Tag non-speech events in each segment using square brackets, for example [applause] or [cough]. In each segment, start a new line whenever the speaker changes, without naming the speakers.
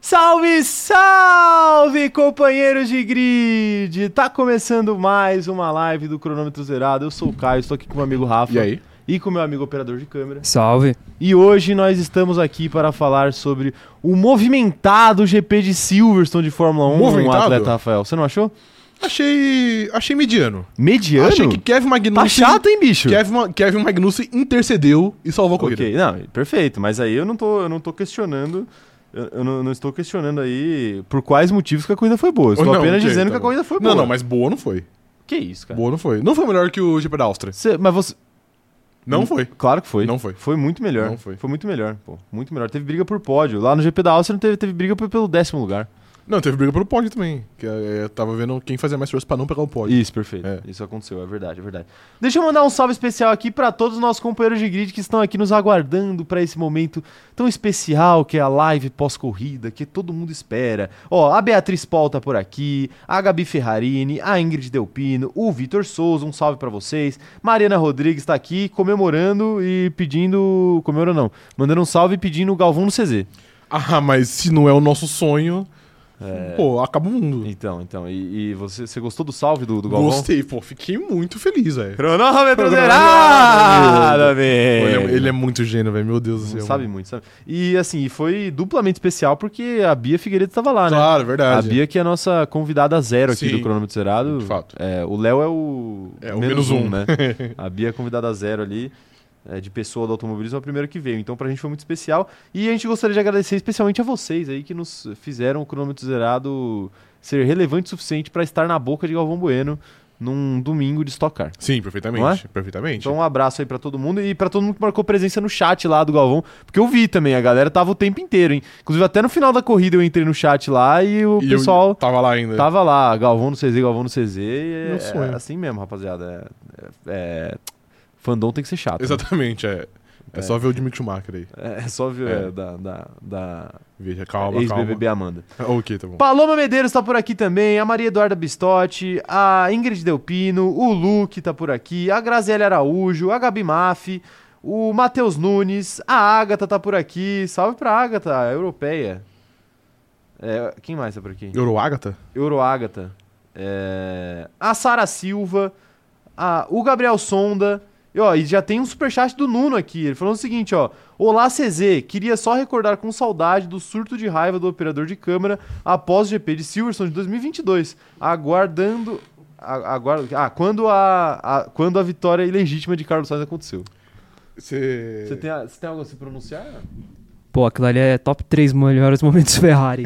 Salve, salve, companheiros de grid! Tá começando mais uma live do Cronômetro Zerado. Eu sou o Caio, estou aqui com o meu amigo Rafa.
E aí?
E com o meu amigo operador de câmera.
Salve.
E hoje nós estamos aqui para falar sobre o movimentado GP de Silverstone de Fórmula 1,
Movimentado?
atleta Rafael. Você não achou?
Achei. Achei mediano.
Mediano?
Achei que Kevin Magnussen.
Tá chato, hein, bicho?
Kevin, Ma- Kevin Magnussen intercedeu e salvou a corrida.
Ok, não, perfeito, mas aí eu não tô, eu não tô questionando. Eu eu não, não estou questionando aí por quais motivos que a corrida foi boa. Eu Estou
Ou não,
apenas
ok,
dizendo
tá
que a
bom.
corrida foi boa.
Não, não, mas boa não foi.
Que isso, cara?
Boa não foi. Não foi melhor que o GP da Áustria.
Cê- mas você.
Não
Hum,
foi.
Claro que foi.
Não foi.
Foi muito melhor.
Não foi.
Foi muito melhor, pô. Muito melhor. Teve briga por pódio. Lá no GP da Áustria não teve, teve briga p- pelo décimo lugar.
Não, teve briga pelo pódio também. Que é, tava vendo quem fazia mais força pra não pegar o pódio.
Isso, perfeito.
É.
Isso aconteceu, é verdade, é verdade. Deixa eu mandar um salve especial aqui para todos os nossos companheiros de grid que estão aqui nos aguardando para esse momento tão especial que é a live pós-corrida, que todo mundo espera. Ó, a Beatriz Paul tá por aqui, a Gabi Ferrarini, a Ingrid Delpino, o Vitor Souza, um salve para vocês. Mariana Rodrigues tá aqui comemorando e pedindo. Comemorando não, mandando um salve e pedindo o Galvão no CZ.
Ah, mas se não é o nosso sonho.
É.
Pô, acaba o mundo.
Então, então, e, e você, você gostou do salve do, do Galvão?
Gostei, pô. Fiquei muito feliz, velho.
Cronômetro
zerado,
zerado,
Pô, Ele,
amigo.
é- ele é muito gênio, velho. Meu Deus do
Não
céu.
sabe muito, sabe? E assim, foi duplamente especial porque a Bia Figueiredo estava lá, né?
Claro,
A
verdade.
Bia que é a nossa convidada zero aqui
Sim.
do Cronômetro Zerado.
De fato.
É, o Léo é o,
É, o menos um. [laughs]
né? a Bia é convidada zero ali. é, de pessoa do automobilismo, é a primeira que veio. Então, pra gente foi muito especial. E a gente gostaria de agradecer especialmente a vocês aí que nos fizeram o cronômetro zerado ser relevante o suficiente pra estar na boca de Galvão Bueno num domingo de estocar.
Sim,
Não
perfeitamente.
é?
Perfeitamente.
Então um abraço aí pra todo mundo e pra todo mundo que marcou presença no chat lá do Galvão, porque eu vi também, a galera tava o tempo inteiro, hein? Inclusive até no final da corrida eu entrei no chat lá e o
E eu é.
pessoal tá
tava lá ainda.
tava lá, Galvão no CZ, Galvão no CZ, e é,
Meu sonho.
é assim mesmo, rapaziada. É, é- é- fandom tem que ser chato. né?
Exatamente, é. É,
É.
só ver o Dimitri Schumacher aí.
É, é só ver
É.
é, da, da, da
Veja,
É
calma, calma.
ex-BBB Amanda.
Ok, tá bom.
Paloma Medeiros tá por aqui também, a Maria Eduarda Bistotti, a Ingrid Delpino, o Luke tá por aqui, a Graziele Araújo, a Gabi Maffi, o Matheus Nunes, a Agatha tá por aqui. Salve pra Agatha, a europeia. É, quem mais tá por aqui?
Euroágata?
Euroágata. É, a Sara Silva, a- o Gabriel Sonda. E, ó, e já tem um superchat do Nuno aqui. Ele falou o seguinte, ó. Olá, CZ. Queria só recordar com saudade do surto de raiva do operador de câmera após o GP de Silverstone de 2022. Aguardando... a- aguardo- ah, quando a, a- quando a vitória ilegítima de Carlos Sainz aconteceu.
Você.
Você tem, a- você tem algo a se pronunciar?
Pô, aquilo ali é top 3 melhores [laughs]
[laughs]
momentos Ferrari.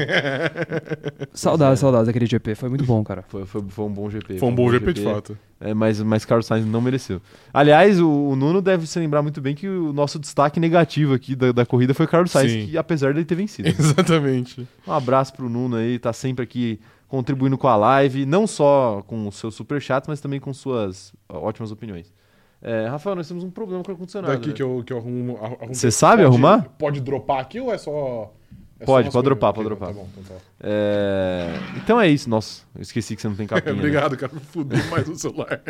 saudades, saudades daquele GP. Foi muito bom, cara.
Foi, foi- foi um bom GP.
Foi um bom GP,
[laughs]
de fato.
É, mas, mas Carlos Sainz não mereceu. Aliás, o, o Nuno deve se lembrar muito bem que o nosso destaque negativo aqui da, da corrida foi Carlos Sainz,
Sim.
que apesar dele ter vencido. [laughs]
Exatamente.
um abraço pro Nuno aí, tá sempre aqui contribuindo com a live, não só com o seu superchat, mas também com suas ó, ótimas opiniões. É, Rafael, nós temos um problema com o ar-condicionado.
Daqui
né?
que eu, que eu arrumo. arru- arrumo-
Você sabe arrumar?
Pode dropar aqui ou é só. é só
Pode,
umas
pode dropar,
coisas?
pode dropar.
Ok, Tá bom, então tá.
É, Então é isso. Nossa, eu esqueci que você não
[laughs]
tem [laughs] capinha. né?
Obrigado, cara, por fuder mais o celular.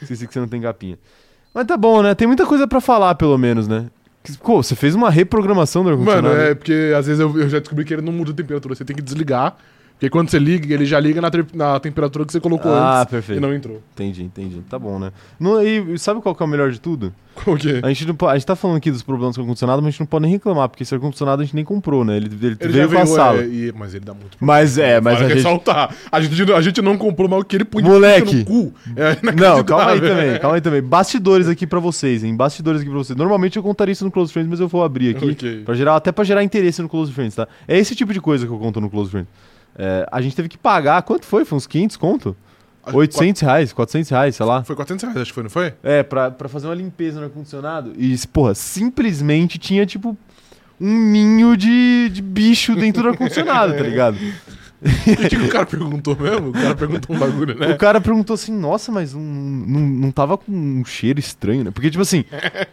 Esqueci que você não tem capinha. Mas tá bom, né? Tem muita coisa pra falar, pelo menos, né? Pô, você fez uma reprogramação do ar-condicionado.
Mano, é porque às vezes eu, eu já descobri que ele não muda a temperatura. Você tem que desligar. Porque quando você liga, ele já liga na, tre- na temperatura que você colocou
Ah,
antes.
perfeito.
E não entrou. [laughs]
Entendi, entendi. Tá bom, né? Não, e e sabe qual que é o melhor de tudo?
O quê?
A gente, não, po- a gente tá falando aqui dos problemas com o ar-condicionado, mas a gente não pode nem reclamar, porque esse ar-condicionado a gente nem comprou, né? Ele, ele, veio com a sala.
é, e- mas ele dá muito
Mas é, mas
Vale
a gente...
ressaltar. A gente, a gente não comprou, mas o que ele punha
Moleque.
no cu é
[laughs]
inacreditável.
Não, calma aí também, calma aí também. Bastidores aqui pra vocês, hein? Bastidores aqui pra vocês. Normalmente eu contaria isso no Close Friends, mas eu vou abrir aqui.
Ok.
Pra gerar, até pra gerar interesse no Close Friends, tá? É esse tipo de coisa que eu conto no Close Friends. É, a gente teve que pagar, quanto foi? Foi uns 500 conto?
Acho que
800 reais, 400 reais, sei lá.
É, Foi 400 reais, acho que foi,
[laughs]
não foi?
É, pra, pra fazer uma limpeza no ar-condicionado. E, porra, simplesmente tinha, tipo, um ninho de, de bicho dentro do ar-condicionado, tá
[laughs]
ligado?
E o que, que o cara perguntou mesmo? O cara perguntou um bagulho,
O
né?
cara perguntou assim, nossa, mas não, não, não tava com um cheiro estranho, né? Porque, tipo assim,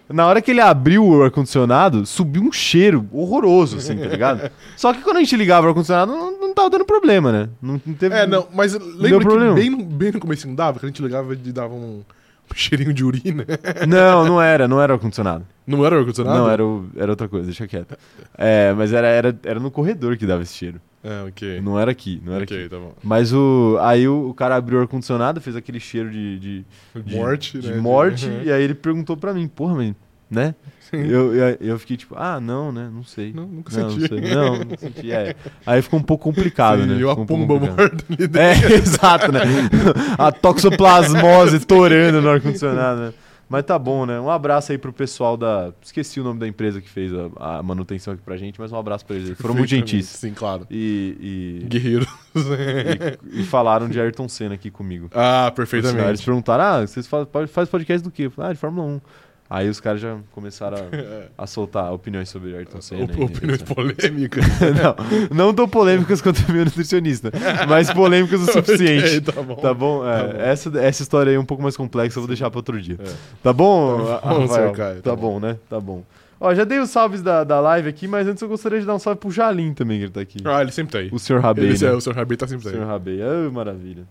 na hora que ele abriu o ar-condicionado, subiu um cheiro horroroso, assim, tá ligado? Só que quando a gente ligava o ar-condicionado, não, não tava dando problema, né? Não, não teve...
É, não, mas
Deu
lembra que
problema.
bem no, bem no começo não dava, que a gente ligava e dava um, um cheirinho de urina. [laughs]
Não, não era, não era o ar-condicionado.
Não era o ar-condicionado?
Não, era, o- era outra coisa, deixa quieto. É, mas era, era, era no corredor que dava esse cheiro.
É, ok.
Não era aqui, não era aqui.
ok, tá bom.
Mas o. Aí o, o cara abriu o ar-condicionado, fez aquele cheiro de. de, de-
morte,
de
né?
morte,
Uhum.
e aí ele perguntou pra mim, porra, mas, né? Eu, eu, eu fiquei tipo, ah, não, né? Não sei.
Não, nunca
não,
senti.
sei. Não,
[laughs]
não senti. é. Aí ficou um pouco complicado, né?
E a
Ficou um pouco
pomba
[laughs] complicado.
morta ali dentro.
É, exato, né? A toxoplasmose torando no ar-condicionado, né? Mas tá bom, né? Um abraço aí pro pessoal da. Esqueci o nome da empresa que fez a, a manutenção aqui pra gente, mas um abraço pra eles. Eles Foram muito
Perfeitamente.
gentis.
Sim, claro.
E,
Guerreiros. [laughs]
e- e- e falaram de Ayrton Senna aqui comigo.
ah,
Eles
perfeitamente.
perguntaram: ah, vocês fa- pod- fazem podcast do quê? Eu falei, ah, de Fórmula 1. Aí os caras já começaram
[laughs] É.
a, a soltar opiniões sobre Ayrton Senna.
Op-
e-
Opiniões polêmicas.
[laughs] não, não tão polêmicas quanto o meu nutricionista, mas polêmicas o É suficiente.
[laughs] Ok, tá bom.
Tá bom? É,
Tá bom.
Essa, essa história aí é um pouco mais complexa, eu vou deixar pra outro dia. Tá bom,
Tá bom,
Rafael?
senhor Caio,
Tá,
tá
bom. né? Tá bom. Ó, já dei os salves da, da live aqui, mas antes eu gostaria de dar um salve pro Jalim também, que ele tá aqui.
Ah, ele sempre tá aí.
O senhor Rabei,
Ele,
né?
é, o Sr. Rabei tá
O
sempre aí.
senhor Rabei. Ai, maravilha.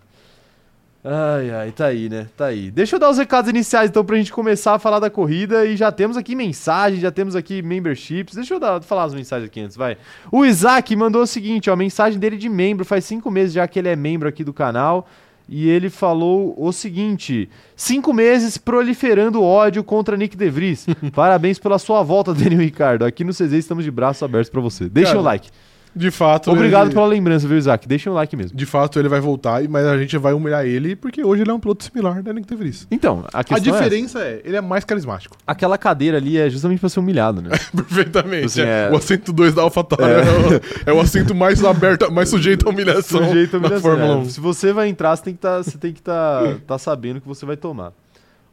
Ai, ai, tá aí, né? Tá aí. Deixa eu dar os recados iniciais, então, pra gente começar a falar da corrida. E já temos aqui mensagem, já temos aqui memberships. Deixa eu dar, falar as mensagens aqui antes, vai. O Isaac mandou o seguinte, ó. A mensagem dele de membro. Faz cinco meses já que ele é membro aqui do canal. E ele falou o seguinte: cinco meses proliferando ódio contra Nick [laughs] DeVries. Parabéns pela sua volta, Daniel Ricardo. Aqui no CZ estamos de braços abertos pra você. Deixa
Cara,
o like.
De fato.
Obrigado
ele...
pela lembrança, viu, Isaac? Deixa o like mesmo.
De fato, ele vai voltar, e- mas a gente vai humilhar ele, porque hoje ele é um piloto similar da Nick DeVries.
Então, a
A
questão é,
diferença é, ele é mais carismático.
aquela cadeira ali é justamente pra ser humilhado, né?
[laughs] Perfeitamente.
Assim,
é.
é-
O assento 2 da AlphaTauri é. o- é o assento mais aberto, mais sujeito à humilhação,
Sujeito à
da
humilhação,
Fórmula
né?
1.
Se você vai entrar, você tem que tá, você tem que tá, tá sabendo que você vai tomar.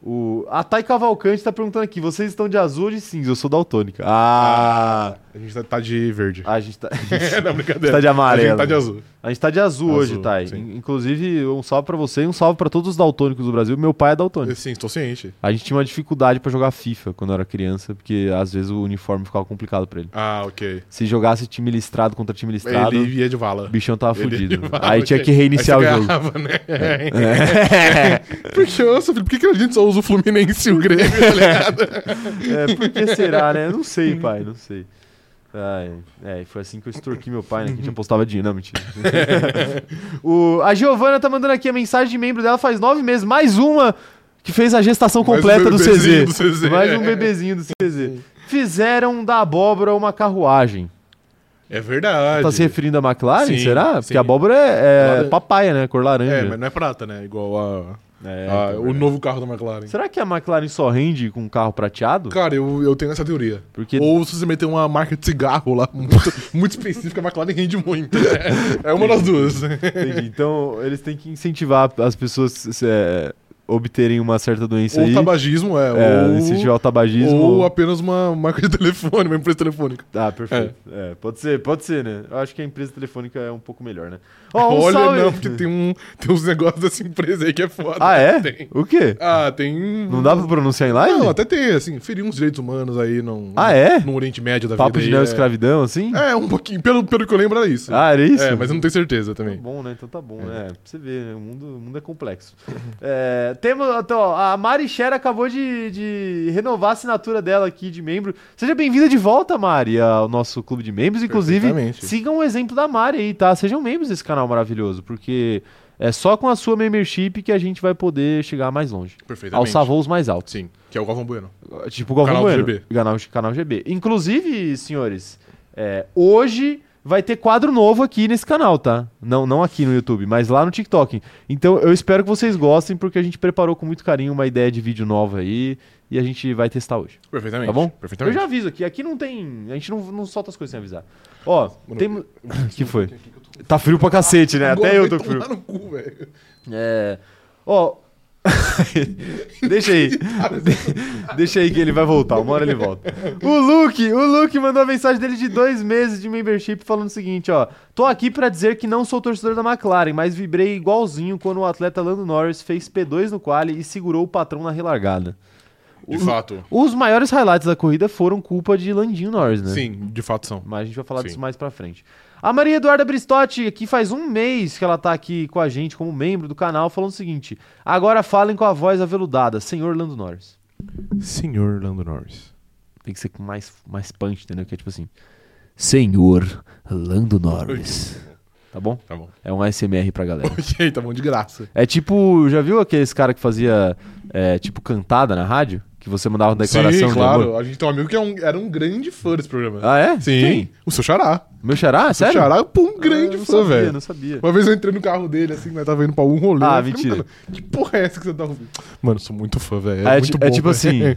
O... A Thay Cavalcante tá perguntando aqui, vocês estão de azul ou de cinza? Eu sou daltônica. Ah,
A gente tá- tá de verde.
a gente tá, [laughs] a gente
É, [laughs] não, brincadeira.
tá de
A
amarelo.
gente tá de azul.
A gente tá de azul,
Azul,
hoje, Thay.
sim.
In- Inclusive, um salve pra você e um salve pra todos os daltônicos do Brasil. Meu pai é daltônico.
Eu, Sim, estou ciente.
A gente tinha uma dificuldade pra jogar FIFA quando eu era criança, porque às vezes o uniforme ficava complicado pra ele.
Ah, ok.
Se jogasse time listrado contra time listrado...
Ele ia de
O
vala.
bichão tava
Ele-
Tá fudido.
[laughs] ele
Aí tinha que reiniciar
Aí
o
você [laughs]
jogo. [laughs] É.
ganhava, Né? [laughs] Por que, nossa, filho, por que que a gente só usa o Fluminense e o Grêmio?
É, por que será, né? Eu não sei, pai, não sei. Ai, é, e foi assim que eu extorqui meu pai, né? Que a gente apostava dinheiro. Não,
[laughs]
mentira. o, a Giovana tá mandando aqui a mensagem de membro dela faz nove meses. Mais uma que fez a gestação
Mais um
completa do, CZ.
bebezinho do CZ,
Mais um
é.
bebezinho do
[laughs]
CZ. Fizeram da abóbora uma carruagem.
É verdade.
Tá se referindo à McLaren,
Sim,
será?
sim.
Porque a abóbora é, é
Claro.
papaya, né? Cor laranja.
É, mas não é prata, né? Igual a,
É,
a-
então,
o
é.
novo carro da McLaren.
Será que a McLaren só rende com um carro prateado?
Cara, eu, eu tenho essa teoria.
Porque
Ou se você meter uma marca de cigarro lá, [laughs] muito, muito específica, a McLaren rende muito.
[laughs]
É, é uma das duas.
Entendi. Então, eles têm que incentivar as pessoas é, obterem uma certa doença
ou
aí.
tabagismo, é.
É,
ou,
incentivar o tabagismo.
ou apenas uma marca de telefone, uma empresa telefônica.
Ah, perfeito. É, pode ser, pode ser, né? Eu acho que a empresa telefônica é um pouco melhor, né? Ó, um
Olha,
salve-
não, porque tem, um, tem uns negócios dessa empresa aí que é foda.
Ah, é?
Tem.
O quê?
Ah, tem.
Não dá pra pronunciar em live?
Não, até tem, assim, ferir uns direitos humanos aí no,
Ah, é?
no Oriente Médio da
Papo
vida.
de
aí,
neo-escravidão, assim?
é. é, um pouquinho. Pelo, pelo que eu lembro, era isso.
Ah, era isso?
É, mas eu não tenho certeza
Tá
também.
bom, né? Então tá bom, né? Pra você ver, né? o mundo, o mundo é complexo. É, temos, então, ó, a Mari Sher acabou de, de renovar a assinatura dela aqui de membro. Seja bem-vinda de volta, Mari, ao nosso clube de membros. Inclusive,
Perfeitamente.
sigam o exemplo da Mari aí, tá? Sejam membros desse canal maravilhoso, porque é só com a sua membership que a gente vai poder chegar mais longe.
Perfeitamente.
Alçar voos mais altos.
Sim, que é o Galvão Bueno.
Tipo o Galvão
Canal
Bueno.
GB.
Canal, canal GB. Inclusive, senhores, é, hoje vai ter quadro novo aqui nesse canal, tá? Não, não aqui no YouTube, mas lá no TikTok. Então eu espero que vocês gostem, porque a gente preparou com muito carinho uma ideia de vídeo nova aí e a gente vai testar hoje.
Perfeitamente.
Tá bom? Eu
Perfeitamente.
já aviso aqui, aqui não tem. A gente não, não solta as coisas sem avisar. Ó, tem. [laughs] que foi? Tá frio pra cacete, né? Até eu tô
frio.
frio. É. Ó. [laughs] Deixa aí. De- Deixa aí que ele vai voltar. Uma hora ele volta. O Luke, o Luke mandou a mensagem dele de dois meses de membership falando o seguinte, ó. Tô aqui pra dizer que não sou torcedor da McLaren, mas vibrei igualzinho quando o atleta Lando Norris fez P2 no quali e segurou o patrão na relargada.
De
O-
fato.
Os maiores highlights da corrida foram culpa de Landinho Norris, né?
Sim, de fato são.
Mas a gente vai falar
Sim.
disso mais pra frente. A Maria Eduarda Bristotti, que faz um mês que ela tá aqui com a gente como membro do canal, falando o seguinte: agora falem com a voz aveludada, senhor Lando Norris.
Senhor Lando Norris.
Tem que ser com mais, mais punch, entendeu? Que é tipo assim: Senhor Lando Norris. tá bom?
Tá bom. [laughs]
É um ASMR pra galera.
Ok, tá bom de graça.
É tipo, já viu aqueles cara que fazia, é, tipo, cantada na rádio? Que você mandava uma declaração
Sim,
de amor?
claro. A gente tem um amigo que é um- era um grande fã desse programa.
Ah, é?
Sim.
Quem?
O seu xará.
Meu xará?
O seu
Sério?
xará é um
Ah,
grande
eu não
fã,
sabia,
velho.
Não sabia.
Uma vez eu entrei no carro dele, assim, nós tava indo pra um rolê.
Ah,
eu falei,
mentira.
"Mano, Que porra é essa que você tá ouvindo? Mano, eu sou muito fã, velho.
Ah,
É,
É,
muito
ti-
bom,
é tipo
velho.
[laughs] assim.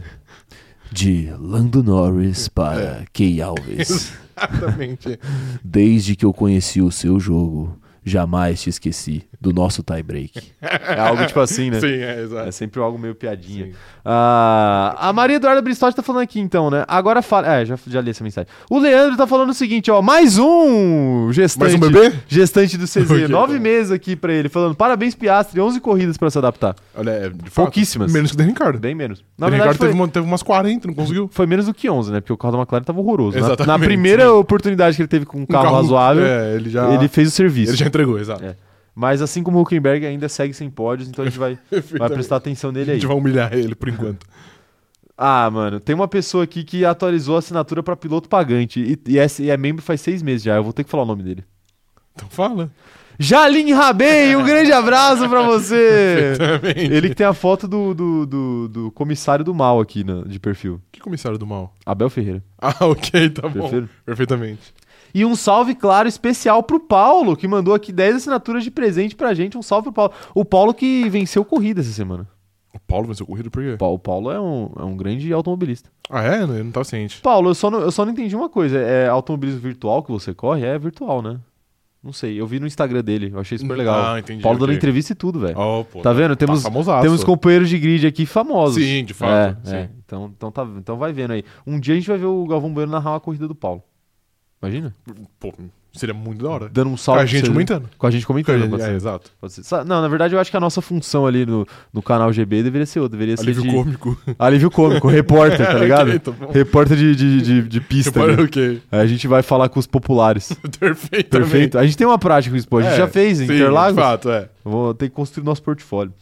De Lando Norris para Key Alves.
Exatamente.
Desde que eu conheci o seu jogo, jamais te esqueci do nosso tie break. É algo tipo assim, né?
Sim, é,
É
exato.
sempre algo meio piadinha.
Sim.
Ah, a Maria Eduarda Bristotti tá falando aqui então, né? Agora fala. É, já, já li essa mensagem. O Leandro tá falando o seguinte, ó. Mais um
Mais
gestante.
um bebê?
Gestante do [laughs] CZ.
Ok,
nove
tá.
meses aqui pra ele, falando parabéns, Piastre. 11 corridas pra se adaptar.
Olha, é, de fato,
Pouquíssimas.
Menos que o Dan Ricardo.
Bem menos. Na
Dan
verdade,
Ricardo
foi,
teve, uma- teve umas 40, não conseguiu. Um
foi menos do que 11, né? Porque o carro da McLaren tava horroroso. Na, na
Exatamente.
primeira oportunidade que ele teve com um
Um
carro, razoável,
É, ele já,
ele
ele
fez o serviço.
já entregou, exato. [laughs]
É. Mas assim como o Huckenberg ainda segue sem pódios, então a gente
[laughs]
vai, vai prestar atenção nele
A
aí.
gente vai humilhar ele
[laughs]
por enquanto.
Ah, mano, tem uma pessoa aqui que atualizou a assinatura pra piloto pagante e, e é, e é membro faz seis meses já. Eu vou ter que falar o nome dele.
Então fala.
Jalim Rabei, um grande abraço pra você!
[laughs]
[laughs]
Perfeitamente.
Ele que tem a foto do, do, do- do comissário do mal aqui na- de perfil.
Que comissário do mal? [laughs]
Abel Ferreira.
Ah, ok, tá bom.
Prefiro.
Perfeitamente.
E um salve, claro, especial pro Paulo, que mandou aqui 10 assinaturas de presente pra gente. Um salve pro Paulo. O Paulo que venceu corrida essa semana.
O Paulo venceu corrida por quê?
Pa- O Paulo é um, é um grande automobilista.
Ah, é? Ele não tá ciente.
Paulo, eu só, não, eu só não entendi uma coisa. É automobilismo virtual que você corre? É virtual, né? Não sei. Eu vi no Instagram dele. Eu achei super legal.
Ah, entendi.
Paulo
ok.
dando entrevista e tudo, velho.
Ó, pô,
tá vendo? Temos,
famosaço.
temos companheiros de grid aqui famosos.
Sim, de
É,
fato. sim.
é. Então, então, tá, então vai vendo aí. Um dia a gente vai ver o Galvão Bueno narrar uma corrida do Paulo. Imagina?
Pô, seria muito da hora.
Dando um
Com
salve.
a
pro
gente
Cezar-
comentando.
Com a gente comentando.
Com a
pode
gente-
ser.
é, exato.
Pode ser. Sa- Não, na verdade eu acho que a nossa função ali no, no canal GB deveria ser outra. Deveria
Alívio
ser de...
cômico.
Alívio cômico. repórter, tá ligado?
[laughs] Ok, tá bom.
repórter de, de, de, de
[laughs]
pista. né?
Repara o quê?
Aí A gente vai falar com os populares.
Perfeitamente.
Perfeito? A gente tem uma prática com isso, pô. A gente
É,
já fez em
sim,
Interlagos.
De fato, é.
Vou ter que construir nosso portfólio.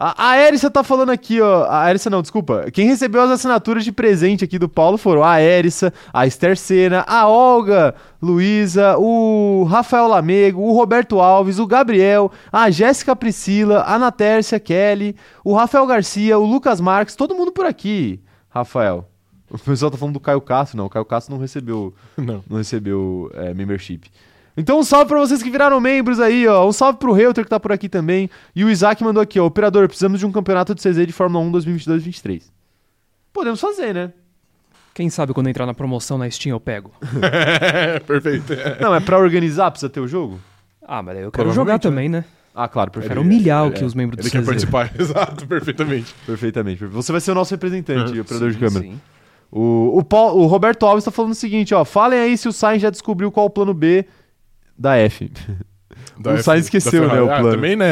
A, a Érissa tá falando aqui, ó. A Érissa não, desculpa. Quem recebeu as assinaturas de presente aqui do Paulo foram a Érissa, a Esther Sena, a Olga Luísa, o Rafael Lamego, o Roberto Alves, o Gabriel, a Jéssica Priscila, a Natércia Kelly, o Rafael Garcia, o Lucas Marques, todo mundo por aqui, Rafael. O pessoal tá falando do Caio Castro, não. O Caio Castro não recebeu
Não.
[laughs] não recebeu é, membership. Então um salve pra vocês que viraram membros aí, ó. Um salve pro Reuter que tá por aqui também. E o Isaac mandou aqui, ó. Operador, precisamos de um campeonato de CZ de Fórmula 1 2022-23. Podemos fazer, né?
Quem sabe quando entrar na promoção na Steam eu pego?
[laughs] Perfeito.
Não, é pra organizar, precisa ter o jogo?
Ah, mas eu quero jogar
Provavelmente,
também, né?
Ah, claro,
Eu
perfeito.
quero humilhar o que
é.
os membros do
Ele quer
CZ.
participar, [laughs] exato, perfeitamente.
Perfeitamente. perfeito. Você vai ser o nosso representante, operador de
Uhum. Sim,
câmera.
sim.
O, o, Paul- o Roberto Alves tá falando o seguinte, ó. Falem aí se o Sainz já descobriu qual o plano B da F. O
F-
Sainz esqueceu,
da Ferrari.
né, o plano.
Ah, também, né?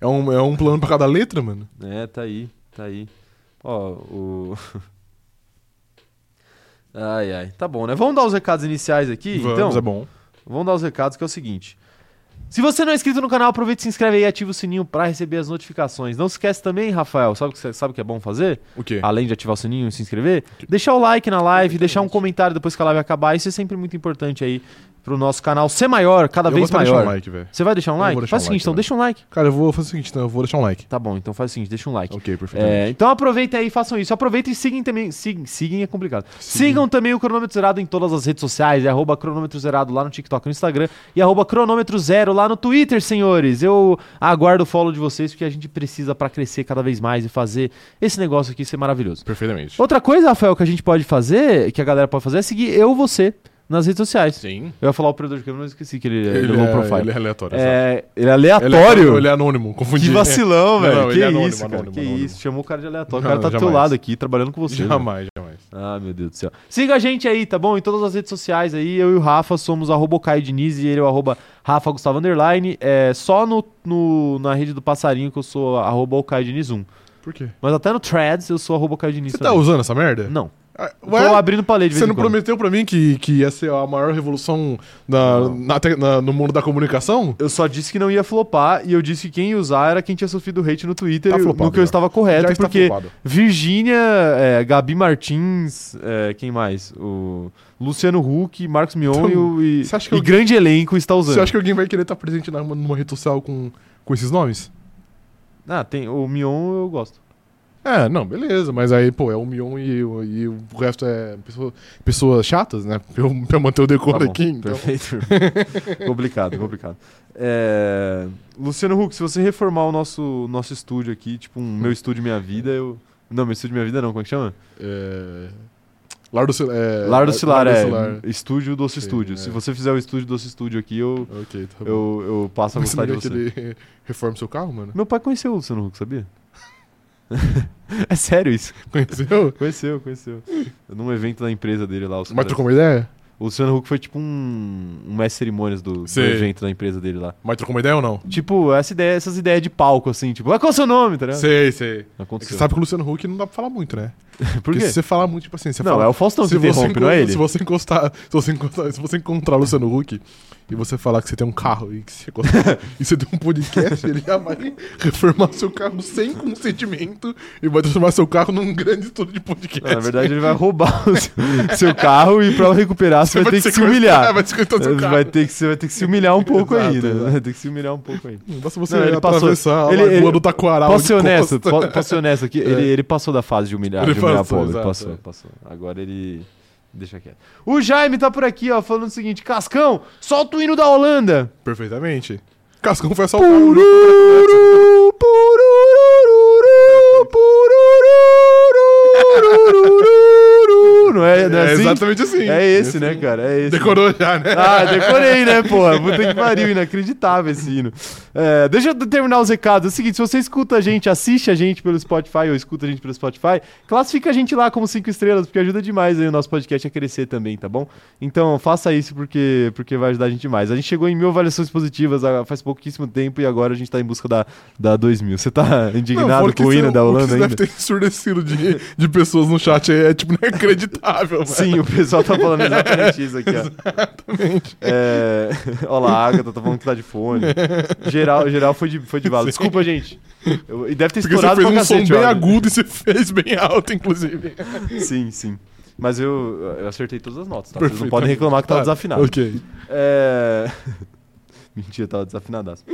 É um, é um plano pra cada letra, mano.
É, tá aí, tá aí. Ó, o. [laughs] Ai, ai. Tá bom, né? Vamos dar os recados iniciais aqui,
Vamos,
então?
é bom.
Vamos dar os recados que é o seguinte. Se você não é inscrito no canal, aproveita e se inscreve aí e ativa o sininho pra receber as notificações. Não se esquece também, Rafael, sabe o que, você- sabe o que é bom fazer?
O quê?
Além de ativar o sininho e se inscrever, deixar o like na live, deixar um comentário depois que a live acabar. Isso é sempre muito importante aí pro nosso canal ser maior, cada
eu
vez
vou até deixar
maior.
um like, velho.
Você vai deixar um
Eu vou
like?
deixar
faz
um
o seguinte,
like
então,
também.
deixa um like.
Cara, eu vou fazer o seguinte, então, eu vou deixar um like.
Tá bom, então faz o seguinte, deixa um like.
Ok,
É,
perfeitamente.
então aproveitem aí, façam isso. Aproveitem e sigam também. Sigam, sigam é complicado. Sigam também o cronômetro zerado em todas as redes sociais. É arroba cronômetro zerado lá no TikTok e no Instagram. E arroba cronômetro zero lá no Twitter, senhores. Eu aguardo o follow de vocês porque a gente precisa pra crescer cada vez mais e fazer esse negócio aqui ser maravilhoso.
Perfeitamente.
Outra coisa, Rafael, que a gente pode fazer, que a galera pode fazer, é seguir eu você nas redes sociais.
Sim.
Eu ia falar o operador de câmera, mas eu esqueci que ele, ele, é low profile.
ele é aleatório. exato.
É, ele é
Ele é
aleatório.
Ele é anônimo, confundi.
Que vacilão,
Não,
velho.
não,
que
ele é anônimo,
isso, cara.
anônimo,
que
anônimo.
isso. Chamou o cara de aleatório. o
Não,
cara tá do teu
jamais.
lado aqui, trabalhando com você. velho.
[laughs] Jamais, jamais.
Ah, meu Deus do céu. Siga a gente aí, tá bom? Em todas as redes sociais aí, eu e o Rafa somos arroba o Caio Diniz e ele é o arroba Rafa Gustavo Underline. É só no, no- na rede do Passarinho que eu sou arroba o Caio Diniz 1.
Por quê?
Mas até no Threads eu sou arroba o Caio Diniz
Você tá
também.
usando essa merda?
Não.
Ah, ué,
Tô abrindo palete. de
você
vez em
não
quando.
prometeu pra mim que, que ia ser a maior revolução na, na te- na- no mundo da comunicação?
Eu só disse que não ia flopar e eu disse que quem ia usar era quem tinha sofrido hate no Twitter,
Tá flopado
no que eu
já.
estava correto,
Já tá está
porque
flopado.
Virgínia, é, Gabi Martins, é, quem mais? O Luciano Huck, Marcos Mion
Então,
e o- e,
você acha que
e
eu-
grande elenco está
Você
usando.
acha que alguém vai querer estar presente na- numa rede social com, com esses nomes?
Ah, tem, o Mion eu gosto. Tá
É, não, beleza, mas aí, pô, é o Mion e, o- e o resto é pessoa- pessoas chatas, né? Pra eu, [laughs] pra eu manter o decoro
Tá bom,
aqui. Então.
Perfeito. [laughs] complicado, complicado. É, Luciano Huck, se você reformar o nosso, nosso estúdio aqui, tipo um Meu Estúdio Minha Vida, eu... Não, Meu Estúdio Minha Vida não, como é que chama?
É... Lar do Sil- é,
Lar do Cilar, é.
Cilar.
Estúdio Doce
Sim,
Estúdio.
é.
Se você fizer o Estúdio Doce Estúdio aqui, eu,
Ok, tá bom. é
eu, eu passo a
Mas
gostar de
você não
você.
quer que ele [laughs] reforma seu carro, mano? [laughs]
Meu pai conheceu o Luciano Huck, sabia? [laughs] é sério isso.
Conheceu?
Conheceu, conheceu. Num evento da empresa dele lá. Os
Mas
caras-
trocou uma ideia?
O Luciano Huck foi tipo um, um mestre de cerimônias do, do
Sei.
evento da empresa dele lá.
Mas trocou uma ideia ou não?
Tipo, essa ideia, essas ideias de palco, assim, tipo, ah, qual é o seu nome, tá ligado?
Sei, sei. É que
Aconteceu.
você sabe que o Luciano Huck não dá pra falar muito, né?
Por quê?
se você falar muito, tipo assim, você
Não,
fala...
é o Faustão que
se você
interrompe, não é
[laughs] encon-
ele?
Se você encostar, se você encostar, se você encontrar o Luciano Huck e você falar que você tem um carro e que você gosta-
[laughs]
e você tem um podcast, ele já vai reformar seu carro sem consentimento e vai transformar seu carro num grande estúdio de podcast.
Não, na verdade, ele vai roubar o seu, [laughs] seu carro e pra humilhar, você, vai ter que se
sequestrar-
humilhar.
[laughs] Vai sequestrar seu carro.
Vai ter, que, se- vai ter que se humilhar um pouco aí,
Exato,
né?
exato.
Vai ter que se humilhar um pouco aí.
Hum, Basta você
Não, ele passou-
atravessar
ele-
a lagoa
ele-
do Taquaral.
Posso ser
de
honesto,
costa.
po- posso ser honesto aqui? Ele, ele passou da fase de humilhar,
Ele
de humilhar
passou,
pobre.
exato,
passou,
é.
passou. Agora ele. Deixa quieto. O Jaime tá por aqui, ó, falando o seguinte: Cascão, solta o hino da Holanda.
Perfeitamente. Cascão foi assaltado.
Pururu, [laughs] purururu, pururururururu. Não é, não é
É
assim?
exatamente assim.
É esse, né, cara? É esse.
Decorou já, né?
Ah, decorei, né, porra? Puta que pariu, inacreditável esse hino. É, deixa eu terminar os recados. É o seguinte, se você escuta a gente, assiste a gente pelo Spotify ou escuta a gente pelo Spotify, classifica a gente lá como cinco estrelas, porque ajuda demais aí o nosso podcast a crescer também, tá bom? Então faça isso porque, porque vai ajudar a gente demais. A gente chegou em mil avaliações positivas há, faz pouquíssimo tempo e agora a gente tá em busca da, da 2000. Você tá indignado
fora que
com o
você-
hino da
que
Holanda
você
ainda?
deve ter ensurdecido de, de pessoas no chat aí. É, tipo, inacreditável, mano.
Sim, o pessoal tá falando exatamente isso aqui, ó. Exatamente. É... [laughs] Olha lá, a Agatha tá falando que tá de fone. Geral, geral foi de, foi de bala. Desculpa, gente. Eu- E deve ter
Porque você
estourado
fez um
pra
som
cacete,
bem
olha. Tá,
agudo e você [laughs] fez bem alto, inclusive.
Sim, sim. Mas eu, eu acertei todas as notas, tá? Vocês não
Perfeito.
podem reclamar que tava
Tá,
desafinado.
Ok.
É... [laughs] Mentira, tava desafinadaço.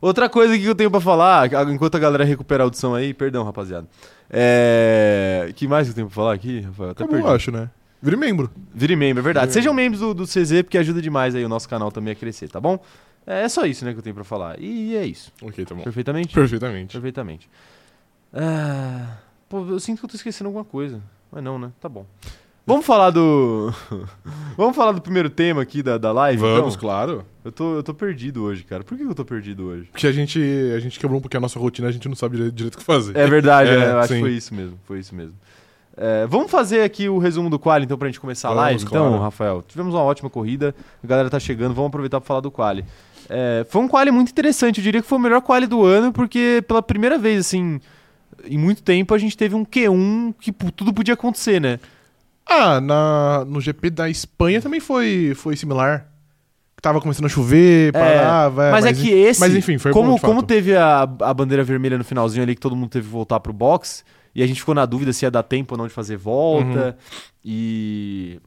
Outra coisa que eu tenho pra falar, enquanto a galera recupera a audição aí, perdão, rapaziada. É... que mais que eu tenho pra falar aqui, Rafael? Até
Acabou, eu acho, né? Vire membro.
Vire membro, é verdade.
Vire
Sejam membros do, do CZ, porque ajuda demais aí o nosso canal também a crescer, tá bom? É, é só isso, né, que eu tenho pra falar. E é isso.
Ok, tá bom.
Perfeitamente?
Perfeitamente.
Perfeitamente. Ah, pô, eu sinto que eu tô esquecendo alguma coisa. Mas não, né? Tá bom. Vamos falar do. [laughs] Vamos falar do primeiro tema aqui da, da live?
Vamos,
então?
claro.
Eu tô, eu tô perdido hoje, cara. Por que eu tô perdido hoje?
Porque a gente, a gente quebrou um pouquinho a nossa rotina, a gente não sabe dire- direito o que fazer.
É verdade,
[laughs] É,
né? eu acho que
sim.
foi isso mesmo. Foi isso mesmo. É, vamos fazer aqui o resumo do quali, então, pra gente começar a
Vamos,
live. Então,
claro.
Rafael, tivemos uma ótima corrida, a galera tá chegando, vamos aproveitar pra falar do quali. É, foi um quali muito interessante, eu diria que foi o melhor quali do ano, porque pela primeira vez, assim, em muito tempo, a gente teve um Q1 que pu- tudo podia acontecer, né?
Ah, na, no GP da Espanha também foi, foi similar. Tava começando a chover, parava.
É, mas, é que esse,
Mas enfim, foi
como,
bom, de fato.
como teve a, a bandeira vermelha no finalzinho ali, que todo mundo teve que voltar pro box, e a gente ficou na dúvida se ia dar tempo ou não de fazer volta, e...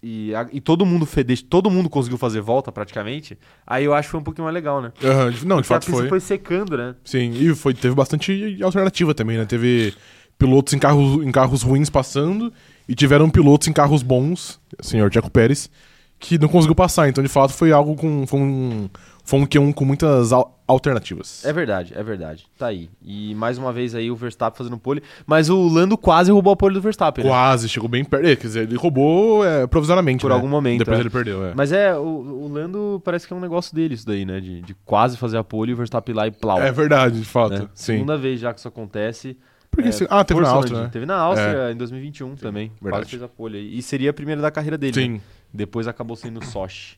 E, a- e todo mundo fez, todo mundo conseguiu fazer volta praticamente. Aí eu acho que foi um pouquinho mais legal, né?
Aham, de- não, de
Porque a
fato
pista
foi.
foi secando, né?
Sim, e foi, teve bastante alternativa também, né? Teve pilotos em carros, em carros ruins passando e tiveram pilotos em carros bons, senhor Jaco Pérez, que não conseguiu passar. Então, de fato, foi algo com. Foi um, foi um Q1 com muitas al- alternativas.
É verdade, é verdade. Tá aí. E mais uma vez aí o Verstappen fazendo pole. Mas o Lando quase roubou a pole do Verstappen. né?
Quase, chegou bem perto. É, quer dizer, ele roubou é, provisoriamente.
Por
né?
algum momento,
Depois
é.
ele perdeu, é.
Mas é, o, o Lando parece que é um negócio dele isso daí, né? De, de quase fazer a pole e o Verstappen ir lá e plau.
É verdade, de fato.
né?
Sim.
Segunda vez já que isso acontece.
Porque
É,
se- Ah, teve na
força,
Áustria,
Landinho.
né?
Teve na Áustria em 2021 também. Quase
verdade.
fez a pole aí. E seria a primeira da carreira dele. né?
Sim.
Depois acabou sendo Sochi,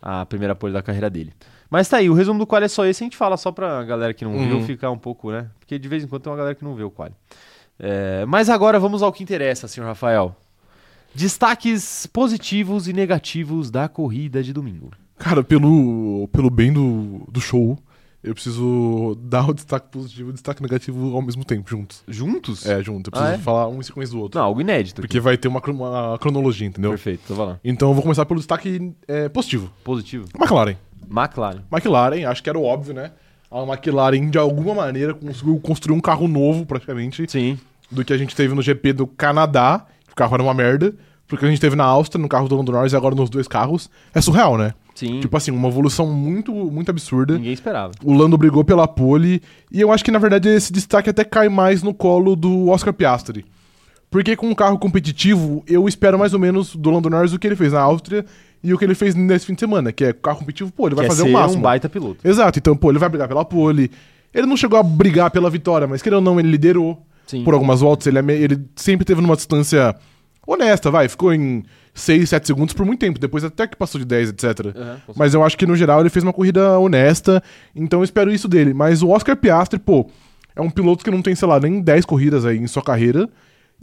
a primeira pole da carreira dele. Mas tá aí, o resumo do qual é só esse. A gente fala só pra galera que não
Uhum.
viu ficar um pouco, né? Porque de vez em quando tem uma galera que não vê o qual. É, mas agora vamos ao que interessa, senhor Rafael. Destaques positivos e negativos da corrida de domingo.
Cara, pelo, pelo bem do, do show, eu preciso dar o destaque positivo e o destaque negativo ao mesmo tempo, juntos.
Juntos?
É, junto. Eu preciso
Ah, é?
falar um em sequência do outro.
Não, algo inédito. aqui.
Porque vai ter uma, cro- uma cronologia, entendeu?
Perfeito, então vai lá.
Então eu vou começar pelo destaque é, positivo.
Positivo.
McLaren.
McLaren.
McLaren, acho que era o óbvio, né? A McLaren, de alguma maneira, conseguiu construir um carro novo, praticamente,
Sim.
do que a gente teve no GP do Canadá, que o carro era uma merda, porque a gente teve na Áustria, no carro do Lando Norris, e agora nos dois carros. É surreal, né?
Sim.
Tipo assim, uma evolução muito, muito absurda.
Ninguém esperava.
O Lando brigou pela pole. E eu acho que, na verdade, esse destaque até cai mais no colo do Oscar Piastri. Porque com um carro competitivo, eu espero mais ou menos do Lando Norris o que ele fez na Áustria e o que ele fez nesse fim de semana, que é carro competitivo, pô, ele vai
Quer
fazer o
ser
máximo.
um baita piloto.
Exato, então, pô, ele vai brigar pela pole. Ele não chegou a brigar pela vitória, mas querendo ou não, ele liderou
Sim.
por algumas voltas. Ele, é me- ele sempre teve numa distância honesta, vai. Ficou em 6, 7 segundos por muito tempo. Depois até que passou de 10, etc.
Aham, com
Mas eu acho que no geral ele fez uma corrida honesta, então eu espero isso dele. Mas o Oscar Piastri, pô, é um piloto que não tem, sei lá, nem 10 corridas aí em sua carreira.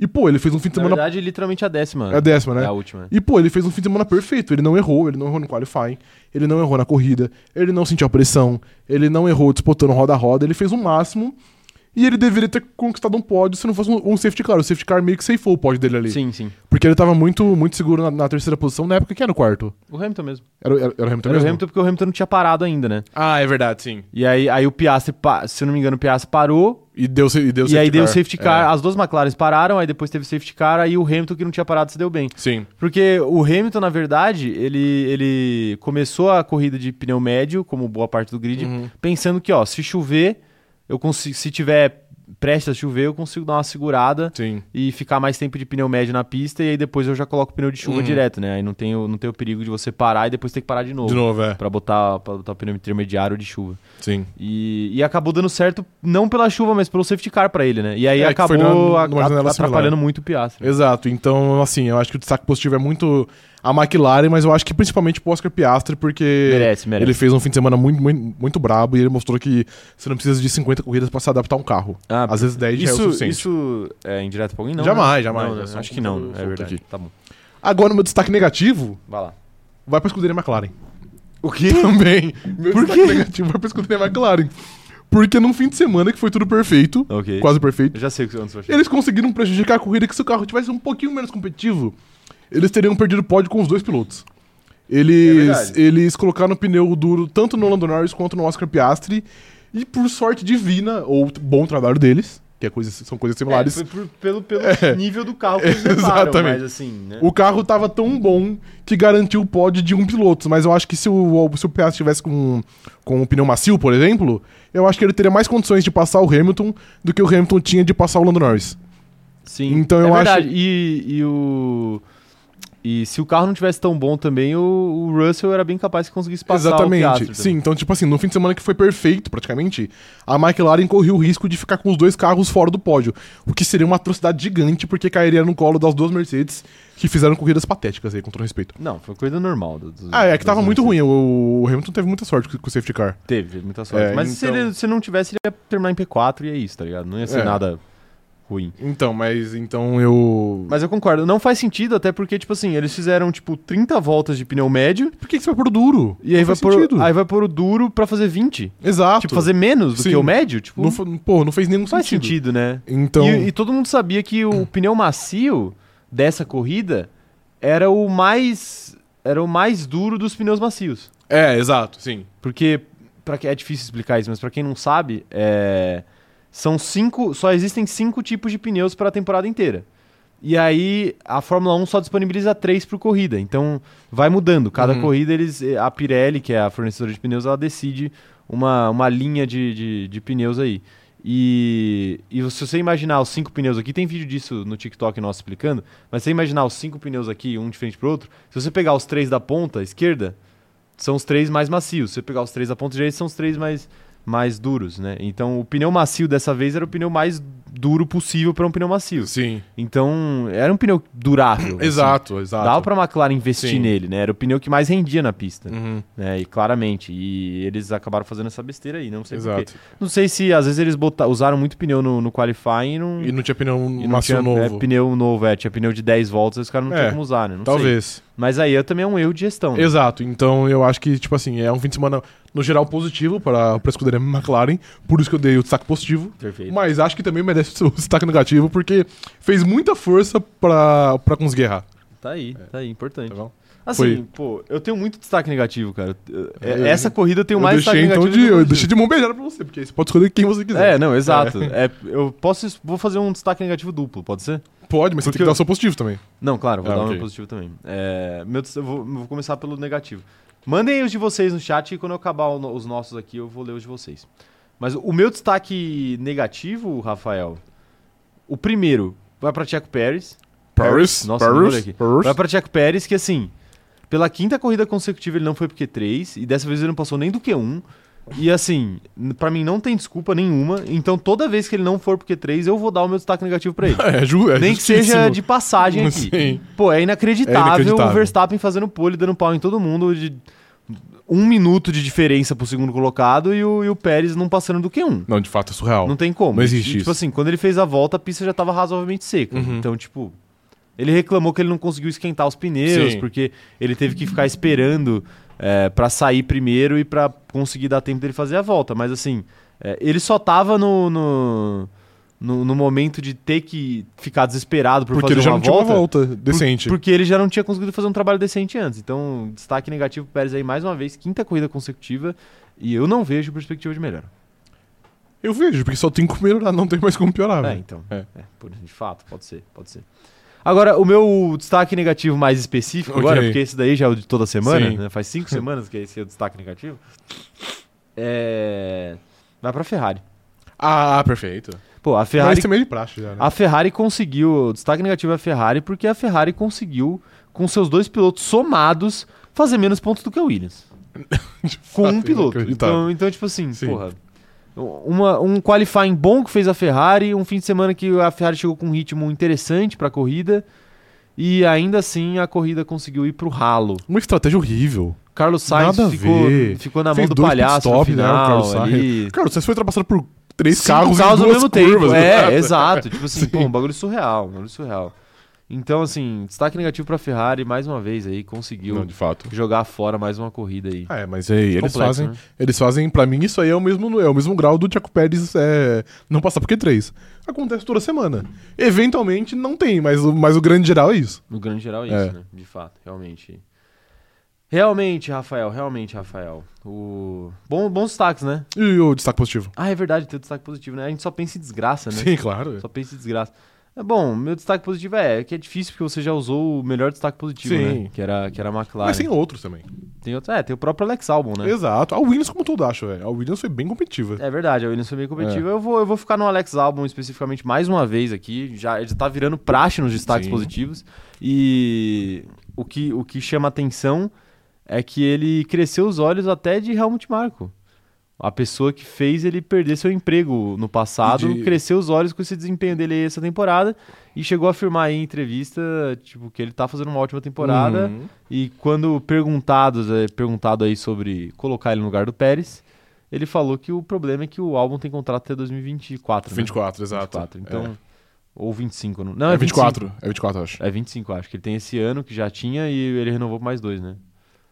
E, pô, ele fez um fim de
Na
semana.
verdade, literalmente a décima.
É a décima, né?
É a última.
E, pô, ele fez um fim de semana perfeito. Ele não errou, ele não errou no qualifying, ele não errou na corrida, ele não sentiu a pressão, ele não errou disputando roda a roda, ele fez o máximo. E ele deveria ter conquistado um pódio se não fosse um, um safety car. O safety car meio que safeou o pódio dele ali.
Sim, sim.
Porque ele tava muito, muito seguro na, na terceira posição, na época que era o quarto.
O Hamilton mesmo.
Era, era, era o Hamilton
Era o
mesmo?
Hamilton porque o Hamilton não tinha parado ainda, né?
Ah, é verdade, sim.
E aí, aí o Piastri, pa- se eu não me engano, o Piastri parou.
E deu, e deu É.
e aí deu o safety car. É. As duas McLaren pararam, aí depois teve o safety car, aí o Hamilton que não tinha parado se deu bem.
É. Sim.
Porque o Hamilton, na verdade, ele, ele começou a corrida de pneu médio, como boa parte do grid, pensando que, ó, se chover, eu consigo. Se tiver prestes a chover, eu consigo dar uma segurada
Sim.
e ficar mais tempo de pneu médio na pista, e aí depois eu já coloco o pneu de chuva
Uhum.
direto, né? Aí não tem, o- não tem o perigo de você parar e depois ter que parar de novo.
De novo, é.
Pra botar, pra botar o pneu intermediário de chuva.
Sim.
E, e acabou dando certo, não pela chuva, mas pelo safety car pra ele, né? E aí
É, que foi
acabou
na-
a-
numa janela
a- atrapalhando
similar.
muito o Piastri.
Exato. Então, assim, eu acho que o destaque positivo é muito a McLaren, mas eu acho que principalmente pro Oscar Piastri, porque
Merece, merece.
ele fez um fim de semana muito, muito, muito brabo e ele mostrou que você não precisa de 50 corridas pra se adaptar a um carro.
Ah,
Às vezes 10 já é o
Isso,
suficiente.
isso é indireto pra alguém? Não.
Jamais,
né?
jamais.
Não, né?
É só
Acho
um
que não,
computador
é
solto
verdade.
aqui.
Tá bom.
Agora, meu destaque negativo
Vai lá.
vai pra escuderia
[laughs]
McLaren.
O quê?
Também. Meu
Por
destaque
quê?
negativo vai pra escuderia McLaren. Porque num fim de semana que foi tudo perfeito,
Ah, Ok.
quase perfeito,
Eu já sei o que você tá vai
eles conseguiram prejudicar a corrida que se o carro tivesse um pouquinho menos competitivo, eles teriam perdido o pódio com os dois pilotos. Eles,
verdade.
eles colocaram pneu duro tanto no Lando Norris quanto no Oscar Piastri. E por sorte divina, ou t- bom trabalho deles, que é coisa, são coisas similares,
pelo pelo nível do carro que eles
[laughs] exatamente.
mas assim, né?
o carro tava tão bom que garantiu o pódio de um piloto. Mas eu acho que se o, se o Piastri tivesse com, com um pneu macio, por exemplo, eu acho que ele teria mais condições de passar o Hamilton do que o Hamilton tinha de passar o Lando Norris.
Sim.
Então eu
é
acho-
verdade. E, e o... E se o carro não tivesse tão bom também, o, o Russell era bem capaz que conseguisse passar
Exatamente.
o Piastri.
Sim, então, tipo assim, no fim de semana que foi perfeito, praticamente, a McLaren corria o risco de ficar com os dois carros fora do pódio. O que seria uma atrocidade gigante, porque cairia no colo das duas Mercedes, que fizeram corridas patéticas aí, com todo respeito.
Não, foi coisa normal. do- do-
Ah, é que tava
das
muito
Mercedes.
ruim. O o Hamilton teve muita sorte com o safety car.
Teve, teve muita sorte.
É,
Mas se,
então-
ele, se não tivesse, ele ia terminar em P4 e é isso, tá ligado? Não ia ser
É.
nada ruim.
Então, mas então eu.
Mas eu concordo, não faz sentido, até porque, tipo assim, eles fizeram, tipo, 30 voltas de pneu médio
por que, que você vai pôr o duro?
e aí
Não
vai,
faz
pôr,
sentido.
aí vai pôr o duro pra fazer 20.
Exato.
Tipo, fazer menos do
Sim.
que o médio, tipo,
não,
não,
fa- Pô, não fez nenhum
faz
um sentido.
sentido, né?
Então.
E, e todo mundo sabia que o pneu macio dessa corrida era o mais era o mais duro dos pneus macios.
É, exato, sim.
Porque para é difícil explicar isso, mas pra quem não sabe, é, são cinco, só existem cinco tipos de pneus para a temporada inteira. E aí a Fórmula 1 só disponibiliza três por corrida, então vai mudando. Cada
Uhum.
corrida eles a Pirelli, que é a fornecedora de pneus, ela decide uma, uma linha de, de, de pneus aí. E, e se você imaginar os cinco pneus aqui, tem vídeo disso no TikTok nosso explicando, mas se você imaginar os cinco pneus aqui, um de frente pro outro, se você pegar os três da ponta esquerda, são os três mais macios. Se você pegar os três da ponta direita, são os três mais, mais duros, né? Então o pneu macio dessa vez era o pneu mais duro possível para um pneu macio.
Sim.
Então era um pneu
[clears throat]
durável. assim.
Exato, exato.
Dava pra McLaren investir
Sim.
nele, né? Era o pneu que mais rendia na pista,
Uhum,
né? E claramente. E eles acabaram fazendo essa besteira aí, não sei porquê.
exato.
Não sei se às vezes eles bota- usaram muito pneu no, no qualifying e não,
E não tinha pneu
e não tinha
macio novo.
É, pneu novo, é, tinha pneu de 10 voltas, os caras não
É,
tinham como usar, né? Não sei.
Talvez.
Mas aí é também é um erro de gestão. né?
Exato. Então eu acho que, tipo assim, é um fim de semana, no geral, positivo para a escuderia McLaren. Por isso que eu dei o destaque positivo.
Perfeito.
Mas acho que também merece [laughs] o destaque negativo, porque fez muita força pra, pra conseguir errar.
Tá aí, tá aí, importante.
Tá bom?
Assim,
Foi.
pô, eu tenho muito destaque negativo, cara. Eu-
É,
é- essa corrida eu tenho
eu
mais
deixei,
destaque
então,
negativo.
de,
do que
eu
positivo.
deixei de mão beijada pra você, porque você pode escolher quem você quiser.
É, não, exato. É, eu posso. es- Vou fazer um destaque negativo duplo, pode ser?
Pode, mas você tem
Porque
que dar o seu positivo também.
Não, claro, vou
Ah,
dar um
ok.
positivo também. É, meu, dest- eu vou, eu vou começar pelo negativo. Mandem os de vocês no chat e quando eu acabar o no- os nossos aqui, eu vou ler os de vocês. Mas o meu destaque negativo, Rafael, o primeiro vai pra Checo Pérez.
Paris,
Nossa,
Paris,
não vou ler aqui.
Paris.
Vai pra Checo Pérez, que assim, pela quinta corrida consecutiva ele não foi pro Q3, e dessa vez ele não passou nem do Q1. E assim, n- pra mim não tem desculpa nenhuma, então toda vez que ele não for pro Q3, eu vou dar o meu destaque negativo pra ele.
É, ju, [laughs] é
Nem que seja
justíssimo. assim?
de passagem aqui.
Sim.
Pô, é inacreditável,
É inacreditável.
o Verstappen fazendo pole, dando pau em todo mundo de um minuto de diferença pro segundo colocado e o, e o Pérez não passando do Q1.
Não, de fato, é surreal.
Não tem como.
Não existe
E, Tipo
isso.
assim, quando ele fez a volta, a pista já tava razoavelmente seca.
Uhum.
Então, tipo, ele reclamou que ele não conseguiu esquentar os pneus,
Sim.
porque ele teve que ficar esperando é, para sair primeiro e pra conseguir dar tempo dele fazer a volta. Mas assim, é, ele só tava no. no... No, no momento de ter que ficar desesperado por
Porque
fazer
ele já
uma
não tinha uma
volta,
volta decente.
porque ele já não tinha conseguido fazer um trabalho decente antes. Então, destaque negativo pro Pérez aí mais uma vez, quinta corrida consecutiva. E eu não vejo perspectiva de melhora.
Eu vejo, porque só tem como melhorar, não tem mais como piorar.
é,
velho.
então.
É.
É, por- de fato, pode ser, pode ser. Agora, o meu destaque negativo mais específico
Ok.
agora, porque esse daí já é o de toda semana,
Sim.
né? Faz
[laughs]
cinco semanas que esse é o destaque negativo. É. Vai pra Ferrari.
Ah, perfeito.
Pô, a
Mas
Ferrari
também é de praxe já, né?
A Ferrari conseguiu, o destaque negativo é a Ferrari, porque a Ferrari conseguiu, com seus dois pilotos somados, fazer menos pontos do que a
[laughs]
Williams. com um
fato,
piloto.
inacreditável.
Então, então, tipo assim,
Sim.
porra. Uma, um qualifying bom que fez a Ferrari, um fim de semana que a Ferrari chegou com um ritmo interessante pra corrida, e ainda assim a corrida conseguiu ir pro ralo.
Uma estratégia horrível.
Carlos Sainz
Nada a
ficou,
ver.
ficou na mão
Fez
do
dois
palhaço no
pitstop, né, o
final,
Carlos Sainz.
ali.
Cara, você foi ultrapassado por três
Cinco
carros, em
ao
duas
mesmo
curvas. né?
tempo.
exato. [laughs]
É, exato. Tipo assim,
Sim.
pô, um bagulho surreal, um bagulho surreal. Então, assim, destaque negativo pra Ferrari, mais uma vez aí, conseguiu
Não, de fato.
jogar fora mais uma corrida aí.
É, mas aí, eles
Complexo,
fazem,
né?
eles fazem, pra mim isso aí é o mesmo, é o mesmo grau do Tiago Pérez é, não passar por Q3. Acontece toda semana. Eventualmente não tem, mas, o- mas o grande geral é isso.
No grande geral é
É.
isso, né? De fato, realmente. Realmente, Rafael, realmente, Rafael. O... Bom, bons destaques, né?
E o destaque positivo.
Ah, é verdade, tem o destaque positivo, né? A gente só pensa em desgraça, né?
Sim, claro.
Só pensa em desgraça. É bom, meu destaque positivo é que é difícil porque você já usou o melhor destaque positivo,
Sim.
né? Que era, que era a McLaren.
Mas tem outros também.
Tem outro... É, tem o próprio Alex Albon, né?
Exato. A Williams, como todo acho, velho. A Williams foi bem competitiva.
É verdade, a Williams foi meio
É.
competitiva. Eu, vou, eu vou ficar no Alex Albon especificamente mais uma vez aqui. Já, já tá virando praxe nos destaques
Sim.
positivos. E o que, o que chama atenção é que ele cresceu os olhos até de Helmut Marko. A pessoa que fez ele perder seu emprego no passado,
E de-
cresceu os olhos com esse desempenho dele aí essa temporada e chegou a afirmar aí em entrevista tipo, que ele tá fazendo uma ótima temporada.
Uhum.
E quando perguntados, é, perguntado aí sobre colocar ele no lugar do Pérez, ele falou que o problema é que o álbum tem contrato até 2024. né?
24, exato.
24, Então,
É.
ou 25, não, não
é,
é, 25.
24. É 24, eu acho.
É 25, acho que ele tem esse ano que já tinha e ele renovou por mais dois, né?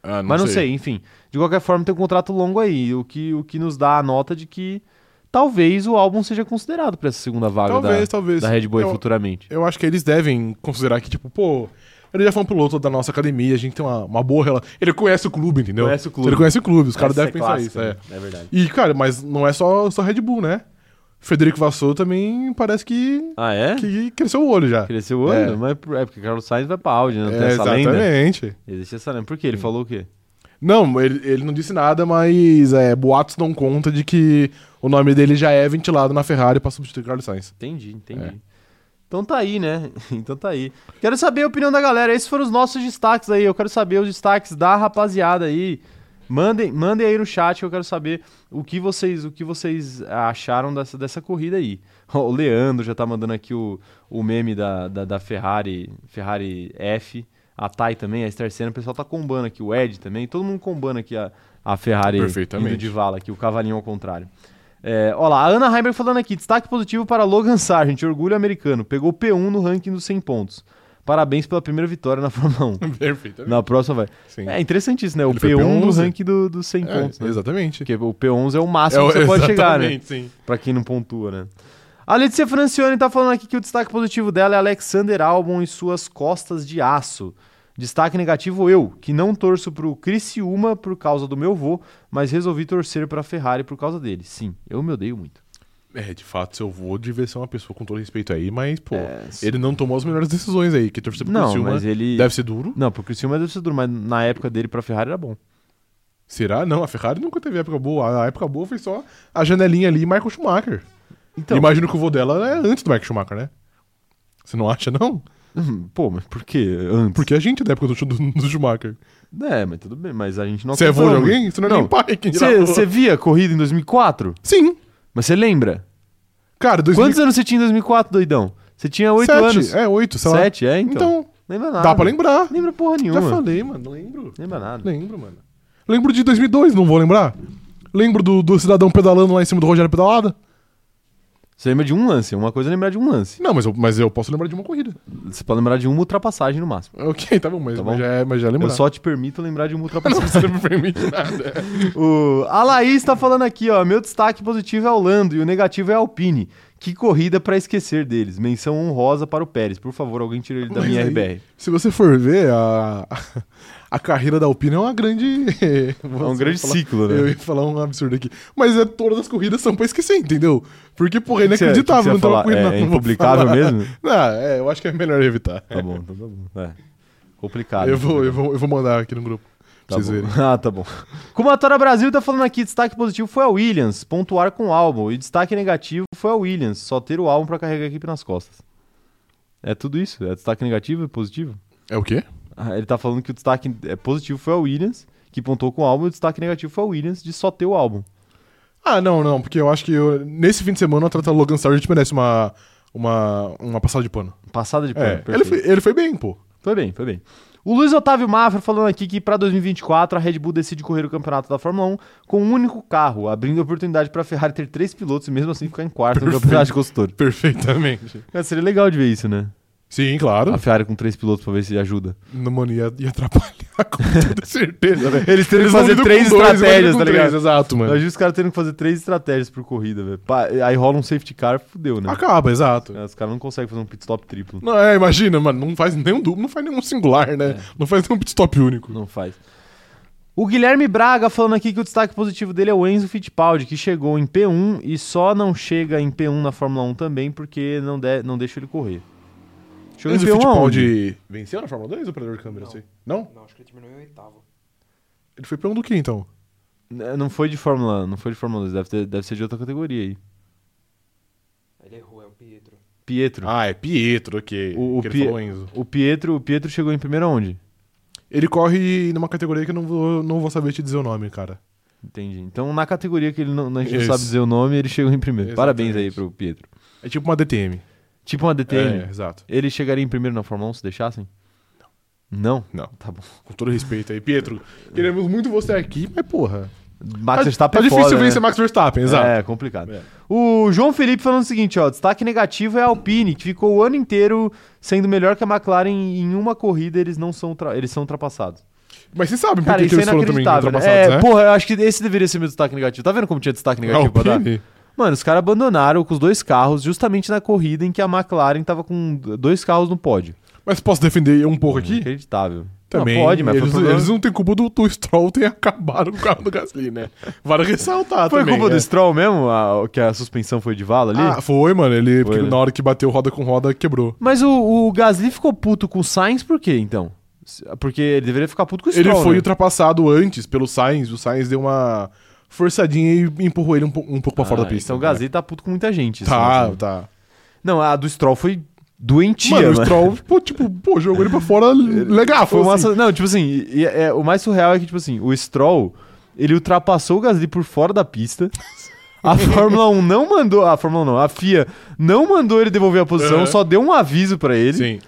Ah,
Mas não sei. enfim. De qualquer forma, tem um contrato longo aí, o que, o que nos dá a nota de que talvez o álbum seja considerado para essa segunda vaga
Talvez,
da,
talvez.
da Red Bull aí
eu,
futuramente.
eu acho que eles devem considerar que, tipo, pô, ele já foi um piloto da nossa academia, a gente tem uma, uma boa relação. Ele conhece o clube, entendeu?
Conhece o clube.
Ele conhece o clube, os caras
Essa
devem pensar
clássica,
isso. É.
né? é verdade.
E, cara, mas não é só, só Red Bull, né? Federico Vassou também parece que,
Ah, é?
que cresceu o olho já.
Cresceu o ano,
É.
mas é porque Carlos Sainz vai pra Audi, né? Não tem
É,
essa lenda.
exatamente.
Existe essa lenda. Por quê? Ele falou o quê?
Não, ele, ele não disse nada, mas é, boatos dão conta de que o nome dele já é ventilado na Ferrari pra substituir Carlos Sainz. [laughs]
Entendi, entendi. Então tá aí, né? [laughs] Então tá aí. Quero saber a opinião da galera. Esses foram os nossos destaques aí. Eu quero saber os destaques da rapaziada aí. Mandem, mandem aí no chat que eu quero saber o que vocês, o que vocês acharam dessa, dessa corrida aí. [laughs] Ó, O Leandro já tá mandando aqui o, o meme da, da, da Ferrari, Ferrari F. A Thay também, a Esther Senna, o pessoal tá combando aqui, o Ed também, todo mundo combando aqui a, a Ferrari
Perfeitamente.
indo de vala, aqui, o cavalinho ao contrário. É, ó lá, a Ana Heimberg falando aqui, destaque positivo para Logan Sargent, orgulho americano, pegou P1 no ranking dos 100 pontos. Parabéns pela primeira vitória na [laughs] Fórmula 1.
Perfeitamente.
Na próxima vai.
Sim.
É interessantíssimo, né? O
Ele foi
P1, no
P11.
ranking do- dos 100
É,
pontos, né?
Exatamente.
Porque o P11 é o máximo
o-
que você pode chegar, né?
exatamente, sim.
Pra quem não pontua, né? A Letícia Francione tá falando aqui que o destaque positivo dela é Alexander Albon e suas costas de aço. Destaque negativo eu, que não torço pro Criciúma por causa do meu vô, mas resolvi torcer pra Ferrari por causa dele. Sim, eu me odeio muito.
É, de fato, seu avô devia ser uma pessoa com todo respeito aí, mas, pô,
É, sim.
ele não tomou as melhores decisões aí, que torcer pro
Não,
Criciúma
mas ele-
deve ser duro.
Não, pro Criciúma deve ser duro, mas na época dele pra Ferrari era bom. [laughs]
Será? Não, a Ferrari nunca teve época boa. A época boa foi só a janelinha ali e Michael Schumacher.
Então,
Imagino que o voo dela é antes do Michael Schumacher, né? Você não acha, não?
pô, mas por que antes?
Porque a gente é da época do, do, do Schumacher.
É, mas tudo bem, mas a gente não
Você é voo de
acompanhou.
alguém? Você não é nem pai. Quem dirá
Você
vô?
você via a corrida em 2004?
Sim.
Mas você lembra?
Cara, 2000...
Quantos anos você tinha em 2004, doidão? Você tinha 8
Sete.
anos.
É, oito, sei lá.
7, é, então.
Então,
Lembra nada.
dá pra lembrar.
Lembra porra nenhuma.
Já falei, mano. Lembro.
Lembra nada.
Lembro, mano. É. Lembro de 2002, não vou lembrar. Lembro do, do cidadão pedalando lá em cima do Rogério Pedalada.
Você lembra de um lance. Uma coisa é lembrar de um lance.
Não, mas eu, mas eu posso lembrar de uma corrida.
Você pode lembrar de uma ultrapassagem no máximo.
Ok, tá bom, mas,
Tá
mas
bom.
já, é- mas já é lembrar.
Eu só te permito lembrar de uma ultrapassagem.
Você [laughs] não me permite
[laughs]
nada.
O, a Laís tá falando aqui, ó. Meu destaque positivo é o Lando e o negativo é a Alpine. Que corrida pra esquecer deles. Menção honrosa para o Pérez. Por favor, alguém tira ele da
Mas
minha
aí-
RBR.
Se você for ver, a, [laughs] a carreira da Alpine é uma grande. [laughs] É
É um grande ciclo, né?
Eu ia falar um absurdo aqui. Mas é, todas as corridas são pra esquecer, entendeu? Porque, porra, é
que que você-
inacreditável.
que que você ia falar?
não tava corrida,
É
não, não vou
impublicável
falar.
mesmo?
[laughs] Não, é, eu acho que é melhor evitar.
Tá bom, então tá bom. É. Complicado.
eu, vou, eu, vou, eu vou mandar aqui no grupo.
Ah, Tá
Pra vocês
bom. [laughs]
verem.
Ah, tá bom. Kumatora Brasil tá falando aqui, destaque positivo foi a Williams, pontuar com o álbum. E destaque negativo foi a Williams, só ter o álbum pra carregar a equipe nas costas. É tudo isso? É destaque negativo e positivo?
É o quê?
Ah, ele tá falando que o destaque é positivo foi a Williams, que pontuou com o álbum, e o destaque negativo foi a Williams, de só ter o álbum.
Ah, não, não, porque eu acho que eu- nesse fim de semana o atleta Logan Sargent merece uma, uma, uma passada de pano.
Passada de pano.
É, ele
perfeito.
foi, ele foi bem, pô.
Foi bem, foi bem. O Luiz Otávio Mafra falando aqui que para 2024 a Red Bull decide correr o campeonato da Fórmula 1 com um único carro, abrindo a oportunidade para a Ferrari ter três pilotos e mesmo assim ficar em quarto no campeonato de construtor.
Perfeitamente.
Cara, seria legal de ver isso, né?
Sim, claro.
A Ferrari com três pilotos pra ver se ajuda.
No, mano, ia, ia [laughs] atrapalhar com toda certeza, velho.
Eles teriam que
não
fazer
lidam
três
com dois,
estratégias,
eles lidam
tá
com
ligado?
exato, mano.
Imagina os caras tendo que fazer três estratégias por corrida, velho. Pa- Aí rola um safety car, fudeu, né?
Acaba, exato.
Os caras não conseguem fazer um pit stop triplo.
Não, é, imagina, mano, não faz nenhum duplo, não faz nenhum singular, né? Não faz nenhum pit stop único.
É. Não faz. O Guilherme Braga falando aqui que o destaque positivo dele é o Enzo Fittipaldi, que chegou em P1 e só não chega em P1 na Fórmula 1 também porque não, de, não deixa ele correr. Chegou em
Enzo
P1 aonde?
Fittipaldi venceu na Fórmula 2, o operador de câmera,
Não.
sei. Não?
Não, acho que ele terminou em oitavo.
Ele foi P1 do que, então?
N- É, Não foi de Fórmula, não foi de Fórmula 2, deve, ter- deve ser de outra categoria aí.
Ele errou, é o Pietro.
Pietro.
Ah, é Pietro, ok.
O- o
que
Pie-
ele falou Enzo.
O Pietro, o Pietro chegou em primeiro aonde?
Ele corre numa categoria que eu não vou, não vou saber te dizer o nome, cara.
Entendi. Então, na categoria que ele não, a gente não
Isso.
sabe dizer o nome, ele chegou em primeiro.
Exatamente.
Parabéns aí pro Pietro.
É tipo uma DTM.
Tipo uma DTM.
É, exato.
Ele chegaria em primeiro na Fórmula 1 se deixassem? Não. Não?
Não.
Tá bom.
Com todo respeito aí. Pietro, queremos muito você aqui, mas porra.
Max Verstappen
tá
é
difícil
foda,
vencer
né?
Max Verstappen, exato.
É, complicado.
É.
O João Felipe falando o seguinte, ó, destaque negativo é a Alpine, que ficou o ano inteiro sendo melhor que a McLaren e em uma corrida, eles não são ultra- eles são ultrapassados.
Mas vocês sabem por
Cara,
que,
isso
que
é
eles foram também
inacreditável. né?
ultrapassados,
É,
né? É
porra, eu acho que esse deveria ser meu destaque negativo. Tá vendo como tinha destaque negativo pra dar?
Alpine.
Mano, os caras abandonaram com os dois carros justamente na corrida em que a McLaren tava com dois carros no pódio.
Mas posso defender um pouco aqui?
Inacreditável.
Também.
Não, pode, mas
eles,
foi, problema-
eles não têm culpa do, do Stroll ter acabado com o carro do Gasly, né? Vale ressaltar
foi
também.
culpa
né?
do Stroll mesmo, a- que a suspensão foi de vala ali?
Ah, foi, mano. Ele, porque
né?
na hora que bateu roda com roda, quebrou.
Mas o, o Gasly ficou puto com o Sainz por quê, então? Se- Porque ele deveria ficar puto com o Stroll,
ele foi
né?
ultrapassado antes pelo Sainz. O Sainz deu uma forçadinha e empurrou ele um, po- um pouco pra fora
Ah,
da pista.
Então o
né?
Gasly tá puto com muita gente.
Tá,
assim, assim.
tá.
Não, a do Stroll foi doentia, né?
mano,
[laughs]
o Stroll, pô, tipo, pô, jogou ele pra fora legal.
Foi
Foi
uma
assim.
ação- Não, tipo assim, e- e- é, o mais surreal é que, tipo assim, o Stroll Ele ultrapassou o Gasly por fora da pista.
[laughs]
A Fórmula 1 não mandou. A Fórmula 1 não, a FIA não mandou ele devolver a posição,
Aham.
só deu um aviso pra ele.
Sim.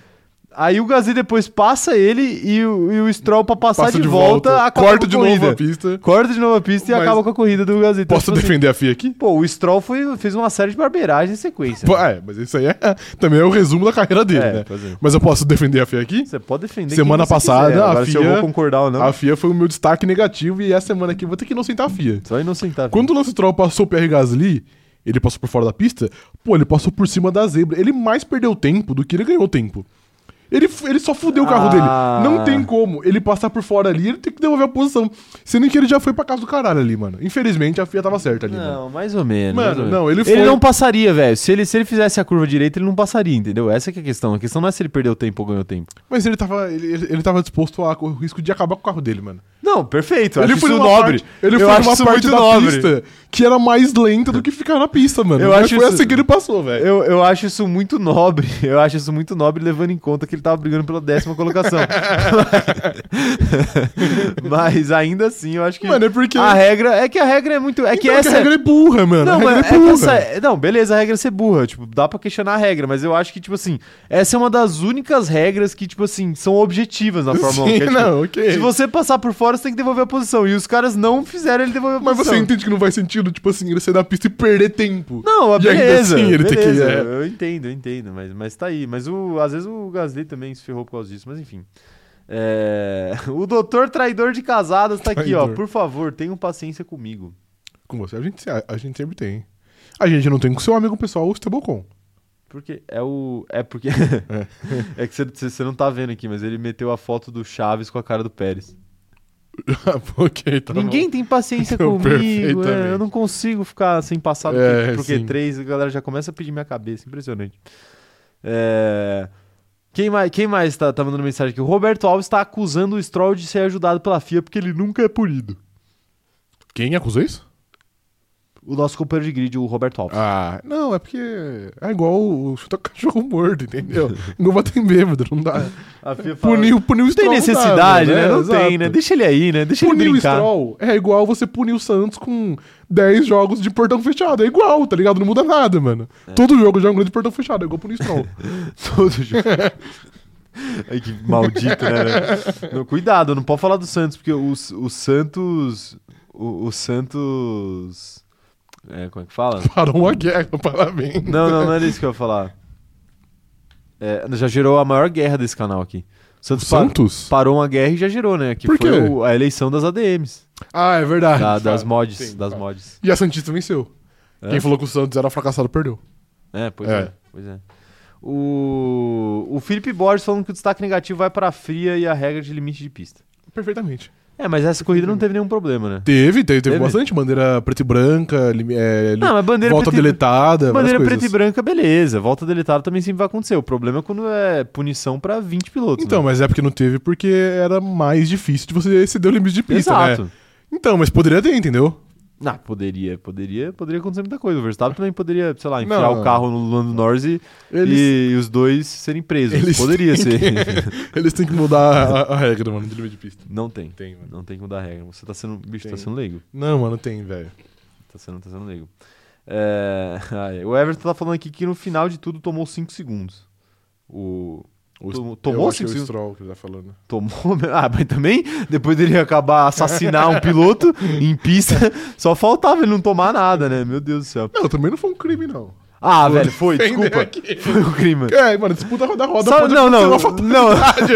Aí o Gasly depois passa ele e o, e o Stroll pra passar
Passa
de, volta, acaba
corta
com a
de
corrida.
novo a pista.
Corta de novo a pista e
Mas-
acaba com a corrida do Gasly. Então,
Posso
tipo assim,
defender a FIA aqui?
Pô, o Stroll foi- fez uma série de barbeiragens em sequência.
Pô, é, mas isso aí é, também é o resumo da carreira dele,
É,
né?
pois é.
Mas eu posso defender a FIA aqui?
Você pode defender.
Semana
quem você
passada,
quiser.
a
Agora, se eu
FIA-
vou concordar ou não,
A FIA foi o meu destaque negativo e essa semana aqui eu vou ter que inocentar a FIA.
só inocentar.
Quando o Lance Stroll passou o Pierre Gasly, ele passou por fora da pista, pô, ele passou por cima da zebra. Ele mais perdeu tempo do que ele ganhou tempo. Ele, f- ele só fudeu o carro
Ah.
dele. Não tem como ele passar por fora ali, ele tem que devolver a posição. Sendo que ele já foi pra casa do caralho ali, mano. Infelizmente a FIA tava certa ali, mano.
Não, mais ou menos.
Mano,
mais ou menos.
não, ele
Ele
foi-
não passaria, velho. Se ele, se ele fizesse a curva direita, ele não passaria, entendeu? Essa que é a questão. A questão não é se ele perdeu tempo ou ganhou tempo.
Mas ele tava, ele, ele ele tava disposto a correr o risco de acabar com o carro dele, mano.
Não, perfeito. eu
ele
acho
foi
isso
numa
nobre.
parte, ele
eu
foi
acho
numa
isso
parte
muito
da
nobre.
pista que era mais lenta do que ficar na pista, mano.
Eu
Mas
acho
foi
isso-
assim que ele passou, velho.
Eu, eu acho isso muito nobre. [laughs] Eu acho isso muito nobre, levando em conta que ele tava brigando pela décima colocação. [laughs] mas ainda assim, eu acho que.
Mano, é porque
a regra. É que a regra é muito. É que
Então,
essa.
a regra é burra, mano.
Não,
a regra
mas
é
é que
burra.
essa- não, beleza, a regra é ser burra. Tipo, dá pra questionar a regra, mas eu acho que, tipo assim, essa é uma das únicas regras que, tipo assim, são objetivas
[laughs]
na Fórmula 1.
Sim,
que é, tipo,
não, ok.
Se você passar por fora, você tem que devolver a posição. E os caras não fizeram ele devolver a
Mas
posição.
você entende que não faz sentido, tipo assim, ele sair da pista e perder tempo.
Não, mas
E ainda
beleza.
assim ele tem que-
beleza,
é.
Eu entendo, eu entendo, mas, mas tá aí. Mas o, às vezes o Gasly também se ferrou por causa disso, mas enfim. É, [laughs] O doutor traidor de casadas tá aqui, ó.
Traidor.
Por favor, tenham paciência comigo.
Com você, a gente, se- a, a gente sempre tem. A gente não tem com seu amigo pessoal, o Stablecon.
Porque é o. É porque. [laughs] é que você- você você não tá vendo aqui, mas ele meteu a foto do Chaves com a cara do Pérez.
ok, [laughs] tá
Ninguém tem
[laughs]
paciência
Então,
comigo. é,
perfeitamente.
eu não consigo ficar sem passar do
É,
Q- pro
sim.
Q3. A galera já começa a pedir minha cabeça. Impressionante. É, Quem mais, quem mais tá, tá mandando mensagem aqui? O Roberto Alves tá acusando o Stroll de ser ajudado pela FIA porque ele nunca é punido.
bom. Quem acusou isso?
O nosso companheiro de grid, o Roberto Alves.
Ah, não, é porque é igual o chuta cachorro morto, entendeu? Não bater em bêbado, não dá.
a FIA fala,
Puniu, puniu o
Não tem
Stroll. dá,
necessidade,
mano,
né?
é,
Não
exato.
tem, né? Deixa ele aí, né? Deixa
punir
ele
o
brincar.
Stroll é igual você punir o Santos com 10 jogos de portão fechado. É igual, tá ligado? Não muda nada, mano. Todo jogo já é um grande portão fechado. É igual punir o Stroll.
[laughs] Todo jogo. Ai, que maldito, né? velho? Não, cuidado, não pode falar do Santos, porque o, o Santos. O, o Santos. É, como é que fala?
Parou a guerra, [laughs] parabéns.
Não, não, não era isso que eu ia falar. É, já gerou a maior guerra desse canal aqui. O
O
Santos, pa-
Santos?
parou uma guerra e já gerou, né? Que
Por
foi
quê?
o- a eleição das [laughs] ADMs,
Ah, é verdade.
da- das
Ah,
mods.
sim,
das
tá.
mods.
E a Santista venceu.
É.
Quem falou que o Santos era fracassado perdeu.
É, pois é.
É.
pois é. O, o Felipe Borges falando que o destaque negativo vai pra fria e a regra de limite de pista.
Perfeitamente.
É, mas essa corrida não teve nenhum problema, né?
Teve, teve, teve
Teve?
bastante. Bandeira preta e branca, lim- é, li-
Não, mas bandeira,
volta
preta, e-
deletada. várias
bandeira
coisas.
preta e branca, beleza. Volta deletada também sempre vai acontecer. O problema é quando é punição pra 20 pilotos.
Então,
né?
mas é porque não teve porque era mais difícil de você exceder o limite de pista,
Exato.
né? Então, mas poderia ter, entendeu?
Não, poderia, poderia, poderia acontecer muita coisa. O Verstappen também poderia, sei lá, enfiar
Não,
o
não.
carro no Lando Norris e,
Eles,
e os dois serem presos.
Eles
poderia
têm
ser.
eles têm que mudar a, a regra, mano, de limite de
[laughs]
pista.
Não tem.
Tem, mano.
Não tem que mudar a regra. Você tá sendo. Bicho, tá
Tem.
sendo leigo.
Não, mano, tem, velho.
Tá sendo, tá sendo leigo. É, [laughs] ai, O Everton tá falando aqui que no final de tudo tomou 5 segundos. O.
O-
Tomou-
eu
tomou
acho que é
cinco
o Stroll que ele tá falando.
Tomou. Ah, mas também, depois dele acabar assassinar um piloto em pista, [laughs] só faltava ele não tomar nada, né? Meu Deus do céu.
Não, também não foi um crime, não.
Ah, velho, foi,
Entendeu
desculpa.
aqui?
Foi um crime.
É, mano, disputa roda-roda
Sabe-
pode
não,
acontecer
não,
uma fatalidade,
não,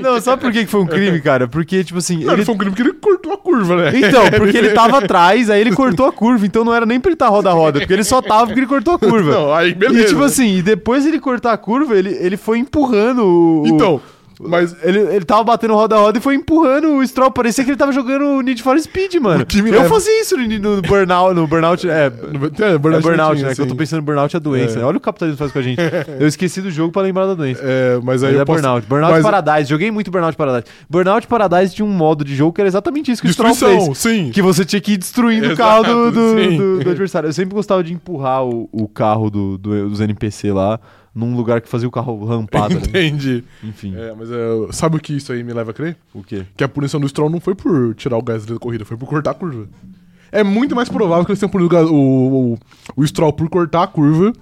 [laughs] não, sabe por que que foi um crime, cara? Porque, tipo assim,
Não,
ele.
ele foi um crime que ele cortou a curva, né?
[laughs] Então, porque ele tava atrás, aí ele cortou a curva, então não era nem pra ele estar roda-roda, porque ele só tava porque ele cortou a curva.
[laughs] Não, aí beleza.
E tipo assim, e depois ele cortar a curva, ele, ele foi empurrando o. o-
Então, mas
Ele, ele tava batendo roda-roda e foi empurrando o Stroll. Parecia que ele tava jogando Need for Speed, mano.
O time
Eu
leva-
fazia isso no, no burnout. No burnout é,
[laughs] No- É,
é
burnout,
burnout, né?
tinha,
Que eu tô
assim.
pensando em burnout é doença.
É.
né? Olha o que o capitalismo faz com a
[laughs]
gente. Eu esqueci do jogo pra lembrar da doença.
É, mas aí
Mas
eu
é
posso...
Burnout. Burnout
mas-
Paradise. Joguei muito Burnout Paradise. Burnout Paradise tinha um modo de jogo que era exatamente isso que o Stroll
Destruição,
fez.
sim.
Que você tinha que ir destruindo o
Exato,
carro do, do-
sim.
do- do adversário. Eu sempre gostava de empurrar o, o carro do, do- dos NPC lá num lugar que fazia o carro rampado.
[laughs]
né?
Entendi.
Enfim,
É, mas é, sabe o que isso aí me leva a crer?
o quê?
Que a punição do Stroll não foi por tirar o gás da corrida, foi por cortar a curva. É muito mais provável que eles tenham punido o, gás- o, o, o Stroll por cortar a curva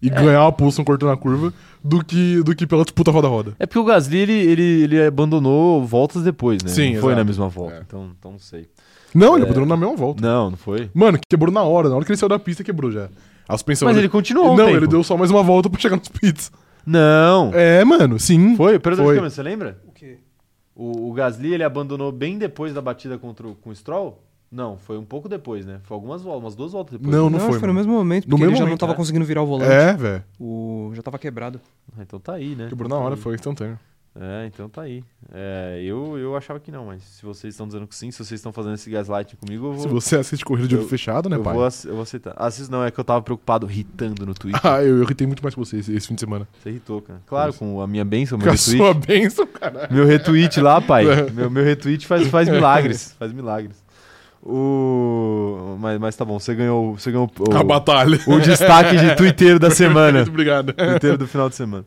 e ganhar a posição cortando a curva do que, do que pela disputa roda-roda.
É porque o Gasly, ele, ele, ele abandonou voltas depois, né?
Sim,
não foi na
exato.
mesma volta.
É.
Então, então não sei.
Não,
É.
ele abandonou na mesma volta.
Não, não foi.
Mano, quebrou na hora. Na hora que ele saiu da pista, quebrou já. A suspensão.
Mas
era-
ele continuou um
Não,
tempo.
Então ele deu só mais uma volta pra chegar nos pits.
Não.
É, mano, sim.
Foi? Perdão de
Foi.
câmera, você lembra?
O quê?
O, o Gasly, ele abandonou bem depois da batida contra o, com o Stroll? Não, foi um pouco depois, né? Foi algumas voltas, umas duas voltas depois.
Não,
né?
não,
Não,
foi.
foi no
mano.
mesmo momento,
No
porque ele
mesmo
já não
momento,
tava
é.
conseguindo virar o volante.
É, velho.
O... Já tava quebrado.
Ah, Então tá aí, né?
Quebrou na hora,
Tá aí.
foi instantâneo.
É, então tá aí. É, eu, eu achava que não, mas se vocês estão dizendo que sim, se vocês estão fazendo esse gaslighting comigo, eu vou,
Se você assiste corrida de olho
Eu-
fechado, né,
eu
pai?
vou, ace- eu vou aceitar. Ah, vocês não, é que eu tava preocupado, irritando no Twitter.
[laughs] Ah, eu irritei muito mais que você esse, esse fim de semana.
Você irritou, cara. Claro, com a minha bênção,
Com
meu
a
retweet.
sua bênção, caralho.
Meu retweet lá,
[laughs]
pai.
É.
meu, meu retweet faz, faz
[laughs]
milagres. Faz milagres. O... Mas, mas tá bom, você ganhou, você ganhou o-
A É. batalha.
o destaque
[laughs]
de Twitter da semana.
Muito obrigado.
Twitter do final de semana.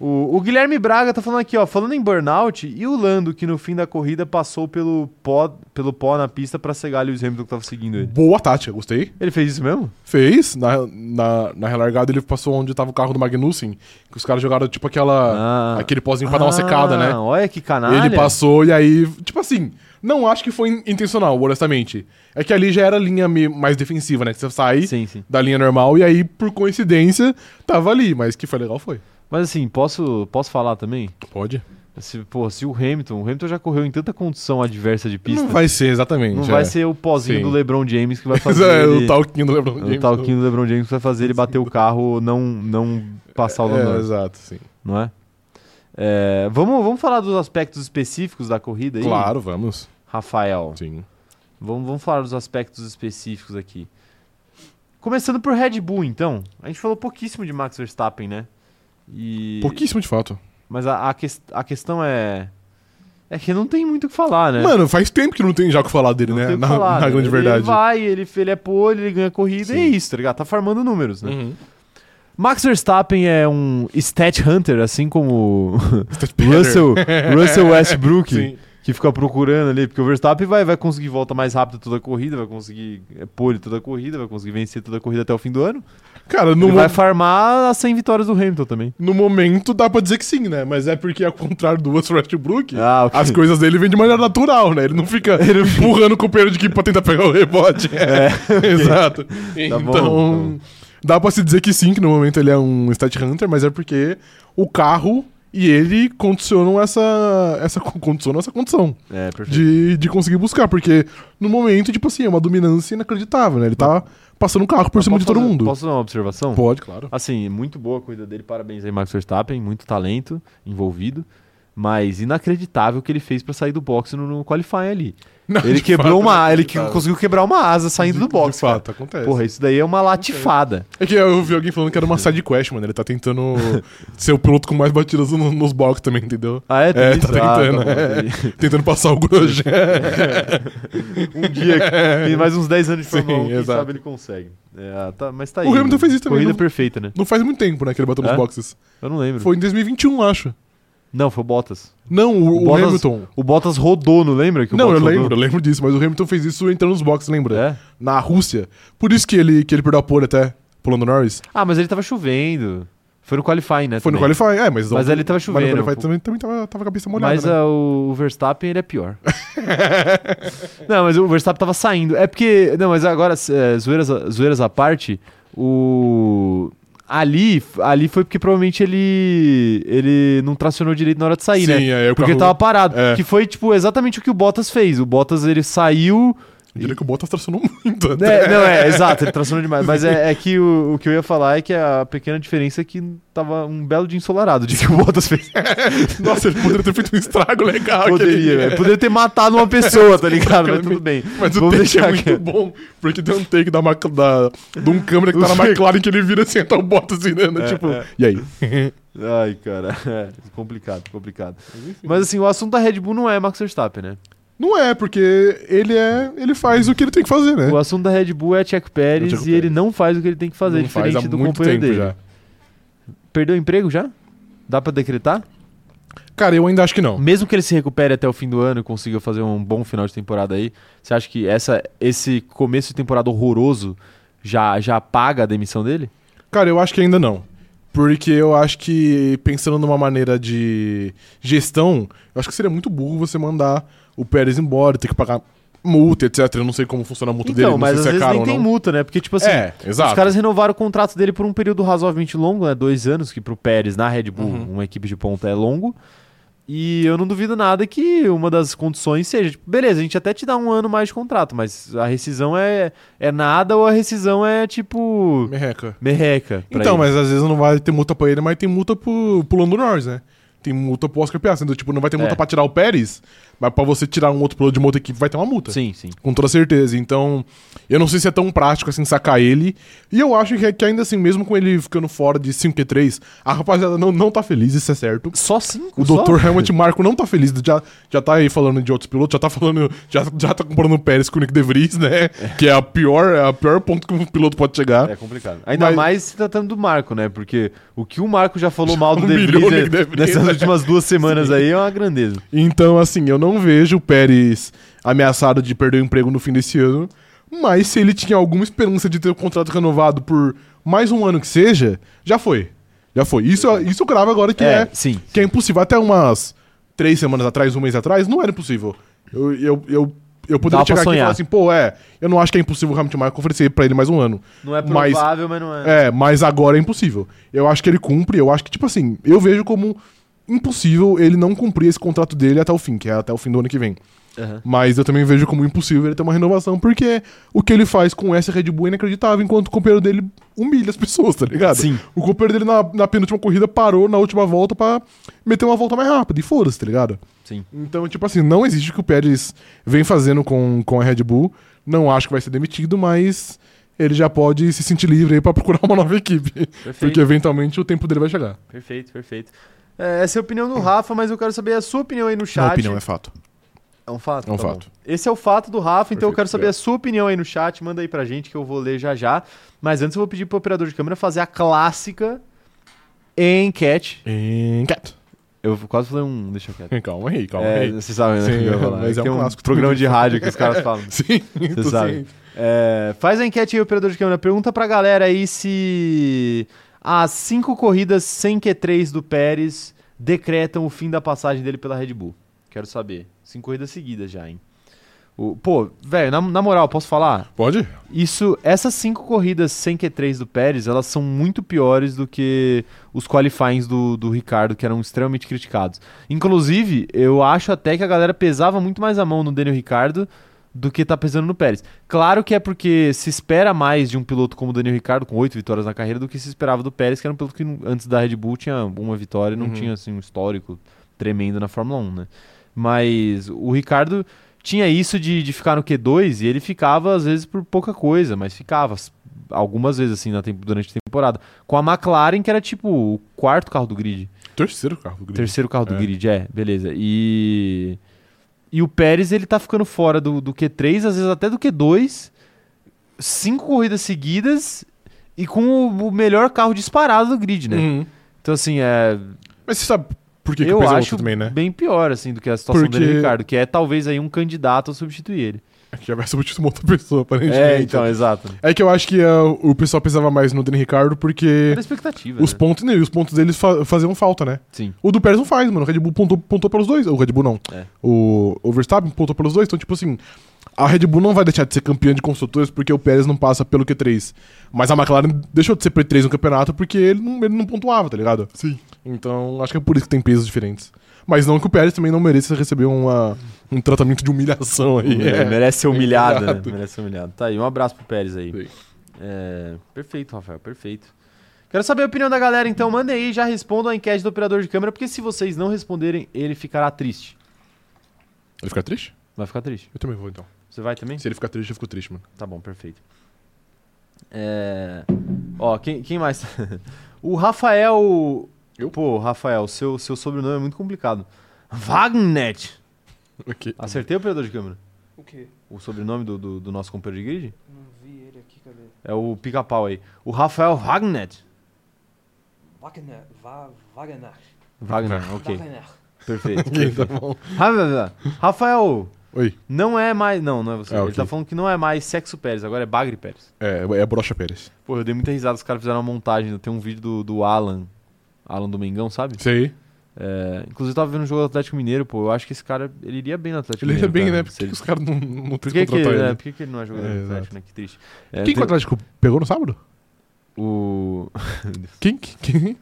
O, o Guilherme Braga tá falando aqui, ó. Falando em burnout, e o Lando, que no fim da corrida passou pelo pó, pelo pó na pista pra cegar Lewis Hamilton que tava seguindo ele.
Boa tática, gostei.
Ele fez isso mesmo?
Fez. Na, na, na relargada ele passou onde tava o carro do Magnussen, que os caras jogaram tipo
Ah.
aquela. Aquele pozinho pra dar uma
Ah,
secada, né?
Olha que canalha.
Ele passou e aí, tipo assim, não acho que foi in- intencional, honestamente. É que ali já era a linha me- mais defensiva, né? Que você sai
Sim, sim.
da linha normal e aí, por coincidência, tava ali. Mas que foi legal, foi.
Mas assim, posso, posso falar também?
Pode.
Se, pô, se o Hamilton, o Hamilton já correu em tanta condição adversa de pista,
Não vai ser, exatamente.
não vai
[laughs] é.
ser o pozinho
Sim.
do LeBron James
[laughs]
que vai
Mas
fazer
é,
ele,
o talquinho do LeBron
o
James.
talquinho do LeBron James que vai fazer ele bater o carro não não passar o Lando
É,
Norris.
exato, sim.
não é? É, vamos, vamos falar dos aspectos específicos da corrida aí?
Claro, vamos.
Rafael,
Sim.
vamos, vamos falar dos aspectos específicos aqui. Começando por Red Bull, então. A gente falou pouquíssimo de Max Verstappen, né? E...
Pouquíssimo de fato.
Mas a, a, ques- a questão é... É que não tem muito o que falar, né?
Mano, faz tempo que não tem já o que falar dele,
não
né?
tem o que
Na,
falar,
na
né?
grande verdade.
Ele vai, ele, ele é pole, ele ganha corrida,
Sim.
e é isso, tá ligado? Tá farmando números, né?
Uhum.
Max Verstappen é um stat hunter, assim
[laughs]
como
Stat better.
Russell, Russell Westbrook.
Sim.
que fica procurando ali, porque o Verstappen vai, vai conseguir volta mais rápida toda a corrida, vai conseguir é, pole toda a corrida, vai conseguir vencer toda a corrida até o fim do ano.
Cara, no,
Ele vai
mo-
farmar as 100 vitórias do Hamilton também.
no momento dá pra dizer que sim, né? Mas é porque, ao contrário do Russell Westbrook,
Ah, ok.
as coisas dele vêm de maneira natural, né? Ele
[laughs]
não fica empurrando o companheiro de equipe pra tentar pegar o rebote. [laughs] É, exato. então,
bom, tá bom.
dá pra se dizer que sim, que no momento ele é um stat hunter, mas é porque o carro e ele condicionam essa, essa, condicionam essa condição.
É, perfeito.
de, de conseguir buscar, porque no momento, tipo assim, é uma dominância inacreditável, né? Ele tá passando o carro por cima de todo mundo.
Posso dar uma observação?
Pode, claro.
Assim, muito boa a corrida dele, parabéns aí, Max Verstappen, muito talento envolvido. Mas inacreditável o que ele fez pra sair do boxe no, no qualifying
[laughs]
ali. Ele quebrou uma, ele que- conseguiu quebrar uma asa saindo Tá do boxe.
né? De
cara.
fato, acontece.
Porra, isso daí é uma latifada.
É que eu vi alguém falando que era uma side quest, mano. Ele tá tentando
[laughs]
ser o piloto com mais batidas no- nos box também, entendeu?
Ah, é? Tem
É,
isso?
tá
Ah,
tentando.
bom,
é. [laughs]
entendi.
Tentando passar o Grosjean.
um dia, tem mais uns 10 anos de
É. Sim,
Fórmula 1, quem
exato.
sabe ele consegue. É, tá- mas tá aí.
O Hamilton fez isso também,
Corrida
não-
perfeita, né?
Não faz muito tempo, né, que ele bateu
É?
nos boxes.
Eu não lembro.
Foi em 2021, acho.
Não, foi o Bottas.
Não, o,
O
o
Bottas-
Hamilton.
O Bottas rodou, não lembra? Que o
Não, eu
Bottas
lembro, eu
rodou?
lembro disso, mas o Hamilton fez isso entrando nos boxes, lembra?
É?
na Rússia. Por isso que ele, que ele perdeu a pole até pulando Norris.
Ah, mas ele tava chovendo. Foi no qualifying, né?
Foi no
também.
Qualify, é, mas.
Mas ele tava
Mas
chovendo. um
no Qualify também, também tava, tava com a pista molhada.
Mas
né?
ah, o Verstappen, ele é pior. [laughs] não, mas o Verstappen tava saindo. É porque. Não, mas agora, é, zoeiras, zoeiras à parte, o. Ali, ali foi porque provavelmente ele ele não tracionou direito na hora de sair,
Sim,
né?
é, o
Porque ele tava
carro-
parado.
É.
Que foi, tipo, exatamente o que o Bottas fez. O Bottas, ele saiu...
Eu diria que o Bottas tracionou muito. até. [laughs]
né? não, é, exato, ele tracionou demais. Mas é, é que o, o que eu ia falar é que a pequena diferença é que tava um belo dia ensolarado de que o Bottas fez.
Nossa, ele poderia ter feito um estrago legal.
Poderia, né?
aquele-
velho. Poderia ter matado uma pessoa, tá ligado? Mas tudo bem.
Mas o
Vamos
take
deixar
é muito
quieto.
bom, porque tem um take da, Mac- da, de um câmera que
O
[laughs] tá na
fake.
McLaren que ele vira assim, [laughs] tá o Bottas virando,
É,
tipo...
é.
E aí?
Ai, cara, é complicado, complicado. Mas assim, o assunto da Red Bull não é Max Verstappen, né?
Não é, porque ele é... Ele faz o que ele tem que fazer, né?
O assunto da Red Bull é Checo Pérez
É Checo
e ele
Pérez.
não faz o que ele tem que fazer,
Não faz há
diferente do
muito
companheiro
tempo
dele.
já.
Perdeu o emprego já? Dá pra decretar?
Cara, eu ainda acho que não.
Mesmo que ele se recupere até o fim do ano e consiga fazer um bom final de temporada aí, você acha que essa, esse começo de temporada horroroso já, já paga a demissão dele?
Cara, eu acho que ainda não. Porque eu acho que, pensando numa maneira de gestão, eu acho que seria muito burro você mandar o Pérez embora, ter que pagar multa, etc. Eu não sei como funciona a multa dele,
então,
não
mas
sei
às
se é
vezes
caro
nem
ou
tem
não.
multa, né? Porque, tipo assim,
é, exato.
os caras renovaram o contrato dele por um período razoavelmente longo, né? Dois anos, que pro Pérez, na Red Bull,
Uhum.
uma equipe de ponta é longo. E eu não duvido nada que uma das condições seja, tipo, beleza, a gente até te dá um ano mais de contrato, mas a rescisão é, é nada ou a rescisão é, tipo,
Merreca.
merreca. pra
Então,
ele.
mas às vezes não vai ter multa pra ele, mas tem multa pro, pro Lando Norris, né? Tem multa pro Oscar Piastri. Então, tipo, não vai ter multa
É.
pra tirar o Pérez, mas pra você tirar um outro piloto de uma outra equipe vai ter uma multa.
Sim, sim.
Com toda certeza. Então, eu não sei se é tão prático assim sacar ele. E eu acho que, que ainda assim, mesmo com ele ficando fora de 5Q3, a rapaziada não, não tá feliz, isso é certo.
Só cinco?
O
só?
Dr. Helmut Marko não tá feliz, já, já tá aí falando de outros pilotos, já tá falando, já, já tá comparando o Pérez com o Nick De Vries, né? Que é a pior, é a pior ponto que um piloto pode chegar.
É complicado. Ainda
Mas-
mais se tratando do Marco, né? Porque o que o Marco já falou mal do De Vries,
Humilhou o
né,
Nick um De Vries,
nessas
né?
últimas duas semanas aí é uma grandeza.
Então, assim, eu não vejo o Pérez ameaçado de perder o emprego no fim desse ano. Mas se ele tinha alguma esperança de ter o contrato renovado por mais um ano que seja, já foi. Já foi. Isso, isso eu gravo agora que é,
sim.
que é impossível. Até umas três semanas atrás, um mês atrás, não era impossível. Eu, eu, eu, eu
Dá pra
poderia chegar aqui e
sonhar.
falar assim, pô, é, eu não acho que é impossível o Hamilton Marco oferecer pra ele mais um ano.
Não é
Mas-
provável, mas, não é.
É, mas agora é impossível. Eu acho que ele cumpre, eu acho que, tipo assim, eu vejo como impossível ele não cumprir esse contrato dele até o fim, que é até o fim do ano que vem.
Aham.
Mas eu também vejo como impossível ele ter uma renovação, porque o que ele faz com essa Red Bull é inacreditável, enquanto o companheiro dele humilha as pessoas, tá ligado?
Sim.
O companheiro dele na, na penúltima corrida parou na última volta pra meter uma volta mais rápida, e foda-se, tá ligado?
Sim.
Então, tipo assim, não existe o que o Pérez vem fazendo com, com a Red Bull. Não acho que vai ser demitido, mas ele já pode se sentir livre aí pra procurar uma nova equipe.
Perfeito,
Porque eventualmente o tempo dele vai chegar.
perfeito, perfeito. É, essa é a opinião do Rafa, mas eu quero saber a sua opinião aí no chat.
Não, opinião, é fato.
É um fato?
É um
Tá bom.
fato.
Esse é o fato do Rafa, então eu
Perfeito,
quero saber a sua opinião aí no chat. Manda aí pra gente que eu vou ler já já. Mas antes eu vou pedir pro operador de câmera fazer a clássica enquete.
Enquete.
Eu quase falei um. Deixa eu quieto.
[laughs] Calma aí, [laughs] calma
É,
aí.
você sabe, né?
Sim,
que eu ia falar.
mas é
Tem
um clássico.
programa de rádio que os
[laughs]
caras falam.
Sim,
Você
tô
sabe.
ciente.
É, faz a enquete aí, operador de câmera. Pergunta pra galera aí se as cinco corridas sem Q3 do Pérez decretam o fim da passagem dele pela Red Bull. Quero saber. Cinco corridas seguidas já, hein? O- pô, velho, na, na moral, posso falar?
Pode?
Isso, essas cinco corridas sem Q3 do Pérez, elas são muito piores do que os qualifyings do, do Ricardo, que eram extremamente criticados. Inclusive, eu acho até que a galera pesava muito mais a mão no Daniel Ricardo do que tá pesando no Pérez. Claro que é porque se espera mais de um piloto como o Daniel Ricardo, com oito vitórias na carreira, do que se esperava do Pérez, que era um piloto que antes da Red Bull tinha uma vitória e não
Uhum.
tinha assim, um histórico tremendo na Fórmula 1, né? Mas o Ricardo tinha isso de, de ficar no Q2 e ele ficava, às vezes, por pouca coisa, mas ficava s- algumas vezes, assim, na tem- durante a temporada. Com a McLaren, que era tipo o quarto carro do grid.
Terceiro carro do grid.
Terceiro carro do
É.
grid, é, beleza. E. E o Pérez, ele tá ficando fora do, do Q3, às vezes até do Q2, cinco corridas seguidas e com o, o melhor carro disparado do grid, né?
Uhum.
Então, assim, é.
Mas você sabe por que, que
eu
pesa
acho
muito também, né?
bem pior, assim, do que a situação do
Porque-
Daniel Ricardo, que é talvez aí um candidato a substituir ele.
É que já vai substituir uma outra pessoa, aparentemente.
É, então, exato.
É que eu acho que ah, o pessoal pesava mais no Dani Ricardo porque
Era expectativa.
os
né?
pontos, né, os pontos deles fa- faziam falta, né?
Sim.
O do Pérez não faz, mano. O Red Bull pontou, pontou pelos dois. O Red Bull não.
É.
O, o Verstappen pontou pelos dois. Então, tipo assim, a Red Bull não vai deixar de ser campeã de construtores porque o Pérez não passa pelo Q3. Mas a McLaren deixou de ser P3 no campeonato porque ele não, ele não pontuava, tá ligado? Sim.
[laughs]
Então, acho que é por isso que tem pesos diferentes. Mas não que o Pérez também não mereça receber uma, um tratamento de humilhação aí.
É, merece ser humilhado, né?
Humilhado.
Merece ser humilhado. Tá aí, um abraço pro Pérez aí.
Sim.
É, perfeito, Rafael, perfeito. Quero saber a opinião da galera, então mandem aí, já respondam a enquete do operador de câmera, porque se vocês não responderem, ele ficará triste.
Ele fica triste?
Vai ficar triste.
Eu também vou, então.
Você vai também?
Se ele ficar triste, eu fico triste, mano.
Tá bom, perfeito. É... Ó, quem, quem mais? [laughs] o Rafael.
Eu?
Pô, Rafael, seu, seu sobrenome é muito complicado. Wagner!
Ok. [laughs]
Acertei o operador de câmera?
O quê?
O sobrenome do, do, do nosso companheiro de grid?
Não vi ele aqui, cadê?
É o pica-pau aí. O Rafael Wagner.
Wagner. Va Wagner.
Wagner, ok.
Wagner.
[laughs]
Perfeito.
tá bom.
Rafael,
Oi.
não é mais. Não, não é você.
Ah,
Ele
ok.
tá falando que não é mais sexo Pérez, agora é Bagre Pérez.
É, é Brocha Pérez.
Pô, eu dei muita risada, os caras fizeram uma montagem. Tem um vídeo do, do Alan. Alan do Mengão, sabe?
Sei.
É, inclusive, eu tava vendo um jogo do Atlético Mineiro, pô. Eu acho que esse cara, ele iria bem no Atlético
Ele é
Mineiro.
bem,
cara.
né? Por
Se
que
ele-
os caras não,
Por que,
não têm que
que, ele,
contratar
né?
ele?
Por que, que ele não é jogador
É,
do Atlético,
exato.
né? Que triste. É,
Quem que
tem
o Atlético pegou no sábado?
o... [laughs]
Quem? que- Quem?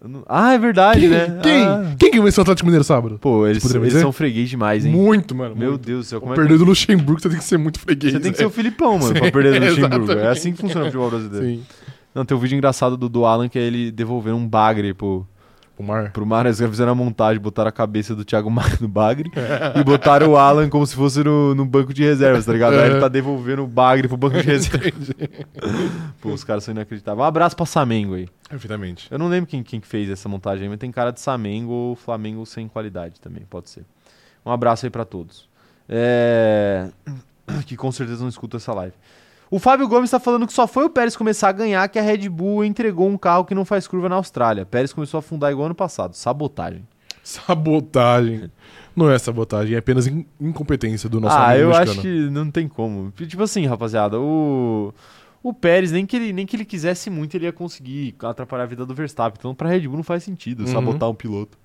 eu não- Ah, é verdade,
Quem?
né?
Quem?
Ah.
Quem que venceu o Atlético Mineiro sábado?
Pô, eles,
Poderia
Tipo, eles
dizer?
são freguês demais, hein?
Muito, mano.
Meu
muito.
Deus do céu, como é que...
Perdeu do Luxemburgo, você tem que ser muito freguês.
Você tem que ser
né?
o Filipão, mano, pra [laughs]
Sim,
perder do Luxemburgo. É
exatamente.
assim que funciona o futebol brasileiro.
Sim.
Não, tem um vídeo engraçado do, do Alan que é ele devolvendo um bagre pro,
O Mar.
pro Mar. Eles fizeram a montagem, botaram a cabeça do Thiago Mar no [laughs] bagre e botaram o Alan como se fosse no, no banco de reservas, tá ligado? Aí ele tá devolvendo o bagre pro [laughs] banco de reservas. Pô, os caras são inacreditáveis. Um abraço pra Samengo aí.
Perfeitamente.
Eu não lembro quem, quem que fez essa montagem, aí, mas tem cara de Flamengo ou Flamengo sem qualidade também, pode ser. Um abraço aí pra todos. É, [coughs] Que com certeza não escuta essa live. O Fábio Gomes tá falando que só foi o Pérez começar a ganhar que a Red Bull entregou um carro que não faz curva na Austrália. Pérez começou a afundar igual ano passado. Sabotagem.
Sabotagem. Não é sabotagem, é apenas in- incompetência do nosso
ah,
amigo
eu
mexicano.
acho que não tem como. Tipo assim, rapaziada, o. O Pérez, nem que, ele, nem que ele quisesse muito, ele ia conseguir atrapalhar a vida do Verstappen. Então, pra Red Bull não faz sentido
Uhum.
sabotar um piloto.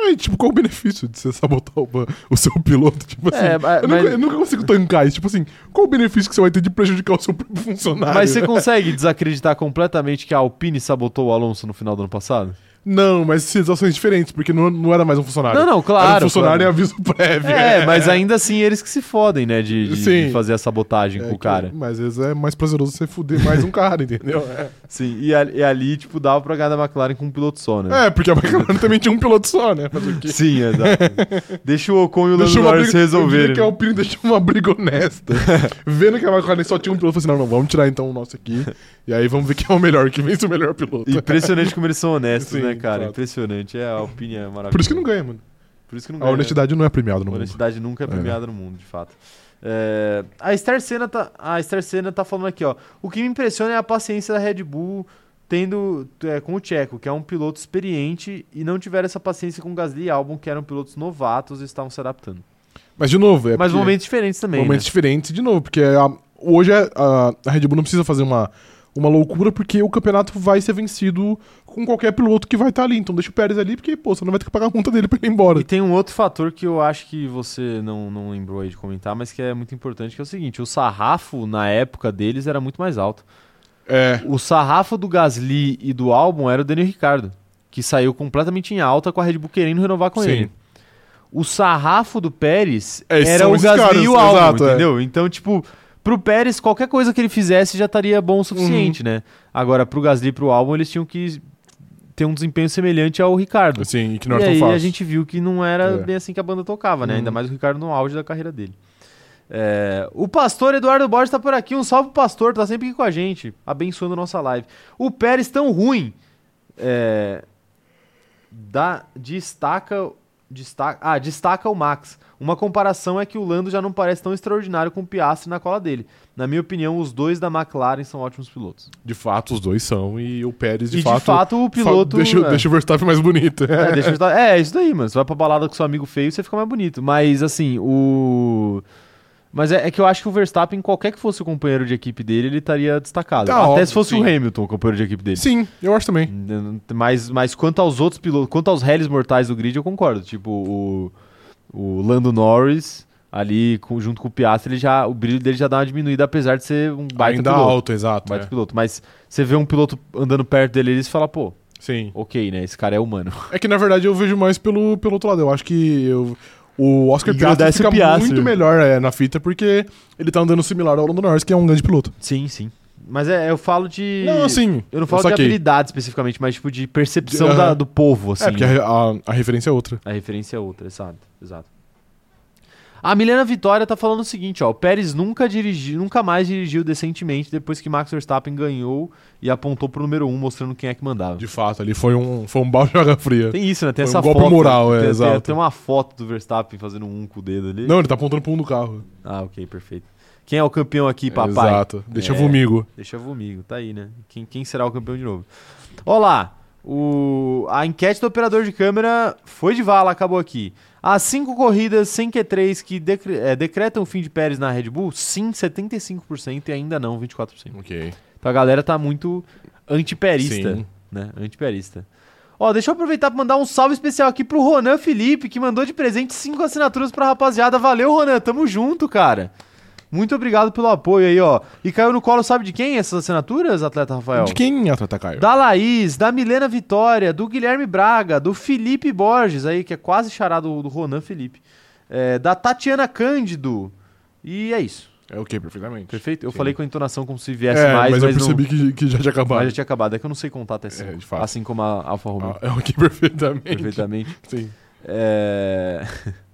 Aí, tipo, qual o benefício de você sabotar o, ba- o seu piloto? [laughs] Tipo assim,
É, mas-
eu, nunca,
mas-
eu nunca consigo tancar isso. Tipo assim, qual o benefício que você vai ter de prejudicar o seu próprio funcionário?
Mas você consegue desacreditar completamente que a Alpine sabotou o Alonso no final do ano passado?
Não, mas situações diferentes, porque não, não era mais um funcionário.
Não, não, claro,
Era um funcionário
claro.
em aviso prévio.
É, mas ainda assim eles que se fodem, né? De, de-
Sim.
de fazer a sabotagem
É
com o
que-
cara. É.
mas às vezes é mais prazeroso você fuder mais um cara,
[laughs]
entendeu?
Sim, e, ali- e ali, tipo, dava pra ganhar da McLaren com um piloto só, né?
É, porque a McLaren também tinha um piloto só, né? Fazer o quê?
Sim, exato. Deixa o Ocon e o Lando
Deixou uma
Norris se
briga- eu diria
resolverem.
que é a Alpine deixou uma briga
[laughs]
honesta. Vendo que a McLaren só tinha um piloto, falou assim: não, não, vamos tirar então o nosso aqui. E aí vamos ver quem é o melhor, que vence o melhor piloto.
Impressionante como eles são honestos,
Sim,
né, cara?
exato.
Impressionante. É, a Alpine é maravilhosa.
Por isso que não ganha, mano.
Por isso que não
A
ganha, né?
honestidade não é premiada no mundo.
Honestidade nunca é
É.
premiada no mundo, de fato. É, a Star Senna tá, a Star Senna tá falando aqui, ó. O que me impressiona é a paciência da Red Bull tendo é, com o Checo, que é um piloto experiente e não tiveram essa paciência com o Gasly e Albon, que eram pilotos novatos e estavam se adaptando.
Mas de novo, é
Mas
porque-
momentos diferentes também,
momentos
né?
diferentes de novo, porque a- hoje a, a- a Red Bull não precisa fazer uma, uma loucura, porque o campeonato vai ser vencido com qualquer piloto que vai estar ali. Então deixa o Pérez ali, porque, pô, você não vai ter que pagar a conta dele pra ele ir embora.
E tem um outro fator que eu acho que você não, não lembrou aí de comentar, mas que é muito importante, que é o seguinte, o sarrafo na época deles era muito mais alto.
É.
O sarrafo do Gasly e do Albon era o Daniel Ricardo, que saiu completamente em alta com a Red Bull querendo renovar com
Sim.
ele. O sarrafo do Pérez
É, esses
era
são
o
esses
Gasly
caras,
e o Albon,
exato, é.
entendeu? Então, tipo, pro Pérez, qualquer coisa que ele fizesse já estaria bom o suficiente,
Uhum.
né? Agora, pro Gasly e pro Albon, eles tinham que ter um desempenho semelhante ao Ricardo.
Assim, que não
E
era tão
aí
fácil.
a gente viu que não era
É.
bem assim que a banda tocava, né?
Uhum.
Ainda mais o Ricardo no auge da carreira dele. É, o pastor Eduardo Borges tá por aqui. Um salve pro pastor, tá sempre aqui com a gente, abençoando nossa live. O Pérez tão ruim. é, dá, destaca, destaca. Ah, destaca o Max. Uma comparação é que o Lando já não parece tão extraordinário com o Piastri na cola dele. Na minha opinião, os dois da McLaren são ótimos pilotos.
De fato, os dois são, e o Pérez, de
e
fato.
de fato, o
fa-
piloto.
Deixa,
é.
deixa o Verstappen mais bonito.
É, deixa eu chutar. É, isso daí, mano. Você vai pra balada com seu amigo feio, você fica mais bonito. Mas, assim, o. Mas é, é que eu acho que o Verstappen, qualquer que fosse o companheiro de equipe dele, ele estaria destacado.
Tá,
Até
óbvio,
se fosse o
sim.
Hamilton, o companheiro de equipe dele.
Sim, eu acho também.
Mas, mas quanto aos outros pilotos, quanto aos réis mortais do grid, eu concordo. Tipo, o, o Lando Norris, ali com- junto com o Piastri, ele já, o brilho dele já dá uma diminuída, apesar de ser um baita
Ainda
piloto. Um
alto, exato.
Baita
é.
piloto. Mas você vê um piloto andando perto dele, eles fala, pô,
Sim.
ok, né? Esse cara é humano.
É que na verdade eu vejo mais pelo, pelo outro lado. Eu acho que eu- o Oscar Piastri
Engrandece
fica
o Piastri.
muito melhor é, na fita porque ele tá andando similar ao Lando Norris, que é um grande piloto.
Sim, sim. Mas é, eu falo de.
Não, assim.
Eu não falo de
saquei.
habilidade especificamente, mas tipo de percepção
De-
da-
aham.
do povo, assim.
É, porque a, a- a referência é outra.
A referência é outra, exato, exato. A Milena Vitória tá falando o seguinte, ó. O Pérez nunca dirigiu, nunca mais dirigiu decentemente depois que Max Verstappen ganhou e apontou pro número 1, um, mostrando quem é que mandava.
De fato, ali foi um, foi um [laughs] balde de água fria.
Tem isso, né? Tem
Foi
essa
um golpe
foto. né?
moral, é,
tem, tem-
exato.
tem uma foto do Verstappen fazendo um com o dedo ali.
Não, ele tá apontando pro um do carro.
Ah, ok, perfeito. Quem é o campeão aqui, papai?
Exato. Deixa
É.
comigo.
Deixa comigo, tá aí, né? Quem, quem será o campeão de novo? Olá, O- a enquete do operador de câmera foi de vala, acabou aqui. As cinco corridas sem Q3 que decre- eh, decretam o fim de Pérez na Red Bull, sim, 75% e ainda não, 24%.
Ok.
Então a galera tá muito antiperista,
Sim.
né? Antiperista. Ó, deixa eu aproveitar pra mandar um salve especial aqui pro Ronan Felipe, que mandou de presente cinco assinaturas pra rapaziada. Valeu, Ronan, tamo junto, cara. Muito obrigado pelo apoio aí, ó. E caiu no colo, sabe de quem essas assinaturas, atleta Rafael?
De quem é a Tata Caio?
Da Laís, da Milena Vitória, do Guilherme Braga, do Felipe Borges, aí, que é quase charado do Ronan Felipe. É, da Tatiana Cândido. E é isso.
É ok, perfeitamente.
Perfeito? Eu
Sim.
falei com a entonação como se viesse
É,
mais, mas,
mas, eu percebi
não,
que, que já tinha acabado.
mas já tinha acabado. É que eu não sei contar até cinco,
É, de fato.
Assim como a Alfa Romeo.
Ah, é ok, [laughs] perfeitamente.
Perfeitamente.
Sim. [laughs]
É... [laughs]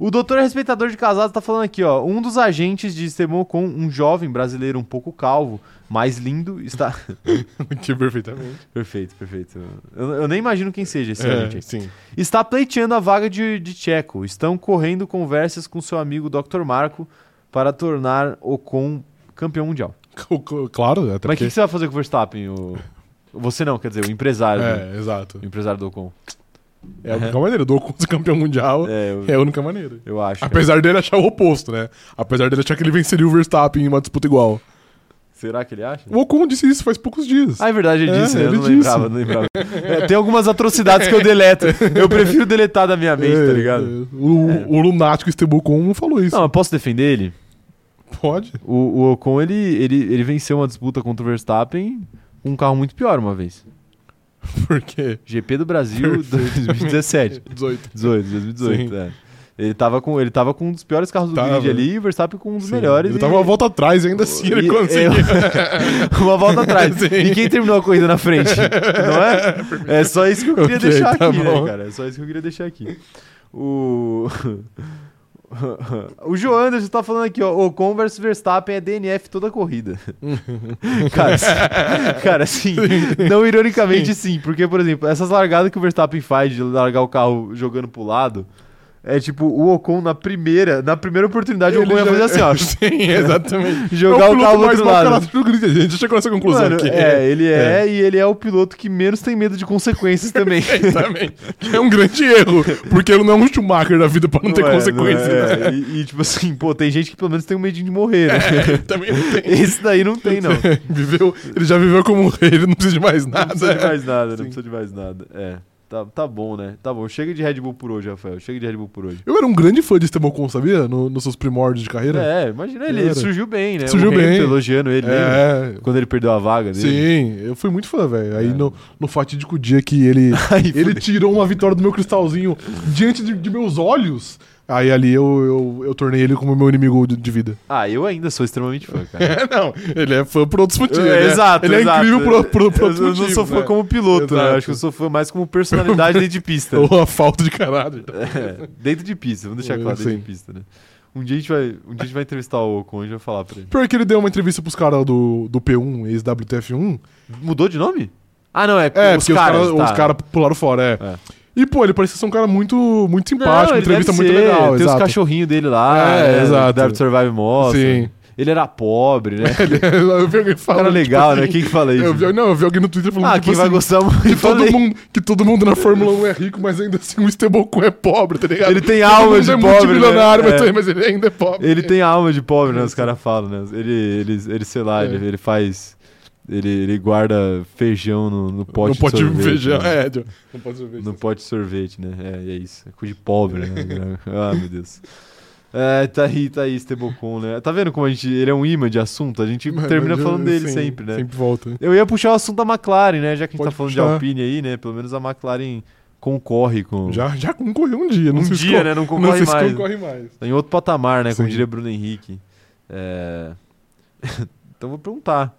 o doutor respeitador de casados tá falando aqui, ó. Um dos agentes de Sistema com um jovem brasileiro um pouco calvo, mais lindo, está... [laughs]
ok, perfeitamente.
perfeito, perfeito. Eu, eu nem imagino quem seja esse
É,
agente aí.
sim.
Está pleiteando a vaga de, de Tcheco. Estão correndo conversas com seu amigo Dr. Marco para tornar Ocon campeão mundial.
C- c- Claro, é, até
Mas o que,
porque...
que você vai fazer com o Verstappen? O... Você não, quer dizer, o empresário. né?
É, exato.
O empresário do Ocon.
É a única maneira. Do Ocon ser
[laughs]
campeão mundial é,
É, eu,
a única maneira.
eu acho.
Apesar dele achar o oposto, né? Apesar dele achar que ele venceria o Verstappen em uma disputa igual.
Será que ele acha?
O Ocon disse isso faz poucos dias.
Ah, é verdade, ele
É,
disse, né? eu
ele
não
disse.
lembrava, não lembrava. É, tem algumas atrocidades que eu deleto. Eu prefiro deletar da minha mente, tá
É,
ligado?
é. O, o lunático Estebocon não falou isso.
Não, eu posso defender ele?
Pode.
O, o Ocon, ele, ele, ele venceu uma disputa contra o Verstappen com um carro muito pior uma vez.
Por quê?
GP do Brasil 2017.
18.
18, 2018, é. Ele tava, com, ele tava com um dos piores carros do
Tava.
grid ali e o Verstappen com um dos
Sim.
melhores.
Ele
e-
tava uma volta atrás ainda assim, ele
e- [laughs]
conseguiu.
é, [laughs] uma volta atrás.
[laughs] Sim.
E quem terminou a corrida na frente? Não
[laughs]
é? É só isso que eu queria
Ok,
deixar
tá
aqui, né,
bom.
cara? É só isso que eu queria deixar aqui. O. [laughs] O João Anderson tá falando aqui, ó. Ocon versus Verstappen é DNF toda a
[laughs]
corrida. cara, sim, cara, sim. Não ironicamente, sim. Porque, por exemplo, essas largadas que o Verstappen faz de largar o carro jogando pro lado. É tipo, o Ocon na primeira, na primeira oportunidade, o
Ele
Ocon ia
já-
fazer assim, ó.
Sim, exatamente.
[laughs] Jogar
[laughs] É
o
piloto
carro do
mais
outro
mal
lado.
calado do grid. A gente chegou nessa conclusão
Mano,
aqui. [laughs]
é, ele é, e ele é o piloto que menos tem medo de consequências
[laughs]
também.
Exatamente. Que É um grande erro, porque ele não é um Schumacher da vida pra não, ter
é,
consequências.
é,
né?
é. E, e, tipo assim, pô, tem gente que pelo menos tem um medinho de morrer,
É.
né?
[laughs] Também não tem.
Esse daí não tem, não. Não
Viveu, ele já viveu como um rei, ele não precisa de mais nada.
precisa de mais nada, não
Sim.
precisa de mais nada. É, tá, tá bom, né? Tá bom, chega de Red Bull por hoje, Rafael. Chega de Red Bull por hoje.
Eu era um grande fã de Esteban Ocon, sabia? No- nos seus primórdios de carreira.
É, imagina, ele, ele
Era.
surgiu bem, né?
Surgiu
O Hamilton
bem.
elogiando ele, lembra?
É,
Quando ele perdeu a vaga dele.
Sim, eu fui muito fã, velho. Aí
É.
no, no fatídico dia que [laughs] ele,
Aí,
ele tirou uma vitória do meu cristalzinho diante de, de meus olhos, aí ali eu, eu, eu tornei ele como meu inimigo de, de vida.
Ah, eu ainda sou extremamente fã, cara.
É, não, ele é fã por outros motivos.
É,
né?
Exato,
[laughs] Ele
exato.
é incrível por, por, por
Eu-
outros
Eu não
motivos.
sou fã
né?
como piloto, né? Eu
Exato.
acho que eu sou fã mais como
[laughs]
personalidade dentro de pista.
Ou a falta de caráter.
É, dentro de pista, vamos deixar
Eu
claro, dentro
sei.
de pista, né? Um dia a gente vai, um dia a gente vai entrevistar o Ocon, a gente vai falar pra ele.
Pior que ele deu uma entrevista pros caras do, um, do P1, ex-WTF1.
Mudou de nome? Ah, não, é,
É,
os
porque
caras,
os caras
tá.
pularam fora, é.
É.
E, pô, ele parecia ser um cara muito, muito
Não,
simpático, uma
ele deve
entrevista muito
ser,
legal.
Tem
exato.
os cachorrinhos dele lá,
É,
né,
exato.
Drive to Survive Mostra.
Sim.
Ele era pobre,
[laughs]
né?
eu vi alguém
Cara
falando. tipo
legal,
assim,
né? Quem que fala isso?
Eu vi, não, eu vi alguém no Twitter falando
ah,
tipo
quem vai
assim,
gostar muito
que todo,
falei.
mundo, que todo mundo na Fórmula 1 é rico, mas ainda assim o Estebocon é pobre, tá ligado?
Ele tem
Todo
alma
mundo
de
é
pobre, né?
multimilionário, mas,
É.
também- mas ele ainda é pobre.
Ele tem a alma de pobre, né? Os caras falam, né? Ele, ele, ele sei lá,
É.
ele, ele faz. Ele, ele guarda feijão no, no pote
não
de
pode
sorvete,
feijão.
né?
É, tio, não pode cerveja.
Não pode sorvete, né? É, é isso. É coisa de pobre,
[laughs]
né? ah, meu Deus. É, tá aí, tá aí, Estebocon, né? Tá vendo como a gente. Ele é um imã de assunto? A gente
Mas-
termina
mas,
falando dele
sim,
sempre, né?
Sempre volta.
Eu ia puxar o assunto da McLaren, né? Já que a gente
Pode
tá falando de
puxar.
Alpine aí, né? Pelo menos a McLaren concorre com.
Já, já concorreu um dia, não
um
sei se
dia,
co-
né? Não
não
concorre
sei se
mais.
concorre mais.
Tá em outro patamar, né? Como
Sim.
diria Bruno Henrique. É... [laughs] então vou perguntar.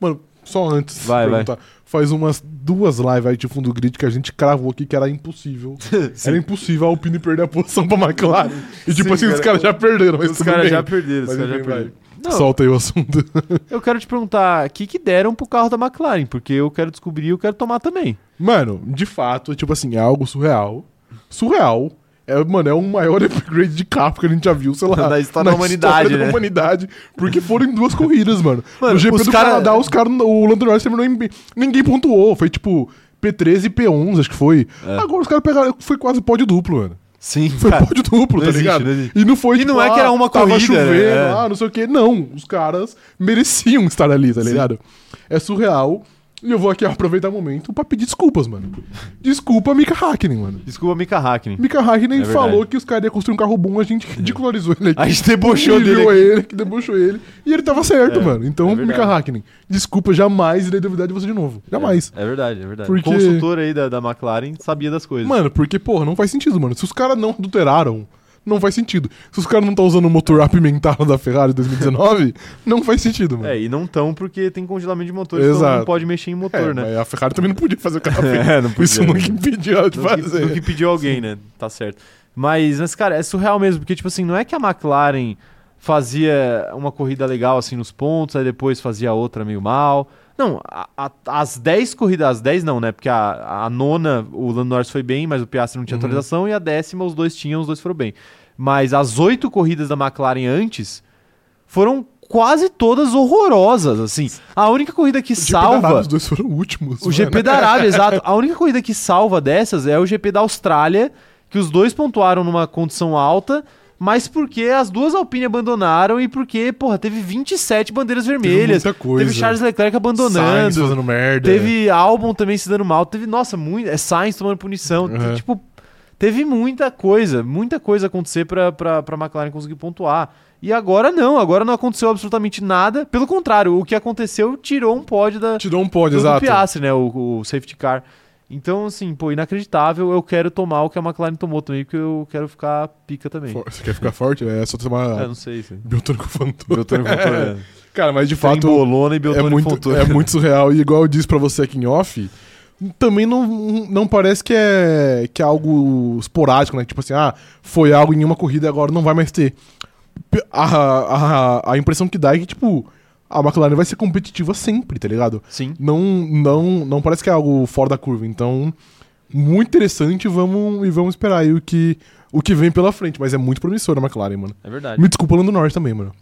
Mano, só antes de
Vai, vai.
perguntar. Faz umas duas lives aí de fundo grid que a gente cravou aqui que
[laughs]
era impossível. Era impossível a Alpine perder a posição pra McLaren. E tipo
Sim,
assim, os
cara.
caras já perderam. Mas
Os
tudo
caras
bem.
já perderam, os
Mas
caras já
enfim, vai.
perderam. Não,
Solta aí o assunto.
eu quero te perguntar, o que que deram pro carro da McLaren? Porque eu quero descobrir e eu quero tomar também.
Mano, de fato, tipo assim, é algo surreal. Surreal. É, mano, é o maior [laughs] upgrade de carro que a gente já viu, sei lá.
Na história da humanidade,
história da
né?
humanidade, porque foram em duas corridas, mano.
[laughs] Mano,
no GP
os
do
cara-
Canadá, os caras. O Lando Norris terminou em. Ninguém pontuou. Foi tipo. P13 e P11, acho que foi.
É.
Agora os caras pegaram. Foi quase pódio duplo, mano.
Sim,
Foi
cara.
pódio duplo,
não
tá
existe,
ligado?
não existe.
E não foi tipo, "Ah,
E não é que era uma
tava
corrida,
chovendo,
né?
ah, não sei o quê. Não, os caras mereciam estar ali, tá ligado? É surreal. E eu vou aqui [laughs] aproveitar o momento pra pedir desculpas, mano. Desculpa, Mika Hakkinen, mano.
Desculpa, Mika Hackney.
Mika Hakkinen
É verdade. É.
falou que os caras iam construir um carro bom, a gente ridicularizou ele aqui.
A gente debochou dele.
humilhou
aqui.
ele, que debochou ele. E ele tava certo,
É,
mano. Então,
é verdade.
Mika Hakkinen, desculpa, jamais irei duvidar de você de novo. Jamais.
É, é verdade, é verdade.
Porque-
Consultor aí da, da McLaren sabia das coisas.
Mano, porque, porra, não faz sentido, mano. Se os caras não adulteraram, não faz sentido. Se os caras não estão usando o motor apimentado da
[laughs]
Ferrari 2019, não faz sentido, mano.
É, e não tão porque tem congelamento de motor, então
Exato.
não pode mexer em motor,
É,
né?
mas a Ferrari também não podia fazer o que ela
[laughs]
fez.
É, não podia,
Isso nunca
né?
impediu ela de
Do que, do
fazer.
que pediu alguém, né? Tá certo. Mas, mas, cara, é surreal mesmo, porque, tipo assim, não é que a McLaren fazia uma corrida legal, assim, nos pontos, aí depois fazia outra meio mal. Não, a- a- as 10 corridas, as 10 não, né? Porque a, a nona, o Lando Norris foi bem, mas o Piastri não tinha
Uhum.
atualização, e a décima, os dois tinham, os dois foram bem. Mas as oito corridas da McLaren antes foram quase todas horrorosas, assim. A única corrida que
O GP da Arábia,
salva...
Os dois foram últimos.
O GP da Arábia, exato. A única corrida que salva dessas é o GP da Austrália, que os dois pontuaram numa condição alta, mas porque as duas Alpine abandonaram e porque, porra, teve 27 bandeiras vermelhas.
muita coisa.
Teve Charles Leclerc
Sainz é.
abandonando.
fazendo merda.
Teve Albon também se dando mal. Teve, nossa, muito. É Sainz tomando punição.
Uhum.
Te- Tipo, teve muita coisa, muita coisa acontecer pra, pra, pra McLaren conseguir pontuar. E agora não, agora não aconteceu absolutamente nada. Pelo contrário, o que aconteceu tirou um pódio da,
Tirou um pódio,
do
exato.
Piastri, né? O, o safety car. Então, assim, pô, inacreditável. Eu quero tomar o que a McLaren tomou também, porque eu quero ficar pica também.
For- Você quer ficar forte? É só
Ah,
tomar
não é. sei. Assim.
biotônico fantômico.
[laughs] Biotônico
[laughs]
Fontoura.
Cara, mas de
Fato,
fato...
Bolona e
é
Biotônico
muito,
Fontoura.
é muito surreal. E igual eu disse pra você aqui em off, também não, não parece que é, que é algo esporádico, né? Tipo assim, ah, foi algo em uma corrida e agora não vai mais ter. P- A, a, a impressão que dá é que, tipo, a McLaren vai ser competitiva sempre, tá ligado?
Sim.
Não, não, não parece que é algo fora da curva. Então, muito interessante vamos, e vamos esperar aí o que, o que vem pela frente. Mas é muito promissor a McLaren, mano.
É
[laughs]
verdade.
Me desculpa, Lando Norris também, mano.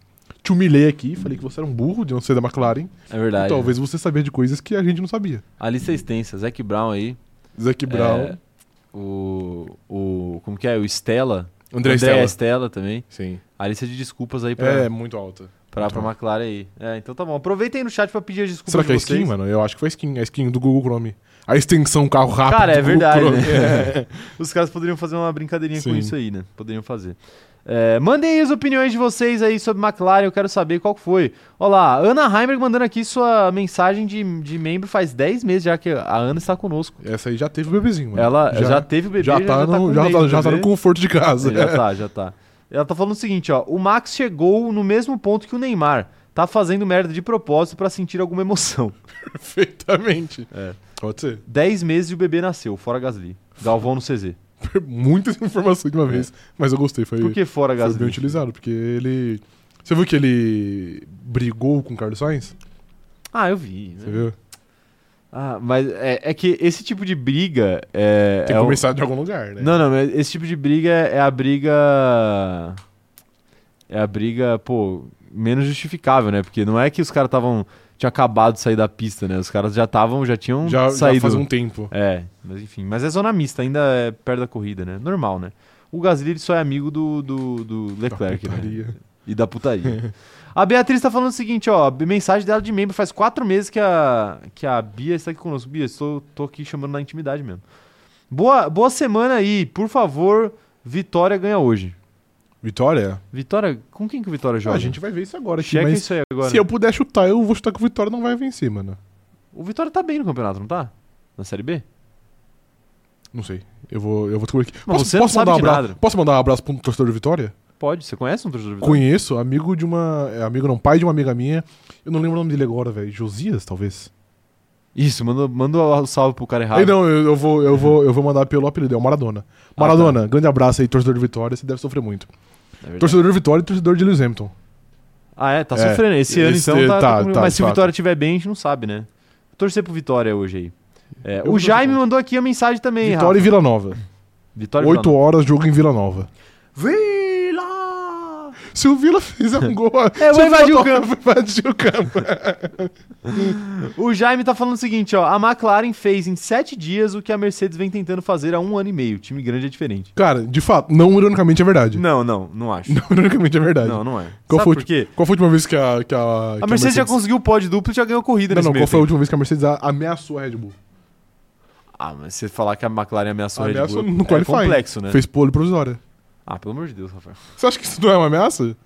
Te humilhei aqui, falei que você era um burro de não ser da McLaren.
É verdade.
E talvez você sabia de coisas que a gente não sabia.
A lista é extensa. Zac Brown aí.
Zac Brown.
É, o, o. Como que é? O Stella.
André
Estela
Stella.
também.
Sim.
A lista de desculpas aí pra,
É, muito alta.
pra, pra McLaren aí. É, então tá bom. Aproveitem aí no chat pra pedir as desculpas
Será
de
que é
vocês.
skin, mano? Eu acho que foi skin. É skin do Google Chrome. A extensão carro rápido.
Cara, é
do Google
verdade, [laughs]
Chrome.
né?
[laughs]
Os caras poderiam fazer uma brincadeirinha com
Sim.
isso aí, né? Poderiam fazer. É, mandem aí as opiniões de vocês aí sobre McLaren, eu quero saber qual que foi. Olha lá, Ana Heimberg mandando aqui sua mensagem de, de membro faz 10 meses já que a Ana está conosco.
É. Essa aí já teve o bebezinho, mano.
Ela já, teve o bebê,
já, tá, no,
com
já,
um
tá,
mês
já
do
tá no
bebê.
conforto de casa.
É, Já tá, já tá. Ela tá falando o seguinte, ó. O Max chegou no mesmo ponto que o Neymar. Tá fazendo merda de propósito pra sentir alguma emoção.
[laughs] Perfeitamente.
É.
Pode ser. [laughs]
10 meses e o bebê nasceu, fora Gasly. Galvão no CZ.
Muita informação de uma vez. Mas eu gostei. Foi,
É. Por que fora
foi
Gasly?
bem utilizado, porque ele. Você viu que ele brigou com o Carlos Sainz?
Ah, eu vi.
Você
né?
viu?
Ah, mas é, é que esse tipo de briga é.
Tem que
é um-
começar de algum lugar, né?
Não, não, mas esse tipo de briga é a briga. É a briga, pô, menos justificável, né? Porque não é que os caras estavam. Tinha acabado de sair da pista, né? Os caras já estavam, já tinham
já, já
saído.
faz um tempo.
É, mas enfim. Mas é zona mista, ainda é perto da corrida, né? Normal, né? O Gasly ele só é amigo do, do, do Leclerc, né?
Putaria.
E da
[laughs]
putaria. a Beatriz tá falando o seguinte, ó. a Mensagem dela de membro. Faz quatro meses que a, que a Bia está aqui conosco. Bia, estou, tô aqui chamando na intimidade mesmo. Boa, boa semana aí. Por favor, Vitória ganha hoje.
Vitória?
Vitória, com quem que o Vitória joga?
a Ah, gente vai ver isso agora aqui,
Checa
mas
isso aí agora.
se eu puder chutar, eu vou chutar que o Vitória não vai vencer, mano.
O Vitória tá bem no campeonato, não tá? Na Série B?
Não sei. Eu vou, eu vou descobrir aqui.
Mas você não sabe
mandar um
de
abraço,
nada.
posso mandar um abraço pra um torcedor do Vitória?
Pode. Você conhece um torcedor do Vitória?
Conheço, amigo de uma. é, Amigo não, pai de uma amiga minha. Eu não lembro o nome dele agora, velho. Josias, talvez.
Isso, manda, manda um salve pro cara errado.
Ei, não, eu, eu vou, eu, vou, eu vou mandar pelo apelido, é o Maradona. Maradona, grande abraço aí, torcedor do Vitória, você deve sofrer muito.
É verdade.
Torcedor do Vitória e torcedor de Lewis Hamilton.
Ah, é, tá
É,
sofrendo. Esse, ano,
esse-
então, tá,
tá,
tá comigo.
tá,
Mas
de
se o
fato.
Vitória estiver bem, a gente não sabe, né? Vou Torcer pro Vitória hoje aí. É,
Eu
o
vou
Jaime
torcer.
mandou aqui a mensagem também,
Vitória e Vila Nova.
Vitória
8 horas, jogo em Vila Nova.
Vila!
Se o Vila [laughs] fizer um gol.
É,
se
vai invadir
Vila
o
[laughs]
campo.
Vai invadir o campo.
O Jaime tá falando o seguinte, ó. A McLaren fez em sete dias o que a Mercedes vem tentando fazer há um ano e meio. Time grande é diferente.
Cara, de fato, não ironicamente é verdade.
Não, não, não acho.
[laughs] Não ironicamente é verdade.
Não, não é.
Qual
Sabe
foi o
por
ulti-
quê?
Qual foi a última vez que a. Que a, que
A Mercedes já conseguiu o pódio duplo e já ganhou corrida
Não,
nesse
não,
meio
qual foi a
tempo.
última vez que a Mercedes a- ameaçou a Red Bull?
Ah, mas você falar que a McLaren ameaçou a Red
Ameaçou
Bull
no
é
qualifying.
complexo, né?
Fez pole provisória.
Ah, pelo amor de Deus, Rafael.
Você acha que isso não é uma ameaça?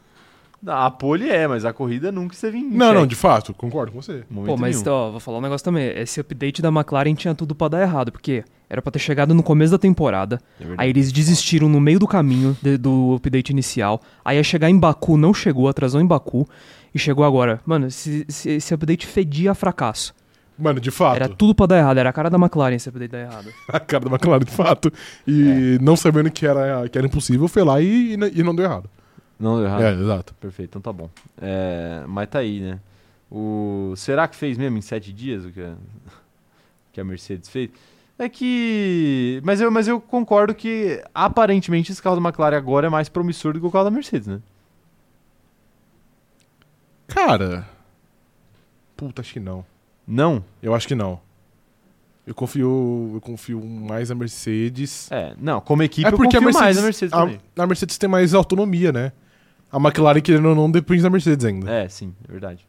Ah, A pole é, mas a corrida nunca esteve em
Não, não,
xeque.
de fato, concordo com você.
Momento
Pô, mas
nenhum.
ó, vou falar um negócio também. Esse update da McLaren tinha tudo pra dar errado, porque era pra ter chegado no começo da temporada.
É verdade.
Aí eles desistiram no meio do caminho de- do update inicial. Aí ia chegar em Baku, não chegou, atrasou em Baku. E chegou agora. Mano, esse, esse, esse update fedia a fracasso.
Mano, de fato.
Era tudo pra dar errado, era a cara da McLaren esse update dar errado.
[laughs] A cara da McLaren, de fato. E
É.
não sabendo que era, que era impossível, foi lá e, e não deu errado.
Não deu errado.
É, exato.
Perfeito, então tá bom. É, mas tá aí, né? O... Será que fez mesmo em sete dias o que a, [laughs] que a Mercedes fez? É que. Mas eu, mas eu concordo que aparentemente esse carro da McLaren agora é mais promissor do que o carro da Mercedes, né?
Cara. Puta, acho que não.
Não?
Eu acho que não. Eu confio, eu confio mais na Mercedes.
É, não. Como equipe, eu confio mais na
é
Mercedes também.
a, a Mercedes tem mais autonomia, né? A McLaren, querendo ou não, depende da Mercedes ainda.
É, sim, é verdade.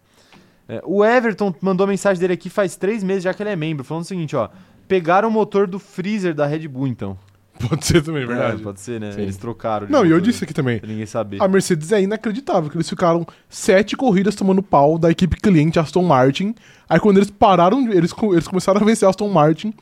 É, o Everton mandou a mensagem dele aqui faz três meses já que ele é membro, falando o seguinte, ó. Pegaram o motor do freezer da Red Bull, então.
[laughs] Pode ser também, verdade.
É, pode ser, né?
Sim.
Eles trocaram. de
Não, e eu
motor, né?
disse aqui também.
Pra ninguém saber.
A Mercedes é inacreditável, que eles ficaram sete corridas tomando pau da equipe cliente Aston Martin. Aí quando eles pararam, de- eles, co- eles começaram a vencer a Aston Martin,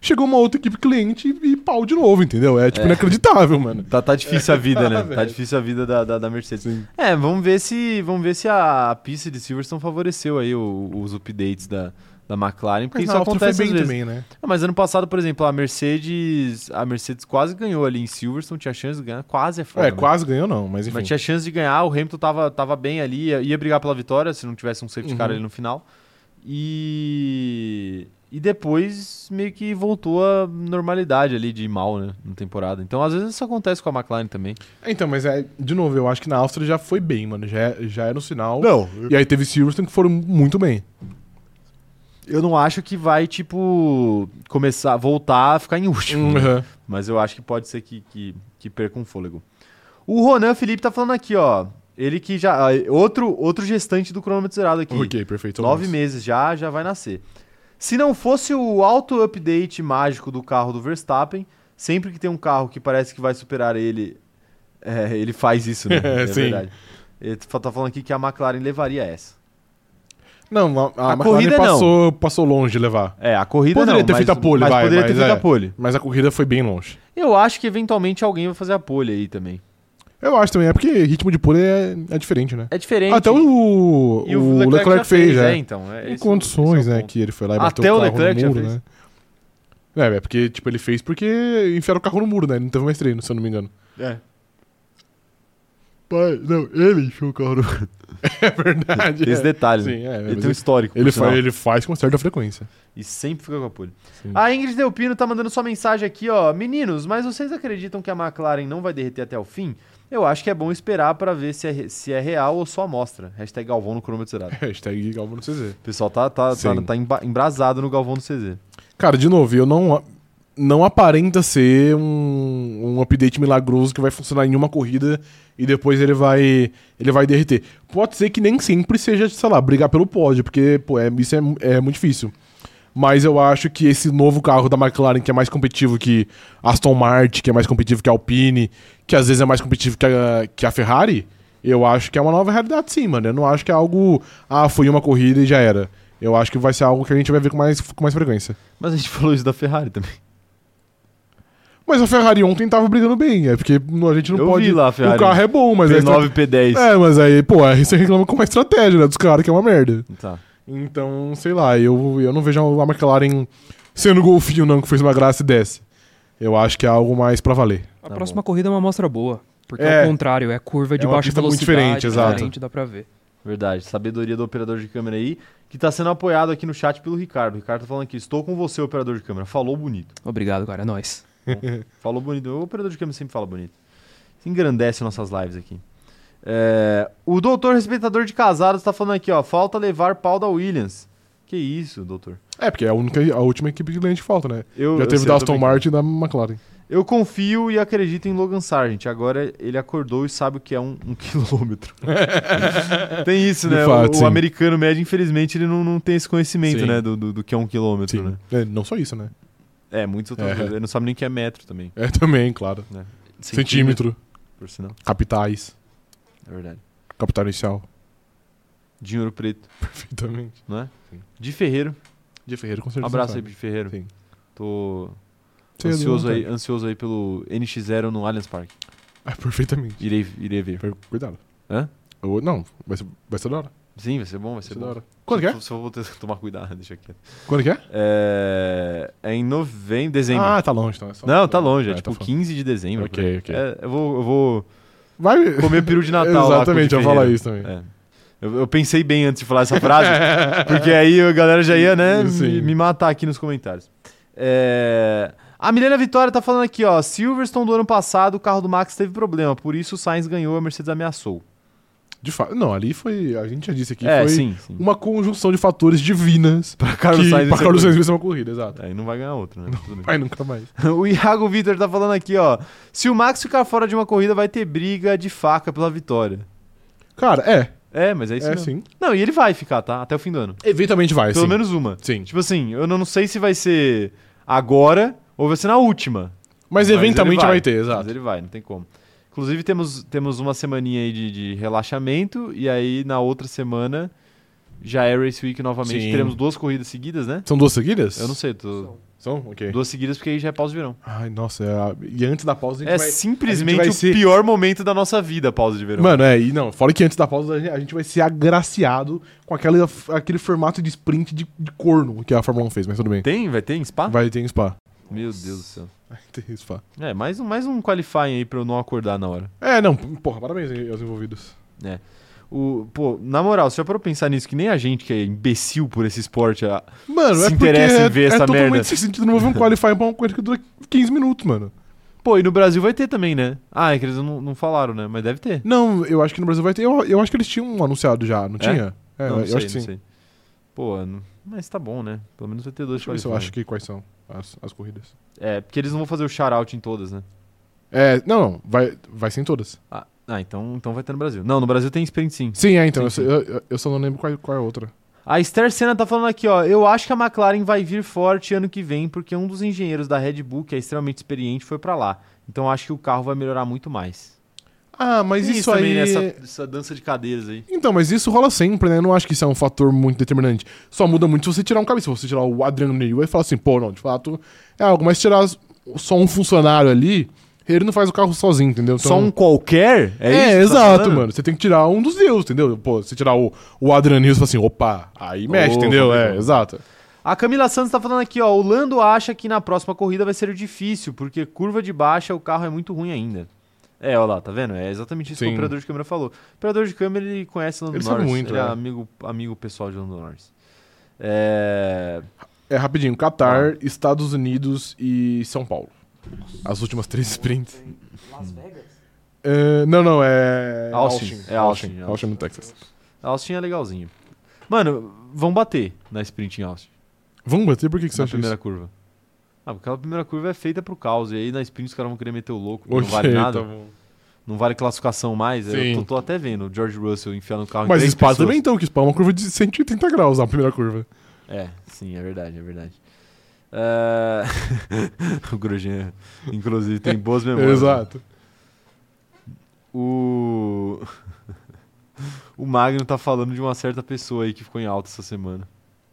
chegou uma outra equipe cliente e, e pau de novo, entendeu? É tipo inacreditável, mano.
Tá, tá difícil a vida,
[laughs]
né? tá
Ah, velho.
difícil a vida da, da, da Mercedes. É, vamos ver se vamos ver se a pista de Silverstone favoreceu aí o- os updates da, da McLaren, porque
Mas
isso
na outra
acontece às vezes.
também, né?
Ah, Mas ano passado, por exemplo, a Mercedes, a Mercedes quase ganhou ali em Silverstone, tinha chance de ganhar, quase é foda.
é,
né?
quase ganhou não, mas enfim.
Mas tinha chance de ganhar, o Hamilton tava, tava bem ali, ia, ia brigar pela vitória se não tivesse um safety car
Uhum.
ali no final. E. E depois meio que voltou a normalidade ali de ir mal, né? Na temporada. Então, às vezes isso acontece com a McLaren também.
Então, mas é, de novo, eu acho que na Áustria já foi bem, mano. Já, é- já era um sinal.
Não,
E aí teve Silverstone que foram muito bem.
eu não acho que vai, tipo, começar, voltar a ficar em último. né?
Uhum.
Mas eu acho que pode ser que, que, que perca um fôlego. O Ronan Felipe tá falando aqui, ó. Ele que já. ah, Outro, outro gestante do cronômetro zerado aqui.
Ok, perfeito.
Nove meses já, já vai nascer. Se não fosse o auto-update mágico do carro do Verstappen, sempre que tem um carro que parece que vai superar ele, é, ele faz isso, né?
[laughs] É, sim.
Ele tá tá falando aqui que a McLaren levaria essa.
Não, a, a,
A corrida
McLaren
não.
passou, passou longe de levar.
É, a corrida
Poderia
não,
ter
mas-
feito a pole,
mas
vai,
poderia ter
mas
feito
é.
a pole.
Mas a corrida foi bem longe.
Eu acho que eventualmente alguém vai fazer a pole aí também.
Eu acho também, é porque ritmo de pole é, é diferente, né?
É diferente.
Até o,
E
o Leclerc, fez,
já
é.
então. é
em
esse-
condições,
esse é o
né?
ponto.
Que ele foi lá e
Até o
o carro
Leclerc já
no muro,
fez.
né? É, é porque, tipo, ele fez porque enfiaram o carro no muro, né? Ele não teve mais treino, se eu não me engano.
É.
Pai, não, ele enfiou o carro no muro. [laughs] é verdade.
Esse
é.
detalhe. né?
Sim,
ele
é. mas
tem um
Ele,
histórico. por
ele,
sinal.
faz, ele faz com certa frequência.
E sempre fica com a pole.
Sim.
A Ingrid Delpino tá mandando sua mensagem aqui, ó. Meninos, mas vocês acreditam que a McLaren não vai derreter até o fim? Eu acho que é bom esperar pra ver se é, re- se é real ou só amostra. Hashtag Galvão no cronômetro zerado.
Hashtag Galvão no CZ.
O pessoal tá, tá, tá,
Sim.
tá emba- embrasado no Galvão do CZ.
Cara, de novo, eu não... Não aparenta ser um, um update milagroso que vai funcionar em uma corrida e depois ele vai ele vai derreter. Pode ser que nem sempre seja, sei lá, brigar pelo pódio, porque pô, é, isso é, é muito difícil. Mas eu acho que esse novo carro da McLaren, que é mais competitivo que Aston Martin, que é mais competitivo que a Alpine, que às vezes é mais competitivo que a, que a Ferrari, eu acho que é uma nova realidade sim, mano. Eu não acho que é algo, ah, foi uma corrida e já era. Eu acho que vai ser algo que a gente vai ver com mais, com mais frequência.
Mas a gente falou isso da Ferrari também.
Mas a Ferrari ontem tava brigando bem, é porque a gente não
Eu
pode.
vi lá a Ferrari.
O carro é bom, mas é.
P9 P10.
É, mas aí, pô, aí você reclama com uma estratégia, né? Dos caras que é uma merda.
Tá.
Então, sei lá, eu, eu não vejo a McLaren sendo golfinho, não, que fez uma graça e desce. Eu acho que é algo mais pra valer.
A
Tá
próxima
bom.
corrida é uma amostra boa. Porque é,
É.
ao contrário, é curva de
É uma
baixa
pista muito
velocidade.
diferente, exato.
diferente, dá pra ver.
Verdade, sabedoria do operador de câmera aí, que tá sendo apoiado aqui no chat pelo Ricardo. O Ricardo tá falando aqui, estou com você, operador de câmera. Falou bonito.
Obrigado, cara, é nóis.
Falou bonito. O operador de câmera sempre fala bonito. Isso engrandece nossas lives aqui. É, o doutor respeitador de casados tá falando aqui, ó. Falta levar pau da Williams. Que isso, doutor.
É, porque é a única, a última equipe que a gente falta, né?
Eu,
Já
eu
teve
sei,
da
eu
Aston
também-
Martin e da McLaren.
Eu confio e acredito em Logan Sargent. Agora ele acordou e sabe o que é um, um [laughs] quilômetro.
[laughs]
tem isso,
De
né? O-
fato,
o,
sim.
americano médio, infelizmente, ele não, não tem esse conhecimento,
Sim.
né? Do, do, do que é um quilômetro,
Sim.
né?
É, não só isso, né?
É, muitos outros.
É.
Ele não sabe nem o que é metro também.
É [laughs] também, claro. Centímetro,
Por sinal,
capitais,
é verdade.
capital inicial. [laughs]
De ouro preto,
Perfeitamente.
não é?
Sim.
De Ferreiro.
De Ferreira, com certeza.
Abraço aí,
sabe.
de Ferreiro.
Sim.
Tô
Cedo,
ansioso
não
aí,
tá?
ansioso aí pelo NX0 no Allianz Park.
Ah, perfeitamente.
Irei, irei ver.
Per- Cuidado.
Hã?
Eu- não, vai ser, vai ser da hora. Vai
Sim, vai ser bom, vai ser
ser da
bom.
hora. Quando que é?
Só- Só vou ter que tomar cuidado, deixa aqui.
Quando que é?
É, é em novembro, dezembro.
Ah, tá longe, então. é só-
não, tá longe, é, tipo
tá fora.
15 de dezembro.
Ok,
por aí.
ok.
É, eu, vou, eu vou
Vai...
comer peru de Natal. lá com o
Exatamente,
de
eu ia falar
Ferreira.
isso também.
É. Eu, eu pensei bem antes de falar essa frase, porque aí a galera já ia, né, me,
Sim.
me matar aqui nos comentários. É, A Milena Vitória tá falando aqui, ó. Silverstone do ano passado, o carro do Max teve problema, por isso o Sainz ganhou, a Mercedes ameaçou.
De fato, não, ali foi... A gente já disse aqui,
é,
foi
sim, sim.
uma conjunção de fatores divinas
[laughs] Pra Carlos
que,
Sainz.
pra
esse é
Carlos
doido.
Sainz vai ser uma corrida, exato.
Aí não vai ganhar outro, né? Tudo bem.
Vai nunca mais.
[laughs] O Iago Vitor tá falando aqui, ó. Se o Max ficar fora de uma corrida, vai ter briga de faca pela vitória.
Cara, é.
É, mas é isso
é,
mesmo.
sim.
Não, e ele vai ficar, tá? Até o fim do ano.
Eventualmente vai,
Pelo
sim.
menos uma.
Sim.
Tipo assim, eu não sei se vai ser agora ou vai ser na última.
Mas
Mas ele
eventualmente
vai.
vai. ter,
Mas
exato.
ele vai, não tem como. Inclusive, temos, temos uma semaninha aí de, de relaxamento. E aí, na outra semana, já é Race Week novamente.
Sim.
Teremos duas corridas seguidas, né?
São duas seguidas?
Eu não sei, tô...
São? Ok.
duas seguidas porque aí já é pausa de verão.
Ai, nossa, é a- e antes da pausa a gente
É
vai... a
simplesmente
gente
o
vai ser-
pior momento da nossa vida, a pausa de verão.
Mano, é, e não, fora que antes da pausa a gente- a gente vai ser agraciado com aquela, aquele formato de sprint de, de corno que a Fórmula 1 fez, mas tudo bem.
Tem? Vai ter em Spa?
Vai ter em Spa.
Meu Deus do céu.
Vai ter Spa.
É, mais um, mais um qualifying aí pra eu não acordar na hora.
É, não, porra, parabéns aí aos envolvidos.
O, pô, na moral, se eu for pensar nisso, que nem a gente que é imbecil por esse esporte, a-
Mano,
Se
é porque
interessa em
é,
ver
é
essa
totalmente
merda.
sem sentido não mover um qualify pra uma coisa que dura 15 minutos, mano.
Pô, e no Brasil vai ter também, né? Ah, é que eles não, não falaram, né? Mas deve ter.
Não, eu acho que no Brasil vai ter. Eu, eu acho que eles tinham um anunciado já, não
É?
tinha? É,
não, não
eu
sei,
acho que
não
sim.
sei. Pô, não- mas tá bom, né? Pelo menos vai ter dois
Deixa eu ver se eu
qualifying.
acho que quais são as, as corridas.
É, porque eles não vão fazer o shout-out em todas, né?
É, não, não, vai, vai ser em todas.
Ah, ah, então, então vai ter no Brasil. Não, no Brasil tem sprint sim.
Sim, é, então,
Sim,
eu, eu- eu só não lembro qual, qual é a outra.
A Esther Senna tá falando aqui, ó. Eu acho que a McLaren vai vir forte ano que vem, porque um dos engenheiros da Red Bull, que é extremamente experiente, foi pra lá. Então acho que o carro vai melhorar muito mais.
Ah, mas
Tem
isso aí.
né? Essa, essa dança de cadeiras aí.
Então, mas isso rola sempre, né? Eu não acho que isso é um fator muito determinante. Só muda muito se você tirar um cabeça. Se você tirar o Adriano Newey e falar assim, pô, não, de fato é algo. Mas tirar s- só um funcionário ali, ele não faz o carro sozinho, entendeu? Então-
Só um qualquer? É, isso
É,
que tá
exato,
falando?
mano. Você tem que tirar um dos deus, entendeu? Pô, se tirar o, o Adrian News e falar assim, opa, aí mexe,
Opa,
entendeu?
tá
É,
bom.
exato.
A Camila Santos tá falando aqui, ó. O Lando acha que na próxima corrida vai ser difícil, porque curva de baixa o carro é muito ruim ainda. É, olha lá, tá vendo? É exatamente isso que o
Sim.
operador de câmera falou. O operador de câmera, ele conhece o Lando
Ele sabe
Norris.
muito,
ele é
né?
amigo, amigo pessoal de Lando Norris. É...
É rapidinho, Qatar, Estados Unidos e São Paulo. As últimas três [laughs] sprints.
Las Vegas?
É, não, não, é...
Austin. É Austin,
Austin,
Austin.
Austin no Texas.
Austin é legalzinho. Mano, vão bater na sprint em Austin.
Vamos bater? Por que, que você
na
acha
primeira
isso?
curva. Ah, porque aquela primeira curva é feita pro caos. E aí na sprint os caras vão querer meter o louco.
Ok,
não vale nada.
tá bom.
Não vale classificação mais.
Sim.
Eu tô, tô até vendo o George Russell enfiando o carro em
Mas
três
Spa
pessoas.
também então, que Spa é uma curva de 180 graus na primeira curva.
É, sim, é verdade, é verdade. É, [laughs] o Grosjean, inclusive, tem boas memórias. né?
Exato.
O... [laughs] o Magno tá falando de uma certa pessoa aí que ficou em alta essa semana.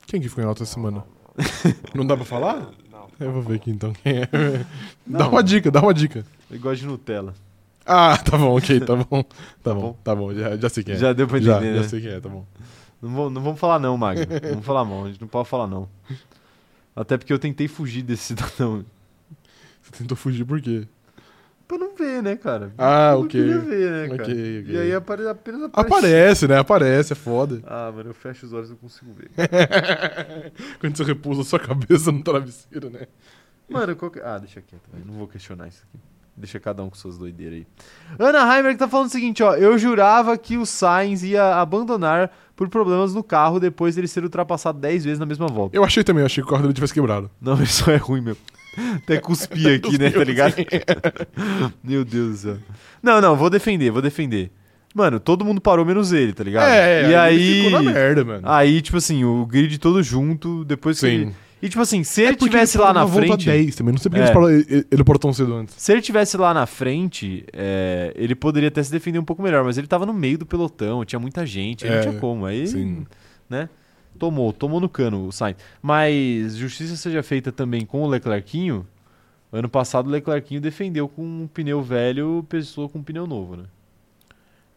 Quem que ficou em alta
[laughs]
essa semana? Não dá pra falar?
Não.
Eu vou ver aqui então [laughs] quem é. Dá
Não.
uma dica, dá uma dica.
Ele gosta de Nutella.
Ah, [laughs] tá bom, ok, tá bom. Tá
bom?
bom, tá bom, já, já sei quem é.
Já deu pra
já,
entender,
já
né?
sei quem é, tá bom.
Não, vou- não vamos falar não, Magno. Não vamos falar não, a gente não pode falar não. Até porque eu tentei fugir desse [laughs] cidadão.
Você tentou fugir por quê?
Pra não ver, né, cara?
Ah,
Eu não
ok.
queria ver, né, cara?
Ok, ok.
E aí apare- apenas aparece...
Aparece, né? Aparece, é foda. [laughs]
Ah, mano, eu fecho os olhos e não consigo ver. [laughs]
Quando você repousa a sua cabeça no travesseiro, né?
Mano, qual que... Ah, deixa quieto, velho. não vou questionar isso aqui. Deixa cada um com suas doideiras aí. Ana Heimer que tá falando o seguinte, ó. Eu jurava que o Sainz ia abandonar por problemas no carro depois dele ser ultrapassado 10 vezes na mesma volta.
Eu achei também, eu achei que o carro dele tivesse quebrado.
Não, isso é ruim, meu. Até cuspi aqui, né? Tá ligado? [laughs] meu Deus do céu. Não, não, vou defender, vou defender. Mano, todo mundo parou menos ele, tá ligado? e aí.
ele É, ficou na merda, mano.
Aí, tipo assim, o grid todo junto, depois que
Sim. É
ele- E tipo assim, se ele
porque
tivesse lá
parou
na
volta
frente.
10 também, não sei porque
É.
eles pararam- ele, ele parou tão cedo antes.
Se ele tivesse lá na frente, é, ele poderia até se defender um pouco melhor, mas ele tava no meio do pelotão, tinha muita gente, aí
É,
não tinha como. Aí,
sim.
né? Tomou, tomou no cano o Sainz. Mas justiça seja feita também com o Leclerquinho. Ano passado o Leclerquinho defendeu com um pneu velho, pessoa com um pneu novo, né?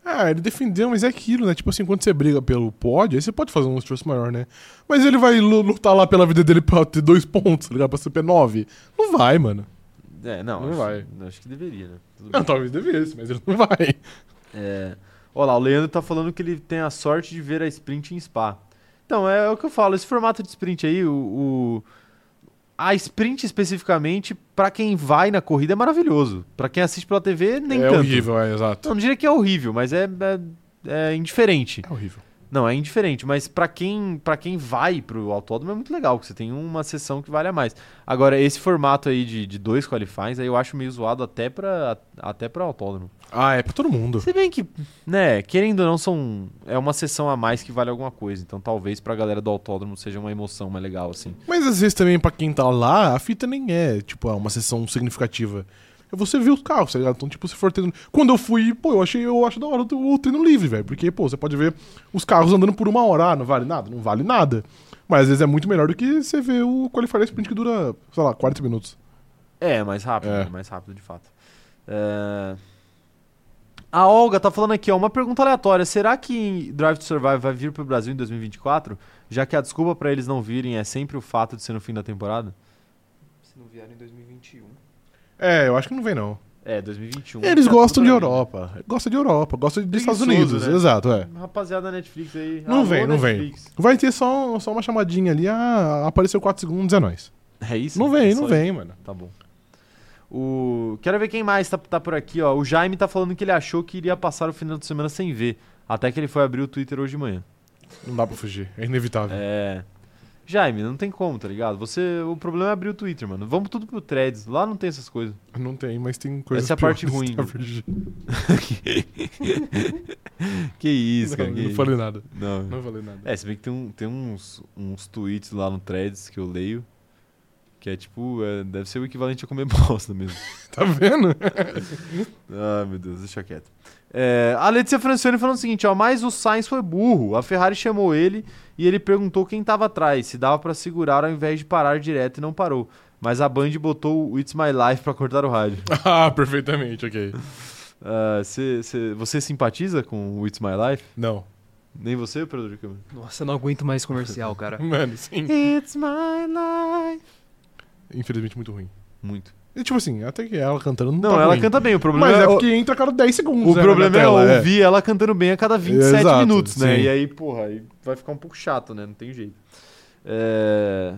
Ah, ele defendeu, mas é aquilo, né? Tipo assim, quando você briga pelo pódio, aí você pode fazer um esforço maior, né? Mas ele vai lu- lutar lá pela vida dele pra ter dois pontos, tá ligado? Pra ser P9. Não vai, mano.
É, não,
Não
acho,
vai.
acho que deveria, né? Tudo
Não,
bem.
talvez devesse, mas ele não vai.
É, olha lá, o Leandro tá falando que ele tem a sorte de ver a sprint em Spa. Então, é o que eu falo, esse formato de sprint aí, o, o- a sprint especificamente, pra quem vai na corrida é maravilhoso. Pra quem assiste pela TV, nem
é
tanto.
horrível, é, exato.
Não, não diria que é horrível, mas é, é, é indiferente.
É horrível.
Não, é indiferente, mas pra quem, pra quem vai pro autódromo é muito legal, que você tem uma sessão que vale a mais. Agora, esse formato aí de, de dois qualifies, aí eu acho meio zoado até pra, até pra autódromo.
Ah, é pra todo mundo.
Se bem que, né, querendo ou não, são, é uma sessão a mais que vale alguma coisa. Então talvez pra galera do autódromo seja uma emoção mais legal, assim.
Mas às vezes também, pra quem tá lá, a fita nem é, tipo, uma sessão significativa. É você ver os carros, tá ligado? Então, tipo, se for treino. Quando eu fui, pô, eu achei, eu acho da hora o o treino livre, velho. Porque, pô, você pode ver os carros andando por uma hora, ah, não vale nada, não vale nada. Mas às vezes é muito melhor do que você ver o Qualifier Sprint que dura, sei lá, 40 minutos.
É, mais rápido,
É.
né, mais rápido de fato. É, A Olga tá falando aqui, ó, uma pergunta aleatória. Será que Drive to Survive vai vir pro Brasil em 2024? Já que a desculpa pra eles não virem é sempre o fato de ser no fim da temporada?
Se não vieram em 2021.
É, eu acho que não vem, não.
É, 2021.
Eles
Tá
gostam
tudo
de
aí.
Europa. Gosta de Europa, gosta dos Estados
Preguiçoso,
Unidos.
né?
Exato, é.
Rapaziada Netflix aí.
Não
alô,
vem, não vem.
Netflix.
Vai ter só, só uma chamadinha ali, ah, apareceu 4 segundos, é nóis.
É isso?
Não vem,
É
não
só
vem, mano.
Tá bom. O... Quero ver quem mais tá, tá por aqui, ó. O Jaime tá falando que ele achou que iria passar o final de semana sem ver. Até que ele foi abrir o Twitter hoje de manhã.
Não dá pra fugir, é inevitável.
É. Jaime, não tem como, tá ligado? Você. O problema é abrir o Twitter, mano. Vamos tudo pro threads. Lá não tem essas coisas.
Não tem, mas tem tá coisa
Essa é a parte ruim. [laughs] Que isso, cara.
não,
que
não
isso.
falei nada.
Não.
Não falei nada.
É, se bem que tem, um, tem uns, uns tweets lá no threads que eu leio. Que é tipo. é, deve ser o equivalente a comer [laughs] bosta mesmo.
Tá vendo? [laughs]
Ah, meu Deus, deixa quieto. É, a Letícia Francione falando o seguinte, ó, mas o Sainz foi burro. A Ferrari chamou ele e ele perguntou quem tava atrás, se dava pra segurar ao invés de parar direto e não parou. Mas a Band botou o It's My Life pra cortar o rádio.
ah, perfeitamente, ok.
Ah, cê- cê- você simpatiza com o It's My Life?
Não.
Nem você, operador de câmera?
Nossa, eu não aguento mais comercial, [laughs] cara.
Mano, sim.
It's My Life.
Infelizmente, muito ruim.
Muito.
E tipo assim, até que ela cantando não
Não,
tá
ela
ruim.
canta bem, o problema
Mas
é...
é
o-
porque entra a cada 10 segundos.
O
né, na
problema é
tela,
ouvir ela cantando bem a cada 27
Exato,
minutos, né?
sim.
E aí, porra, aí vai ficar um pouco chato, né? Não tem jeito. É,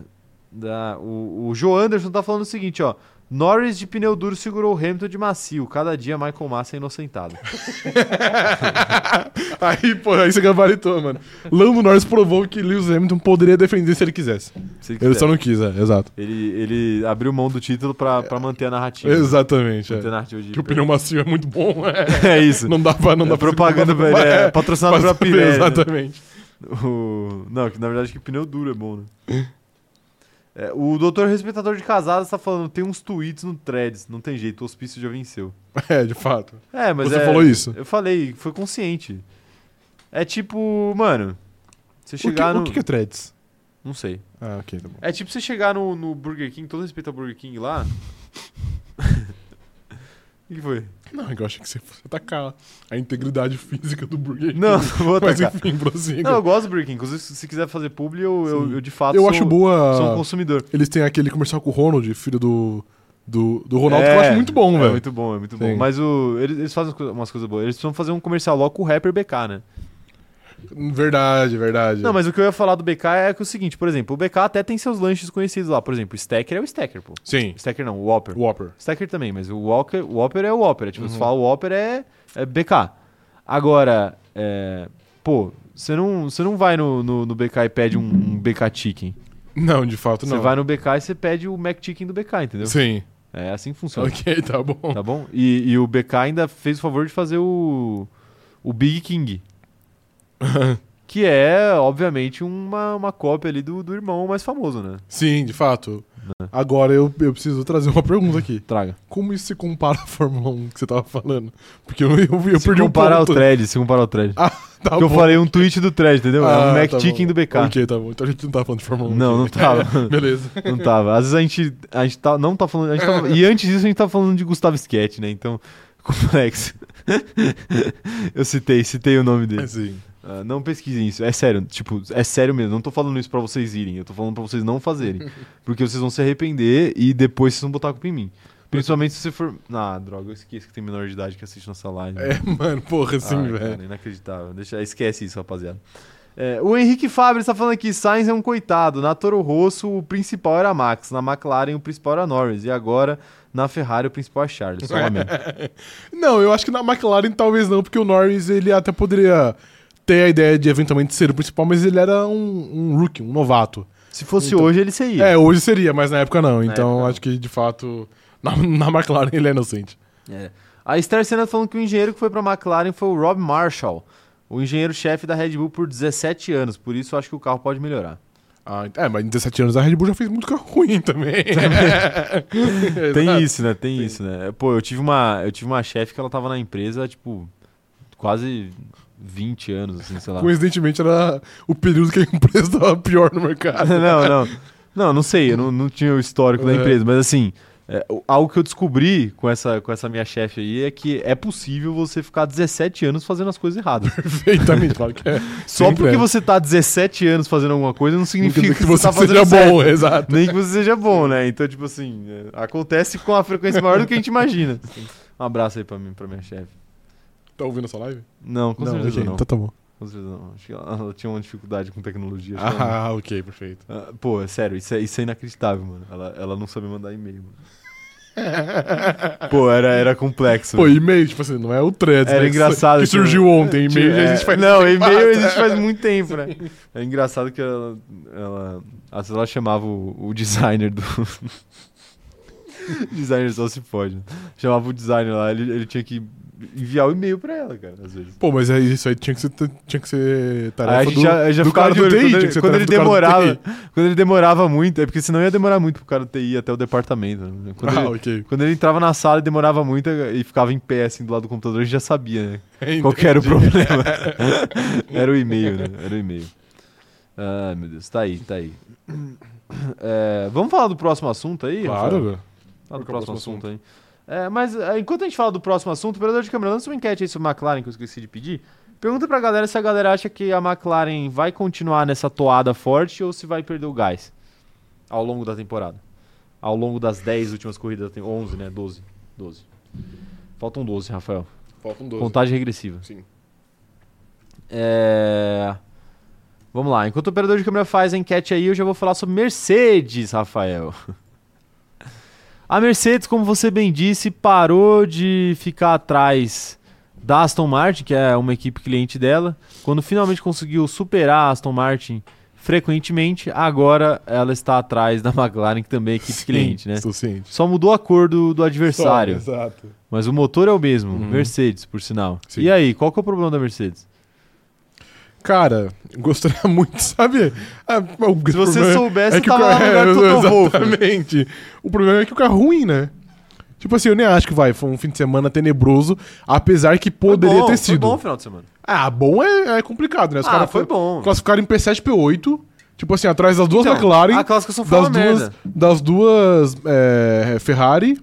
da- o, o Joe Anderson tá falando o seguinte, ó. Norris de pneu duro segurou o Hamilton de macio. Cada dia Michael Massa é inocentado.
[laughs] Aí, pô, aí você gabaritou, mano. Lando Norris provou que Lewis Hamilton poderia defender se ele quisesse.
Se ele,
Ele
quiser.
só não quis, é, exato.
Ele- ele abriu mão do título pra, pra manter a narrativa.
Exatamente,
Manter a
é.
narrativa de
Que o pneu macio é muito bom,
[laughs] É
é.
isso.
Não dá pra... Não
É
dá pra-
propaganda,
não dá
velho. É,
[laughs] pra-
patrocinado pela
Mas-
Pirelli. né?
Exatamente.
O- Não, que na verdade que pneu duro é bom, né? É, o doutor respeitador de casadas tá falando, tem uns tweets no threads, não tem jeito, o hospício já venceu.
É, de fato.
É, mas
Você
é-
falou isso?
Eu falei, foi consciente. É tipo, mano, você chegar
o
no...
que, o que é threads?
Não sei.
Ah, ok, tá bom.
É tipo você chegar no, no Burger King, todo respeito ao Burger King lá... [laughs] O que foi?
Não, eu achei que você fosse atacar a integridade física do Burger King.
Não, não
[laughs]
vou
mas
atacar.
enfim, prossiga.
Não, eu gosto do Burger King, inclusive se se quiser fazer publi, eu, eu,
Sim.
eu de fato
eu
sou,
acho
sou um
boa.
consumidor.
Eles têm aquele comercial com o Ronald, filho do, do, do Ronaldo, que eu
É,
acho muito bom,
é
velho.
muito bom, é muito bom.
Sim.
Mas o, eles, eles fazem umas coisas, umas coisas boas. Eles precisam fazer um comercial logo com o rapper BK, né?
Verdade, verdade.
Não, mas o que eu ia falar do BK é que o seguinte, por exemplo, o BK até tem seus lanches conhecidos lá. Por exemplo, o Stacker é o Stacker, pô.
Sim,
Stacker não, o Whopper.
Whopper.
Stacker também, mas o Walker, o Whopper é o Whopper. É, tipo,
Uhum.
você fala o Whopper é, é BK. Agora, é, pô, você não, você não vai no, no, no BK e pede um, um BK Chicken.
Não, de fato
Você
não.
vai no BK e você pede o Mac Chicken do BK, entendeu?
Sim.
É assim que funciona.
Ok, tá
[laughs]
bom.
Tá bom? E, e o BK ainda fez o favor de fazer o, o Big King. que é, obviamente, uma, uma cópia ali do, do irmão mais famoso, né?
Sim, de fato. Agora eu, eu preciso trazer uma pergunta aqui.
Traga.
Como isso se compara à Fórmula 1 que você tava falando? Porque eu, eu, eu
se
perdi o
comparar
ponto.
o thread, se comparar o thread.
Ah, tá
Porque eu
bom.
falei um tweet do thread, entendeu? é
Ah,
um Mac
tá
Chicken
bom.
do BK.
Ok, tá bom. Então a gente não tá falando de Fórmula 1.
Não, não
aqui.
tava.
[laughs] Beleza.
[laughs] Não tava. Às vezes a gente, a gente tá, não tá falando. a gente tava-
[laughs]
e antes disso a gente tava falando de Gustavo Sketch, né? Então, [laughs] complexo. eu citei, citei o nome dele.
Sim.
Ah, não pesquisem isso, é sério, tipo, é sério mesmo, não tô falando isso pra vocês irem, eu tô falando pra vocês não
[laughs]
fazerem. porque vocês vão se arrepender e depois vocês vão botar a culpa em mim. Principalmente se você for. Ah, droga, eu esqueço que tem menor de idade que assiste nossa live.
É, mano, porra, assim,
Ai, cara,
velho.
inacreditável. Deixa, esquece isso, rapaziada. É, o Henrique Fábio está falando aqui, Sainz é um coitado. Na Toro Rosso, o principal era Max. Na McLaren, o principal era Norris. E agora, na Ferrari, o principal é Charles.
[laughs]
Só lamento.
Não, eu acho que na McLaren talvez não, porque o Norris ele até poderia ter a ideia de eventualmente ser o principal, mas ele era um, um rookie, um novato.
Se fosse hoje, ele seria.
É, hoje seria, mas na época não. então
época não.
acho que de fato na, [laughs] na McLaren ele é inocente.
É. A Esther Senna falando que o engenheiro que foi pra McLaren foi o Rob Marshall, o engenheiro-chefe da Red Bull por 17 anos, por isso eu acho que o carro pode melhorar.
Ah, ent- é, mas em 17 anos a Red Bull já fez muito carro ruim
[laughs]
também.
Tem
[laughs] Exato.
isso, né? Tem isso, né? Pô, eu tive uma, eu tive uma chefe que ela tava na empresa, tipo, quase 20 anos, assim, sei lá.
Coincidentemente era o período que a empresa estava pior no
[laughs]
mercado.
não, não. Não, não sei, eu não, não tinha o histórico da
É.
empresa, mas assim, é, o- algo que eu descobri com essa, com essa minha chefe aí é que é possível você ficar 17 anos fazendo as coisas erradas.
Perfeitamente, claro que é.
Só
Sempre
porque
é.
você tá 17 anos fazendo alguma coisa não
Não quer
significa
dizer
que, você, tá fazendo certo.
bom, exato.
Nem que você seja bom, né? Então, tipo assim, é, acontece com a frequência maior do que a gente imagina. Um abraço aí pra mim, pra minha chefe.
Tá ouvindo essa live?
Não, com certeza
ok,
não.
Então tá bom.
Com certeza não. Acho que ela, ela tinha uma dificuldade com tecnologia. acho que ela
Ah, ok, perfeito.
não- Ah, Pô, é sério, isso é, isso é inacreditável, mano. Ela, ela não sabia mandar e-mail, mano. [laughs] Pô, era, era complexo.
Ah. Pô,
velho.
e-mail, tipo assim, não é o thread.
Era
né, que-
engraçado
Que
que-
surgiu ontem, e-mail já
É,
existe faz
Não, e-mail
[laughs] tempo.
existe faz muito tempo, né? É engraçado que ela, ela- às vezes ela chamava o, o designer do. [laughs] designer só se pode. né? Chamava o designer lá, ele, ele tinha que enviar o e-mail pra ela, cara, às vezes.
Pô, mas é isso aí tinha que ser, tinha que ser tarefa
Aí a gente
do,
já, já
do
ficava
cara
de
do
olho,
TI.
quando
tinha
ele,
que ser
quando ele
tarefa do cara do
demorava, quando ele demorava muito, é porque senão ia demorar muito pro cara do TI ir até o departamento. né? Quando,
TI. Ah,
ele,
ok.
quando ele entrava na sala e demorava muito e ficava em pé assim do lado do computador, a gente já sabia, né?
Entendi.
Qual que era o problema? [laughs] era o e-mail, né? Era o e-mail. Ai, meu Deus. Tá aí, tá aí. É, vamos falar do próximo assunto aí? Rafael?
Claro.
Falar do
Qual que é o
próximo
próximo
assunto, aí. É, mas é, enquanto a gente fala do próximo assunto, o operador de câmera lança uma enquete aí sobre a McLaren que eu esqueci de pedir. Pergunta pra galera se a galera acha que a McLaren vai continuar nessa toada forte ou se vai perder o gás ao longo da temporada. Ao longo das 10 últimas corridas, da tem- 11, né? 12. 12. Faltam 12, Rafael.
Faltam 12.
Contagem regressiva.
Sim.
É... Vamos lá, enquanto o operador de câmera faz a enquete aí, eu já vou falar sobre Mercedes, Rafael. [laughs] A Mercedes, como você bem disse, parou de ficar atrás da Aston Martin, que é uma equipe cliente dela. Quando finalmente conseguiu superar a Aston Martin frequentemente, agora ela está atrás da [laughs] McLaren, que também é equipe cliente, né?
Suficiente.
Só mudou a cor do, do adversário.
Só, Exato.
Mas o motor é o mesmo,
Uhum.
Mercedes, por sinal.
Sim.
E aí, qual que é o problema da Mercedes?
Cara, gostaria [laughs] muito de saber. Ah, o
Se você soubesse, você
é que o
tava lá no
carro- [laughs]
lugar do
é,
Toto Wolff.
Exatamente. O problema é que o carro é ruim, né? Tipo assim, eu nem acho que vai. Foi um fim de semana tenebroso, apesar que poderia
Foi bom,
ter
Foi
sido.
bom o final de semana.
Ah, bom é, é complicado, né? Os
ah,
caras
foi
fa-
bom.
classificaram em P7 P8. Tipo assim, atrás das duas
Então,
McLaren,
a classificação foi
das
uma
duas,
merda.
das duas é, Ferrari,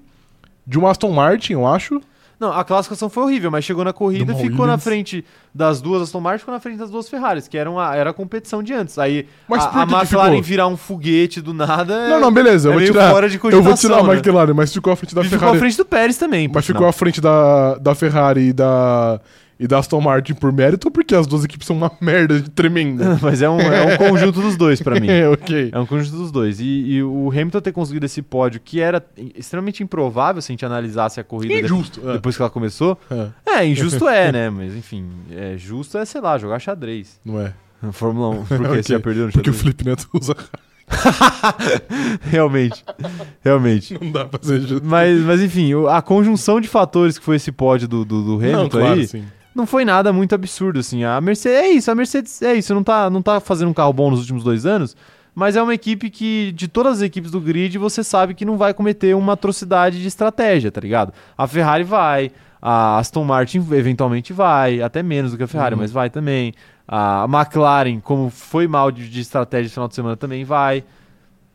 de uma Aston Martin, eu acho.
Não, a classificação foi horrível, mas chegou na corrida,
Do
ficou na
Williams.
frente das duas Aston Martin, ficou na frente das duas Ferraris, que eram a, era a competição de antes. Aí
Mas
a,
por
a
que que
McLaren
ficou?
virar um foguete do nada é-
não, não, beleza,
é
eu vou
meio
tirar.
fora de
eu vou tirar a
cogitação, né?
McLaren, mas ficou à frente da
E ficou à
Ferrari.
frente do Pérez também. por
Mas ficou
sinal.
à frente da, da Ferrari e da, e da Aston Martin por mérito ou porque as duas equipes são uma merda tremenda?
Mas é um, é
[laughs]
um conjunto dos dois [laughs] pra mim.
é, ok.
É um conjunto dos dois. E, e o Hamilton ter conseguido esse pódio, que era extremamente improvável se a gente analisasse a corrida de-
Injusto. é.
depois que ela começou.
É,
É, injusto é, né? Mas enfim, é, justo é, sei lá, jogar xadrez.
não é.
[laughs] Fórmula 1, [laughs] porque
Ok.
você já perdeu no
Porque o
xadrez.
Felipe Neto [laughs] usa.
[laughs] Realmente, realmente.
Não dá pra ser justo.
Mas, mas enfim, o- a conjunção de fatores que foi esse pódio do, do, do Hamilton
não, claro,
aí,
sim.
não foi nada muito absurdo, assim. A Mercedes é isso, a Mercedes é isso, não tá, não tá fazendo um carro bom nos últimos dois anos, mas é uma equipe que, de todas as equipes do grid, você sabe que não vai cometer uma atrocidade de estratégia, tá ligado? A Ferrari vai, a Aston Martin eventualmente vai, até menos do que a Ferrari,
Uhum.
mas vai também. A McLaren, como foi mal de, de estratégia no final de semana, também vai.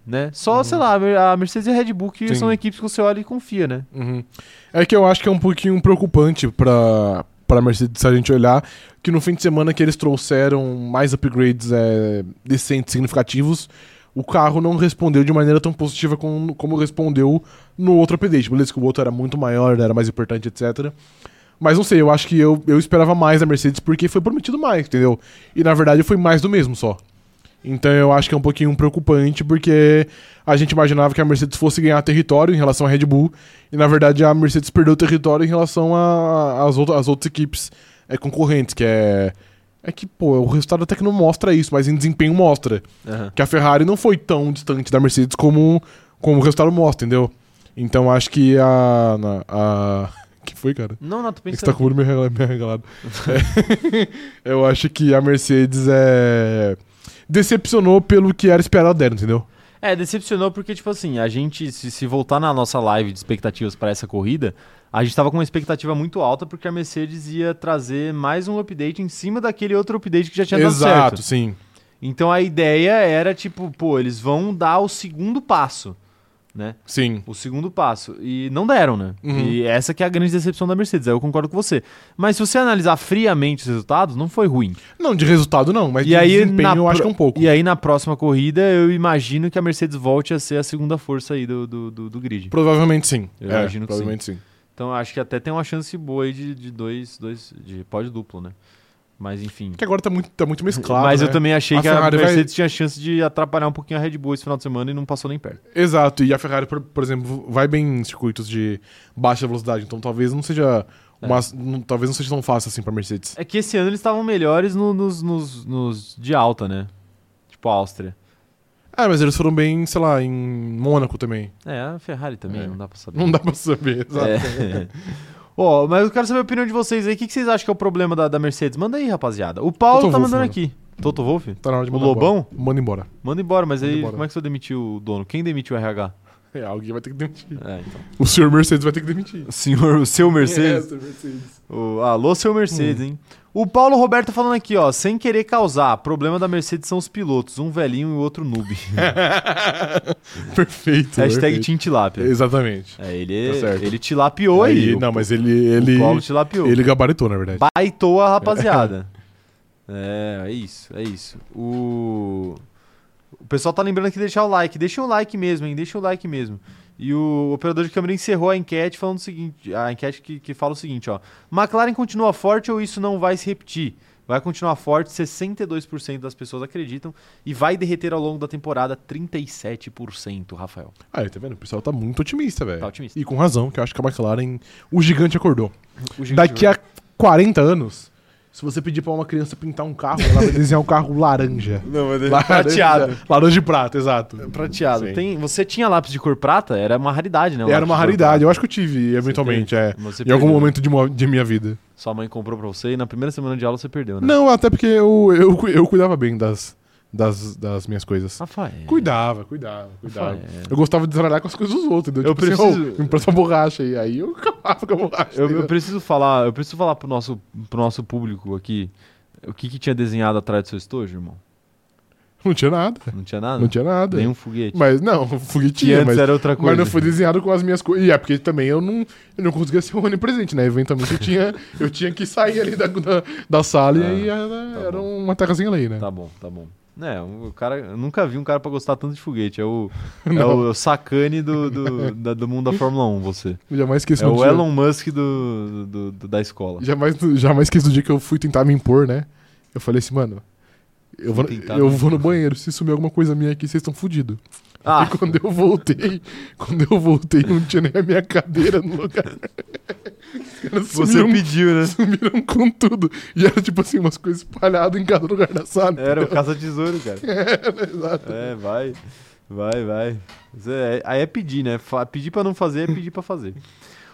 Né? Só, sei lá, a Mer- a Mercedes e a Red Bull que
Uhum. Sim.
são equipes que você olha e confia, né?
Uhum. É que eu acho que é um pouquinho preocupante pra, pra Mercedes se a gente olhar que no fim de semana que eles trouxeram mais upgrades é, decentes, significativos, o carro não respondeu de maneira tão positiva como, como respondeu no outro update. Tipo, Beleza que o outro era muito maior, era mais importante, etc. Mas não sei, eu acho que eu, eu esperava mais da Mercedes porque foi prometido mais, entendeu? E na verdade foi mais do mesmo só. Então eu acho que é um pouquinho preocupante porque a gente imaginava que a Mercedes fosse ganhar território em relação à Red Bull e na verdade a Mercedes perdeu território em relação a- às outras, às outras equipes é, concorrentes, que é. É que, pô, o resultado até que não mostra isso, mas em desempenho mostra. Que a Ferrari não foi tão distante da Mercedes como, como o resultado mostra, entendeu? Então acho que a. na- a... [laughs] Que foi, cara?
Não, não, tô
É que você tá
pensando.
com o olho meio regala- meio regalado. É, [laughs] eu acho que a Mercedes é. Decepcionou pelo que era esperado dela, entendeu?
É, decepcionou porque, tipo assim, a gente, se, se voltar na nossa live de expectativas para essa corrida, a gente tava com uma expectativa muito alta porque a Mercedes ia trazer mais um update em cima daquele outro update que já tinha dado
Exato,
certo.
sim.
Então a ideia era, tipo, pô, eles vão dar o segundo passo, né?
Sim.
O segundo passo. E não deram, né?
Uhum.
E essa que é a grande decepção da Mercedes, aí eu concordo com você. Mas se você analisar friamente os resultados, não foi ruim.
Não, de resultado não, mas
E
de
aí, na
desempenho eu acho
pro-
que um pouco.
E aí, na próxima corrida, eu imagino que a Mercedes volte a ser a segunda força aí do, do, do, do grid.
Provavelmente sim.
Eu
é,
imagino que
provavelmente sim.
Então, eu acho que até tem uma chance boa aí de, de dois, dois, de pódio duplo, né? Mas, enfim.
Porque agora tá muito,
[laughs]
tá muito mesclado.
Mas
né?
eu também achei
A
que
Ferrari
a
vai-
Mercedes tinha chance de atrapalhar um pouquinho a Red Bull esse final de semana e não passou nem perto.
Exato, e a Ferrari, por, por exemplo, vai bem em circuitos de baixa velocidade, então talvez não seja. uma- não- talvez não seja tão fácil assim pra Mercedes.
É que esse ano eles estavam melhores no- nos, nos, nos de alta, né? Tipo a Áustria.
É, mas eles foram bem, sei lá, em Mônaco também.
É, a Ferrari também,
É.
não dá pra saber.
Não dá pra saber, exato.
É. [laughs] Ó, mas eu quero saber a opinião de vocês aí. O que, que vocês acham que é o problema da, da Mercedes? Manda aí, rapaziada. O Paulo
Toto
tá
Wolff,
mandando
mano.
aqui. Toto Wolff?
Tá na hora de
O
mandar
Lobão?
Embora. Manda embora.
Manda embora, mas
Manda
aí
embora.
como é que você demitiu o dono? Quem demitiu o RH?
É, alguém vai ter que demitir.
[laughs] É, então.
O senhor Mercedes vai ter que demitir.
O senhor, o seu Mercedes?
É, senhor Mercedes.
[laughs]
Hum.
O- alô, seu Mercedes, hein? O Paulo Roberto tá falando aqui, ó. Sem querer causar, problema da Mercedes são os pilotos. Um velhinho e o outro
[laughs]
noob.
[laughs] perfeito.
Hashtag
perfeito.
Team Tilápia.
Exatamente.
É, ele,
Tá certo.
ele tilapiou aí.
Aí,
o-
não, mas ele. ele
o Paulo tilapiou.
ele gabaritou, na verdade.
Baitou a rapaziada. é, é isso, é isso. O... o pessoal tá lembrando que deixar o like. Deixa o like mesmo, hein? Deixa o like mesmo. E o operador de câmera encerrou a enquete falando o seguinte: a enquete que, que fala o seguinte, ó. McLaren continua forte ou isso não vai se repetir? Vai continuar forte, 62% das pessoas acreditam. E vai derreter ao longo da temporada 37%, Rafael.
Ah, tá vendo? O pessoal tá muito otimista, velho.
Tá otimista.
E com razão, que eu acho que a McLaren. O gigante acordou.
O gigante
Daqui a 40 anos, se você pedir pra uma criança pintar um carro, ela vai desenhar um carro laranja.
Não, mas
Laranja-
prateado.
Laranja e prata, exato.
Prateado.
[laughs] Sim.
tá Tem, você tinha lápis de cor prata? Era uma raridade, né? um
Era
lápis
uma
de cor
raridade.
prata.
Eu acho que eu tive, eventualmente, é.
Você
Em algum
perdeu.
momento de, mo- de minha vida.
Sua mãe comprou pra você e na primeira semana de aula você perdeu, né?
Não, até porque eu, eu, cu- eu cuidava bem das, das, das minhas coisas.
Rafael.
Cuidava, cuidava,
Ah,
cuidava.
é. Rafael.
Eu gostava de trabalhar com as coisas dos outros. Entendeu?
Eu
Tipo assim,
preciso-
"Ô, me presta uma borracha aí. Aí eu [laughs] acabava com a borracha.
Eu, eu
entendeu?
preciso falar, eu preciso falar pro nosso, pro nosso público aqui o que, que tinha desenhado atrás do seu estojo, irmão.
[laughs] Não tinha nada.
Não tinha nada?
Não tinha nada.
Nenhum foguete.
Mas não,
que
foguetinha,
antes
mas,
era outra coisa.
mas não foi desenhado com as minhas coisas. E é porque também eu não, eu não conseguia ser onipresente, né? Eventualmente eu
[laughs]
tinha, eu tinha que sair ali da, da, da sala e
Ah,
aí era,
tá
era
bom.
uma terrazinha ali, né?
Tá bom, tá bom. É, o cara, eu nunca vi um cara pra gostar tanto de foguete. É
[laughs]
o, é o sacane do, do, da- do mundo da Fórmula 1, você.
Eu jamais esqueço
É
no
o
dia-
Elon Musk do, do- do- da escola.
Jamais, jamais esqueço do dia que eu fui tentar me impor, né? Eu falei assim, mano, eu vou,
Fui tentar
eu
me
vou no banheiro, se sumir alguma coisa minha aqui, vocês estão fodidos.
Ah,
E quando eu voltei, quando eu voltei, não tinha nem a minha cadeira
[laughs]
no lugar. Os caras
você
sumiram,
pediu, né?
sumiram com tudo. E era tipo assim, umas coisas espalhadas em cada lugar da sala.
Era o caça-tesouro,
[laughs]
cara.
Exato.
É, vai. Vai, vai. Mas é- aí é pedir, né? Fa- Pedir pra não fazer é pedir pra fazer.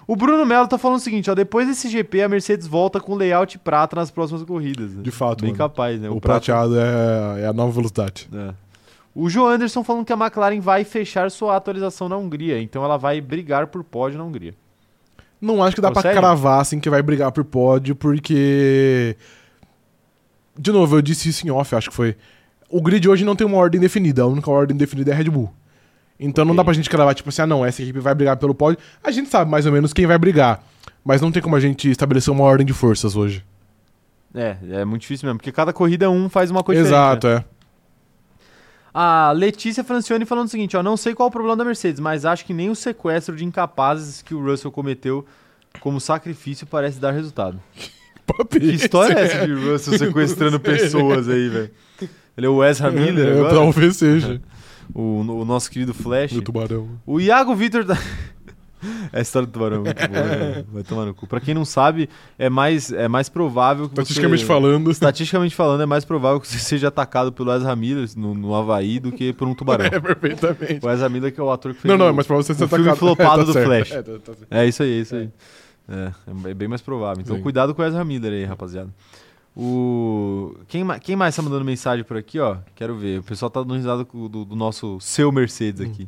O Bruno Melo tá falando o seguinte, ó. Depois desse GP, a Mercedes volta com layout prata nas próximas corridas. né?
De fato,
Bem
mano.
capaz, né?
O
prata-
prateado é, é a nova velocidade.
É. O Joe Anderson falando que a McLaren vai fechar sua atualização na Hungria, então ela vai brigar por pódio na Hungria.
Não acho que dá
Ô,
pra
sério?
cravar, assim, que vai brigar por pódio, porque. De novo, eu disse isso em off, acho que foi. O grid hoje não tem uma ordem definida, a única ordem definida é a Red Bull. Então não
Ok.
dá pra gente cravar, tipo assim, ah não, essa equipe vai brigar pelo pódio. A gente sabe mais ou menos quem vai brigar. Mas não tem como a gente estabelecer uma ordem de forças hoje.
É, é muito difícil mesmo, porque cada corrida um faz uma coisa diferente.
Exato, é.
né? A Letícia Francione falando o seguinte, ó, não sei qual o problema da Mercedes, mas acho que nem o sequestro de incapazes que o Russell cometeu como sacrifício parece dar
[laughs]
resultado.
Papi,
Que
[laughs]
história é essa de Russell sequestrando pessoas aí, velho? Ele é o Ezra Miller
É,
agora?
talvez seja.
O, o nosso querido Flash. [laughs]
Do tubarão.
O Iago Vitor [laughs] da. É a história do tubarão é muito boa, né? Vai tomar no cu. Pra quem não sabe, é mais, é mais provável que você-
Estatisticamente falando.
[laughs] Estatisticamente falando, é mais provável que você seja atacado pelo Ezra Miller no, no Havaí do que por um tubarão.
É, perfeitamente.
O Ezra Miller que é o ator que fez
Não, não,
o-
é mais pra você ser
o filme
atacado.
flopado
[laughs] É, tá
do
certo.
Flash.
É, tá- tá certo.
É isso aí, é isso aí. É, é bem mais provável. Então
Sim.
cuidado com o Ezra Miller aí, rapaziada. O... Quem, ma- quem mais tá mandando mensagem por aqui, ó? Quero ver. O pessoal tá dando risada com- do, do nosso seu Mercedes
Hum.
aqui.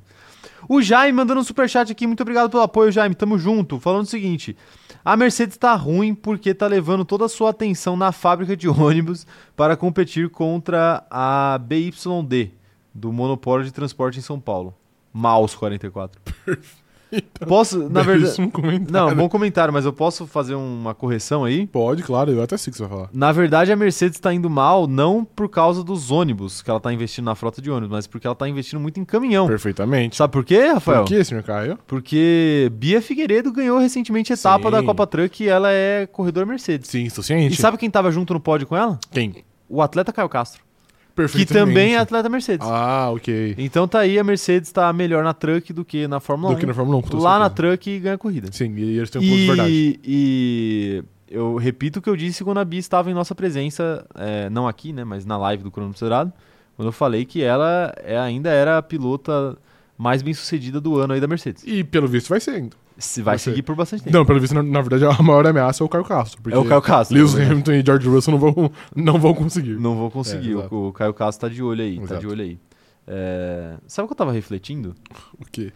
O Jaime mandando um superchat aqui. Muito obrigado pelo apoio, Jaime. Tamo junto. Falando o seguinte. A Mercedes tá ruim porque tá levando toda a sua atenção na fábrica de [laughs] ônibus para competir contra a BYD do monopólio de transporte em São Paulo. Maus 44. Posso,
[laughs]
na verdade,
Belíssimo um é comentário.
não, bom comentário, mas eu posso fazer uma correção aí?
Pode, claro, eu até sei o que você vai falar.
Na verdade, a Mercedes está indo mal não por causa dos ônibus que ela está investindo na frota de ônibus, mas porque ela está investindo muito em caminhão.
Perfeitamente.
Sabe por quê, Rafael?
Por que, senhor Caio?
Porque Bia Figueiredo ganhou recentemente a etapa
Sim.
da Copa Truck e ela é corredor Mercedes.
Sim, estou
E
ciente.
sabe quem estava junto no pódio com ela?
quem?
O atleta Caio Castro, que
Perfeitamente.
também é atleta Mercedes.
Ah, ok.
Então tá aí, a Mercedes está melhor na Truck do que na Fórmula
Do que
1.
na Fórmula 1. com toda
Lá na
certeza.
Truck e ganha corrida.
Sim, e eles têm um ponto de verdade.
E, e eu repito o que eu disse quando a Bia estava em nossa presença, é, não aqui, né, mas na live do Cronômetro Dourado, quando eu falei que ela é- ainda era a pilota mais bem sucedida do ano aí da Mercedes.
E pelo visto vai sendo.
Se vai
Vai ser.
seguir por bastante tempo.
Não, pelo visto, na, na verdade, a maior ameaça é o Caio Castro. porque
é o Caio Castro.
Lewis
né?
Hamilton e George Russell não vão, não vão conseguir.
Não vou conseguir.
É,
o-
exato.
o, Caio Castro tá de olho aí, tá
Exato.
de olho aí. É, sabe o que eu tava refletindo?
O quê?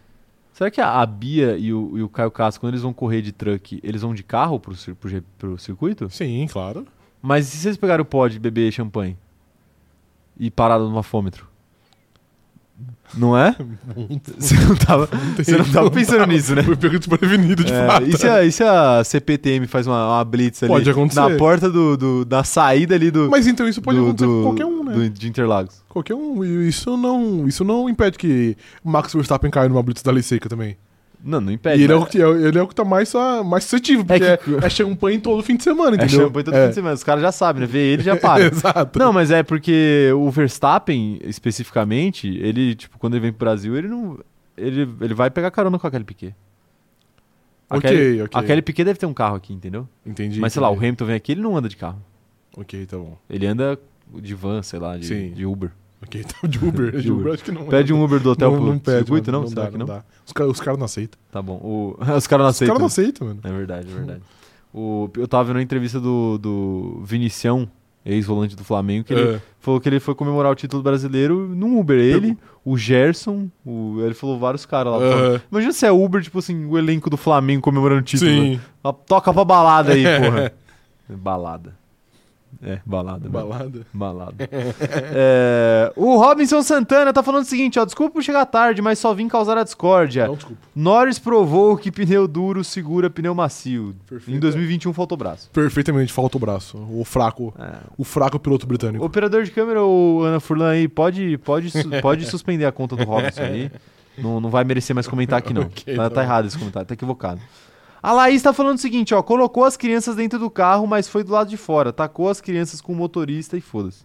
Será que a, a Bia e o, e o Caio Castro, quando eles vão correr de truck, eles vão de carro pro, cir- pro, G- pro circuito?
Sim, claro. [laughs]
Mas e se eles pegaram o pó de beber champanhe? E parado no bafômetro? Não
[laughs]
é? [laughs] Você não tava, você não tava pensando nisso, né?
Foi pego desprevenido, de
É,
fato.
e, se a, e se a CPTM faz uma, uma blitz ali?
Pode acontecer.
Na porta do, do- da saída ali do...
Mas então isso pode
do,
acontecer
do-
com qualquer um, né?
do- de Interlagos.
Qualquer um. E isso não, isso não impede que Max Verstappen caia numa blitz da lei seca também.
Não, não impede.
e ele é, o
né?
que, é o- ele é o que tá mais, ah, mais suscetível, porque
É
é,
que-
é champanhe todo fim de semana,
É
entendeu? É.
champanhe todo fim de semana. Os caras já sabem, né? Vê ele já para.
[laughs] Exato.
Não, mas é porque o Verstappen, especificamente, ele, tipo, quando ele vem pro Brasil, ele não. Ele, ele vai pegar carona com aquele Piquet.
Ok,
Aquele-
ok.
Aquele Piquet deve ter um carro aqui, entendeu?
Entendi.
mas sei lá, o
entendi.
Hamilton vem aqui, ele não anda de carro.
Ok, tá bom.
Ele anda de van, sei lá, de,
Sim.
de Uber.
Ok, [laughs] tá de Uber.
De
de
Uber.
Uber, acho que não. é.
Pede um Uber do hotel
não,
pro
não pede,
circuito,
mano,
não? Será
dá,
que não?
dá. Os, ca- os caras não aceitam.
Tá bom. O- [laughs] Os caras não
Os caras
aceitam.
não aceitam, mano.
É verdade, é verdade. O... Eu tava vendo uma entrevista do, do Vinicião, ex-volante do Flamengo, que ele
É.
Falou que ele foi comemorar o título brasileiro num Uber. Ele, o Gerson, o... ele falou vários caras lá.
Aham.
Imagina se é Uber, tipo assim, o elenco do Flamengo comemorando o título.
Sim. [laughs]
Ó, Toca pra balada aí, porra. Balada. É, balada. né?
Balada.
Malado. É, o Robinson Santana tá falando o seguinte, ó. Desculpa por chegar tarde, mas só vim causar a discórdia.
Não, desculpa.
Norris provou que pneu duro segura pneu macio.
Perfeito.
Em 2021 falta o um braço.
Perfeitamente, falta o braço. O fraco.
É.
O fraco piloto britânico.
Operador de câmera, o Ana Furlan aí, pode, pode,
[laughs]
su- pode suspender a conta do Robinson aí. Não, não vai merecer mais comentar aqui, não.
[laughs] Ok,
tá,
tá
tá
bom.
errado esse comentário, tá equivocado. A Laís tá falando o seguinte, ó. Colocou as crianças dentro do carro, mas foi do lado de fora. Tacou as crianças com o motorista e foda-se.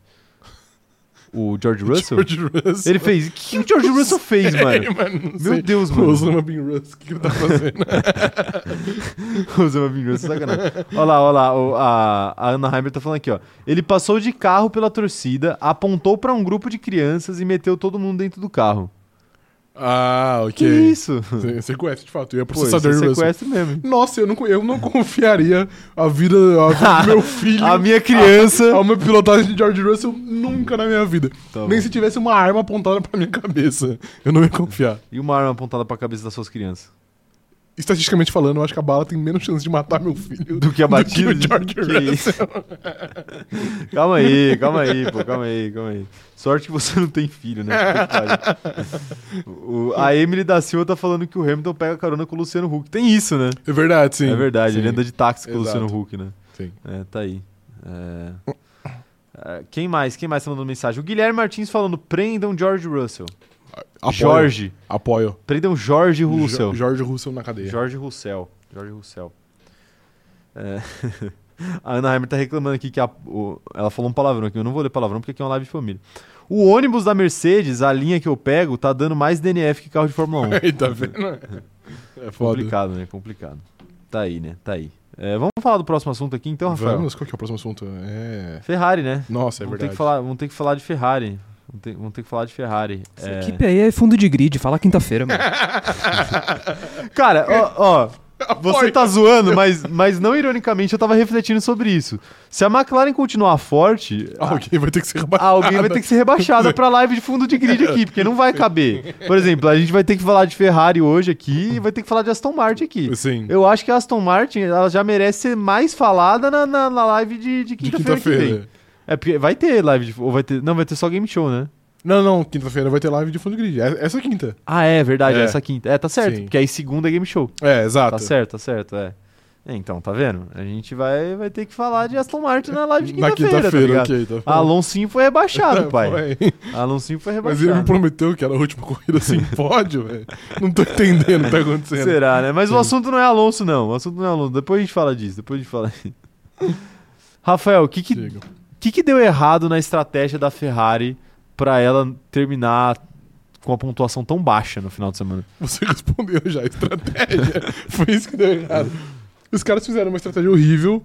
O
[laughs]
George Russell?
George Russell.
Ele fez. O que o George Russell
[laughs]
fez,
Ei,
mano?
mano, não
Meu
sei.
Deus,
O
mano.
Osama Bin Russell, o que ele tá
[laughs]
fazendo?
Osama Bin Laden, é sacanagem. Olha lá, olha lá. o- a, a Ana Heimer tá falando aqui, ó. Ele passou de carro pela torcida, apontou pra um grupo de crianças e meteu todo mundo dentro do carro.
ah,
Que
ok.
isso?
Se- Sequestro, de fato. Eu ia
Pô, isso
processar
é
George Russell.
sequestro mesmo. hein?
Nossa, eu não, eu não confiaria a vida, a vida do
[laughs]
meu filho
A
[laughs] a,
minha criança.
uma pilotagem de George Russell nunca na minha vida.
Tá bom.
Nem se tivesse uma arma apontada pra minha cabeça. Eu não ia confiar.
E uma arma apontada pra cabeça das suas crianças.
Estatisticamente falando, eu acho que a bala tem menos chance de matar meu filho
Do que a batida
[laughs] do que o George
de- que
Russell.
isso? [laughs] calma aí, calma aí, pô, calma aí, calma aí. Sorte que você não tem filho, né? Puta que pariu. O- a Emily da Silva tá falando que o Hamilton pega carona com o Luciano Huck. Tem isso, né?
É verdade, sim.
é verdade,
sim.
ele anda de táxi com o
Exato.
Luciano Huck, né?
Sim.
É, tá aí. É. É, Quem mais? Quem mais tá mandando mensagem? O Guilherme Martins falando: prendam George Russell.
Apoio.
Jorge.
Apoio.
Prendam Jorge Russell.
Jo- Jorge Russell na cadeia.
Jorge Russell. Jorge Russell. É. [laughs] A Ana Heimer tá reclamando aqui que a- o- ela falou um palavrão aqui. Eu não vou ler palavrão porque aqui é uma live de família. O ônibus da Mercedes, a linha que eu pego, tá dando mais DNF que carro de Fórmula 1.
[laughs] Aí, tá vendo? É [laughs] foda.
Complicado, né? Complicado. Tá aí, né? Tá aí. É, vamos falar do próximo assunto aqui então, Rafael?
Vamos, qual que é o próximo assunto? É.
Ferrari, né?
Nossa, é
vamos, ter
verdade.
que falar, vamos ter que falar de Ferrari. Vamos ter, vamos ter que falar de Ferrari.
Essa
É.
equipe aí é fundo de grid, fala quinta-feira, mano.
Cara, ó, ó, você
Apoio.
tá zoando, mas, mas não ironicamente eu tava refletindo sobre isso. Se a McLaren continuar forte, a-
[laughs] Alguém vai ter que ser rebaixado.
Ah, alguém vai ter que ser rebaixado pra live de fundo de grid aqui, porque não vai caber. Por exemplo, a gente vai ter que falar de Ferrari hoje aqui e vai ter que falar de Aston Martin aqui.
Sim.
Eu acho que a Aston Martin ela já merece ser mais falada na, na, na live de, de
De
quinta-feira que vem.
quinta-feira.
É porque vai ter live de. Ou vai ter, não, vai ter só game show, né?
Não, não, quinta-feira vai ter live de fundo grid. É- Essa quinta.
Ah, é verdade,
É.
essa quinta. É, tá certo,
Sim.
porque aí segunda é game show.
É, exato.
Tá certo, tá certo, é. É, Então, tá vendo? A gente vai, vai ter que falar de Aston Martin na live de
[laughs] Na
quinta-feira, tá
quinta-feira,
ligado?
ok. Tá bom.
Alonsinho foi rebaixado, pai. Tá
[laughs] Foi.
Alonsinho foi
Mas ele me
rebaixado.
prometeu que era a última [laughs] corrida sem pódio, velho. Não tô entendendo o que tá acontecendo.
Será, né? Mas o assunto não é Alonso, não. O assunto não é Alonso. Depois a gente fala disso, depois a gente fala disso. [laughs] Rafael, o que que,
Digo.
que que deu errado na estratégia da Ferrari pra ela terminar com a pontuação tão baixa no final de semana?
Você [laughs] respondeu já, estratégia. Foi isso que deu errado. Os caras fizeram uma estratégia horrível.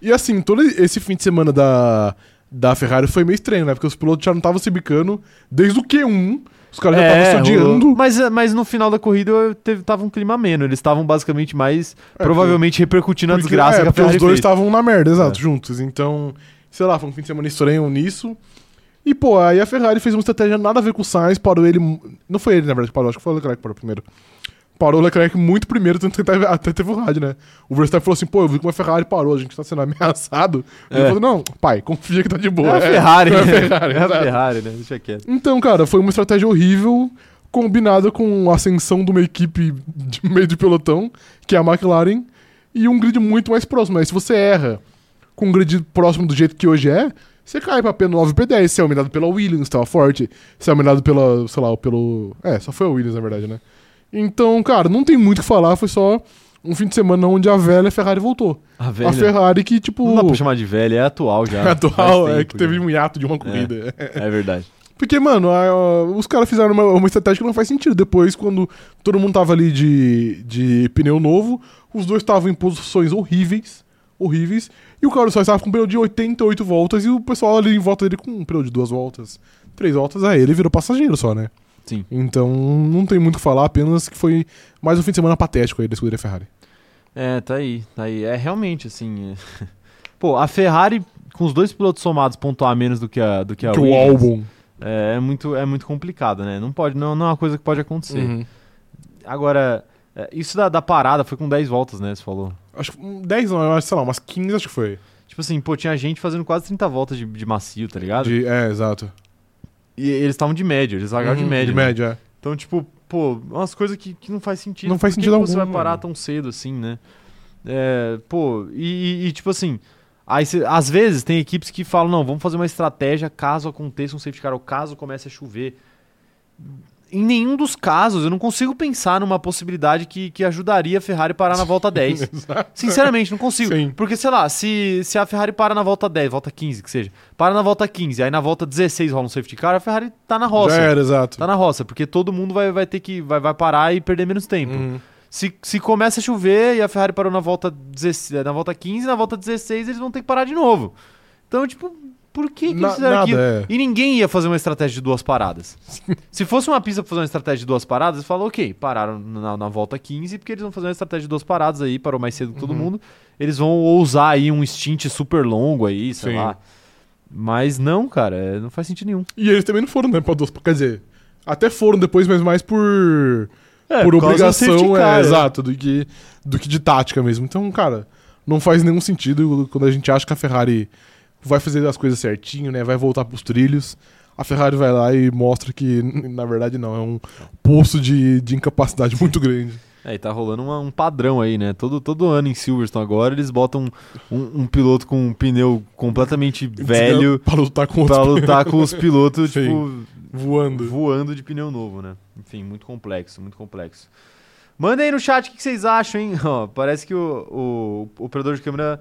E assim, todo esse fim de semana da, da Ferrari foi meio estranho, né? Porque os pilotos já não estavam se bicando desde o Q1. Os caras já
É,
estavam se odiando.
rolou. Mas, mas no final da corrida eu teve, tava um clima ameno. Eles estavam basicamente mais.
É,
provavelmente repercutindo a
Porque-
desgraça que
é,
a
porque
Ferrari
os dois
fez.
estavam na merda, exato,
É.
juntos. Então, sei lá, foi um fim de semana estranho nisso. E, pô, aí a Ferrari fez uma estratégia nada a ver com o Sainz, parou ele. mu- Não foi ele, na verdade, que parou, acho que foi o Leclerc que parou primeiro. Parou o Leclerc muito primeiro, [laughs] tanto que até, até teve o rádio, né? O Verstappen falou assim: pô, eu vi que uma Ferrari parou, a gente tá sendo [laughs] ameaçado.
É.
Ele falou: não, pai, confia que tá de
É
boa.
a [laughs] Ferrari,
É,
né?
a Ferrari,
É a
exato.
Ferrari, né? Deixa quieto.
Então, cara, foi uma estratégia horrível, combinada com a ascensão de uma equipe de [laughs] meio de pelotão, que é a McLaren, e um grid muito mais próximo. Aí se você erra com um grid próximo do jeito que hoje é, você cai pra P9 e P10, você é eliminado pela Williams, tava forte, você é eliminado pela, sei lá, pelo... É, só foi a Williams, na verdade, né? Então, cara, não tem muito o que falar, foi só um fim de semana onde a velha Ferrari voltou.
A velha.
A Ferrari que, tipo...
Não dá pra chamar de velha, é [laughs] atual
[laughs]
já.
Atual,
Faz
é,
tempo
que teve
já.
um hiato de uma corrida. [laughs]
É verdade.
Porque, mano, a- a- os caras fizeram uma, uma estratégia que não faz sentido. Depois, quando todo mundo tava ali de, de pneu novo, os dois estavam em posições horríveis. Horríveis. E o Carlos Sainz tava com um pneu de 88 voltas e o pessoal ali em volta dele com um pneu de duas voltas, três voltas. Aí ele virou passageiro só, né?
Sim.
Então, não tem muito o que falar, apenas que foi mais um fim de semana patético aí da escuderia Ferrari.
É, tá aí, tá aí. É realmente assim. é. [laughs] Pô, a Ferrari, com os dois pilotos somados, pontuar menos do que a, do que a
Que o
Williams,
álbum.
É, é muito, é muito complicado, né? Não pode, não, não é uma coisa que pode acontecer.
Uhum.
Agora, é, isso da, da parada foi com 10 voltas, né? Você falou.
Acho que hum, 10 não, eu acho, sei lá, umas 15 acho que foi.
Acho Tipo assim, pô, tinha gente fazendo quase 30 voltas de, de macio, tá ligado?
De- é, exato.
E eles estavam de média, eles largaram de
Uhum,
média.
De média, é.
Então, tipo, pô, umas coisas que, que não faz sentido.
Não faz
Por que
sentido
que você
algum,
vai parar
mano.
tão cedo assim, né? É, pô, e, e- e, tipo assim, aí cê- às vezes tem equipes que falam, não, vamos fazer uma estratégia caso aconteça um safety car ou caso comece a chover. Em nenhum dos casos eu não consigo pensar numa possibilidade que, que ajudaria a Ferrari parar na
[laughs]
volta 10. Sinceramente, não consigo.
Sim.
Porque, sei lá, se, se a Ferrari para na volta 10, volta 15 que seja, para na volta 15, aí na volta 16 rola um safety car, a Ferrari tá na roça.
Já é, era, exato.
Tá na roça, porque todo mundo vai, vai ter que vai, vai parar e perder menos tempo.
Uhum.
Se, se começa a chover e a Ferrari parou na volta, 16, na volta 15, na volta 16 eles vão ter que parar de novo. Então, tipo, por que, que
Na-
eles fizeram
nada,
aquilo?
é.
E ninguém ia fazer uma estratégia de duas paradas. [laughs] se fosse uma pista pra fazer uma estratégia de duas paradas, eles falam, ok, pararam na, na volta 15 porque eles vão fazer uma estratégia de duas paradas aí, parou mais cedo que todo
Uhum.
mundo. Eles vão ousar aí um stint super longo aí, sei
Sim.
lá. Mas não, cara, é, não faz sentido nenhum.
E eles também não foram, né, pra duas. Quer dizer, até foram depois, mas mais por.
É,
por
por causa do safety
obrigação,
car,
é,
é.
exato, do que, do que de tática mesmo. Então, cara, não faz nenhum sentido quando a gente acha que a Ferrari vai fazer as coisas certinho, né? Vai voltar pros trilhos. A Ferrari vai lá e mostra que, na verdade, não, é um poço de, de
[laughs]
incapacidade muito grande.
É, e tá rolando uma- um padrão aí, né? Todo, todo ano em Silverstone agora eles botam um, um piloto com um pneu completamente velho
Para lutar com
pra
outros
lutar com os pilotos,
Sim.
tipo,
[laughs] voando.
voando de pneu novo, né? Enfim, muito complexo, muito complexo. Mandem aí no chat o que que vocês acham, hein? [laughs] Ó, parece que o, o operador de câmera.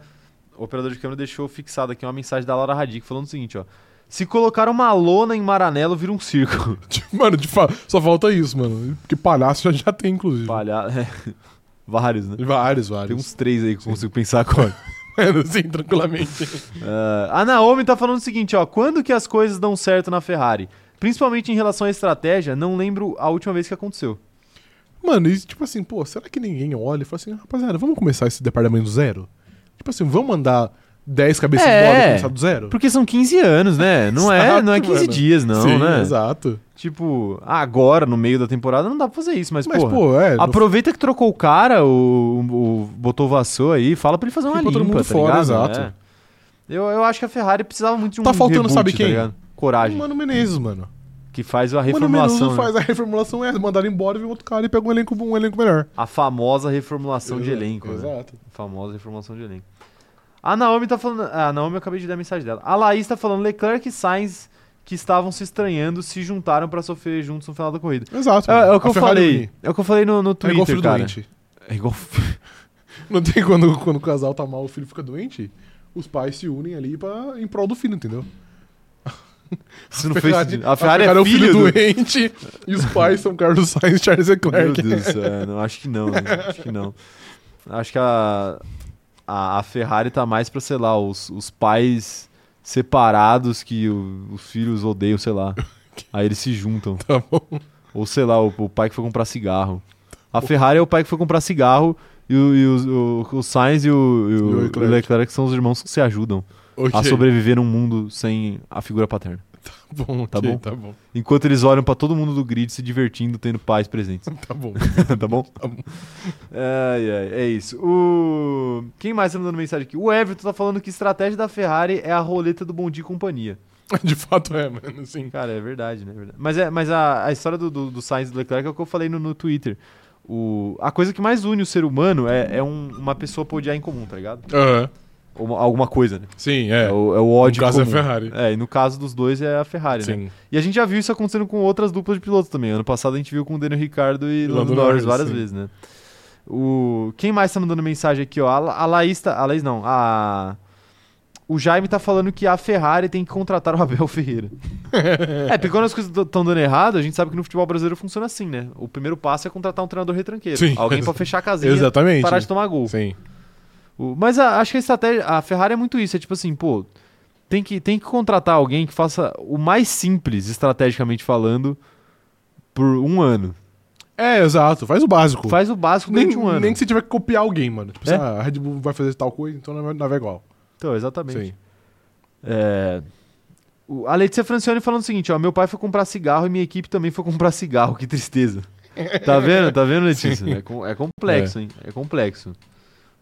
O operador de câmera deixou fixado aqui uma mensagem da Laura Radic falando o seguinte, ó. Se colocar uma lona em Maranello, vira um circo.
Tipo, Mano, de fa- só falta isso, mano. Porque palhaço já, já tem, inclusive.
Palha... [laughs] Vários, né?
Vários,
Tem
vários.
uns três aí que eu consigo pensar agora.
Mano, assim, tranquilamente.
Ah, a Naomi tá falando o seguinte, ó. Quando que as coisas dão certo na Ferrari? Principalmente em relação à estratégia, não lembro a última vez que aconteceu.
Mano, e tipo assim, pô, será que ninguém olha e fala assim, rapaziada, vamos começar esse departamento do zero? Tipo assim, vamos mandar 10 cabeças
É.
embora e começar do zero?
Porque são 15 anos, [laughs] né? Não é,
Exato,
não é 15
mano.
dias, não,
Sim,
né?
exato.
Tipo, agora, no meio da temporada, não dá pra fazer isso, mas,
Mas,
porra.
pô, é. não-
Aproveita que trocou o cara, o, o, o botou o Vassou aí, fala pra ele fazer uma
Ficou
limpa,
todo mundo
tá
fora,
ligado?
exato.
É. Eu, eu acho que a Ferrari precisava muito de um
Tá faltando,
reboot,
sabe
tá
quem?
ligado? Coragem,
Mano Menezes, mano.
que faz a
Mano
reformulação.
Menezes
né?
faz a reformulação, é, mandar embora e vem outro cara e pega um elenco, um elenco melhor.
A famosa reformulação de elenco, né?
Exato.
Famosa reformação de elenco. A Naomi tá falando. A Naomi eu acabei de dar a mensagem dela. A Laís tá falando Leclerc e Sainz que estavam se estranhando se juntaram pra sofrer juntos no final da corrida.
Exato.
É,
mano.
é o que
A
eu
Ferrari
falei.
une.
É o que eu falei no, no
É igual
Twitter,
filho
cara.
doente.
É igual [laughs] filho.
Não tem quando, quando o casal tá mal, o filho fica doente? Os pais se unem ali pra, em prol do filho, entendeu?
Isso não fez sentido. A Ferrari,
Ferrari
é filho, do...
doente e os pais são Carlos Sainz e Charles
Meu
Leclerc.
Deus, do céu, é, não, acho que não, né? Acho que não. Acho que a, a, a Ferrari tá mais pra, sei lá, os, os pais separados que o- os filhos odeiam, sei [laughs] lá. Aí eles se juntam.
Tá bom.
Ou sei lá, o, o pai que foi comprar cigarro. A Ferrari é o pai que foi comprar cigarro e o, e o, o- o Sainz e o, e o-
E o
o
Leclerc.
Leclerc são os irmãos que se ajudam
Ok.
a sobreviver num mundo sem a figura paterna.
Tá bom,
Tá
tá
bom?
bom. Tá bom. [laughs]
Enquanto eles olham pra todo mundo do grid se divertindo, tendo pais presentes.
Tá bom.
[laughs]
[laughs]
tá bom? [laughs] Ai, ai, é isso. O... Quem mais tá mandando mensagem aqui? O Everton tá falando que a estratégia da Ferrari é a roleta do Bom Dia e Companhia.
De fato é, mano. Assim.
Cara, é verdade, né? É verdade. Mas, é, mas a, a história do, do, do Sainz e do Leclerc é o que eu falei no, no Twitter. O, a coisa que mais une o ser humano é, é um- uma pessoa pra odiar em comum, tá ligado?
Aham.
Ou uma- alguma coisa, né?
Sim, é.
É o, é o ódio
No caso é a
comum.
Ferrari.
É, e no caso dos dois é a Ferrari, né?
Sim.
E a gente já viu isso acontecendo com outras duplas de pilotos também. Ano passado a gente viu com o Daniel Ricardo e
Lando
Lando Norris
Norris,
várias
sim.
vezes, né? O... Quem mais tá mandando mensagem aqui, ó? A, La- a Laís tá... A Laís não, a... O Jaime tá falando que a Ferrari tem que contratar o Abel
[laughs]
Ferreira. é, porque quando as coisas estão dando errado, a gente sabe que no futebol brasileiro funciona assim, né? O primeiro passo é contratar um treinador retranqueiro.
Sim.
Alguém pra fechar a casinha,
[laughs] Exatamente.
parar de tomar gol.
Sim.
O- Mas a- acho que a estratégia. A Ferrari é muito isso. É tipo assim, pô. Tem que, tem que contratar alguém que faça o mais simples, estrategicamente falando, por um ano.
É, exato. Faz o básico.
Faz o básico
nem,
durante um ano.
nem que você tiver que copiar alguém, mano. Tipo,
É.
assim, ah, a Red Bull vai fazer tal coisa, então não vai- não vai igual.
Então, exatamente.
Sim.
É, o- a Letícia Francione falando o seguinte: ó, meu pai foi comprar cigarro e minha equipe também foi comprar cigarro, que tristeza. Tá vendo? Tá vendo, Letícia? É, com- é complexo, hein? É complexo.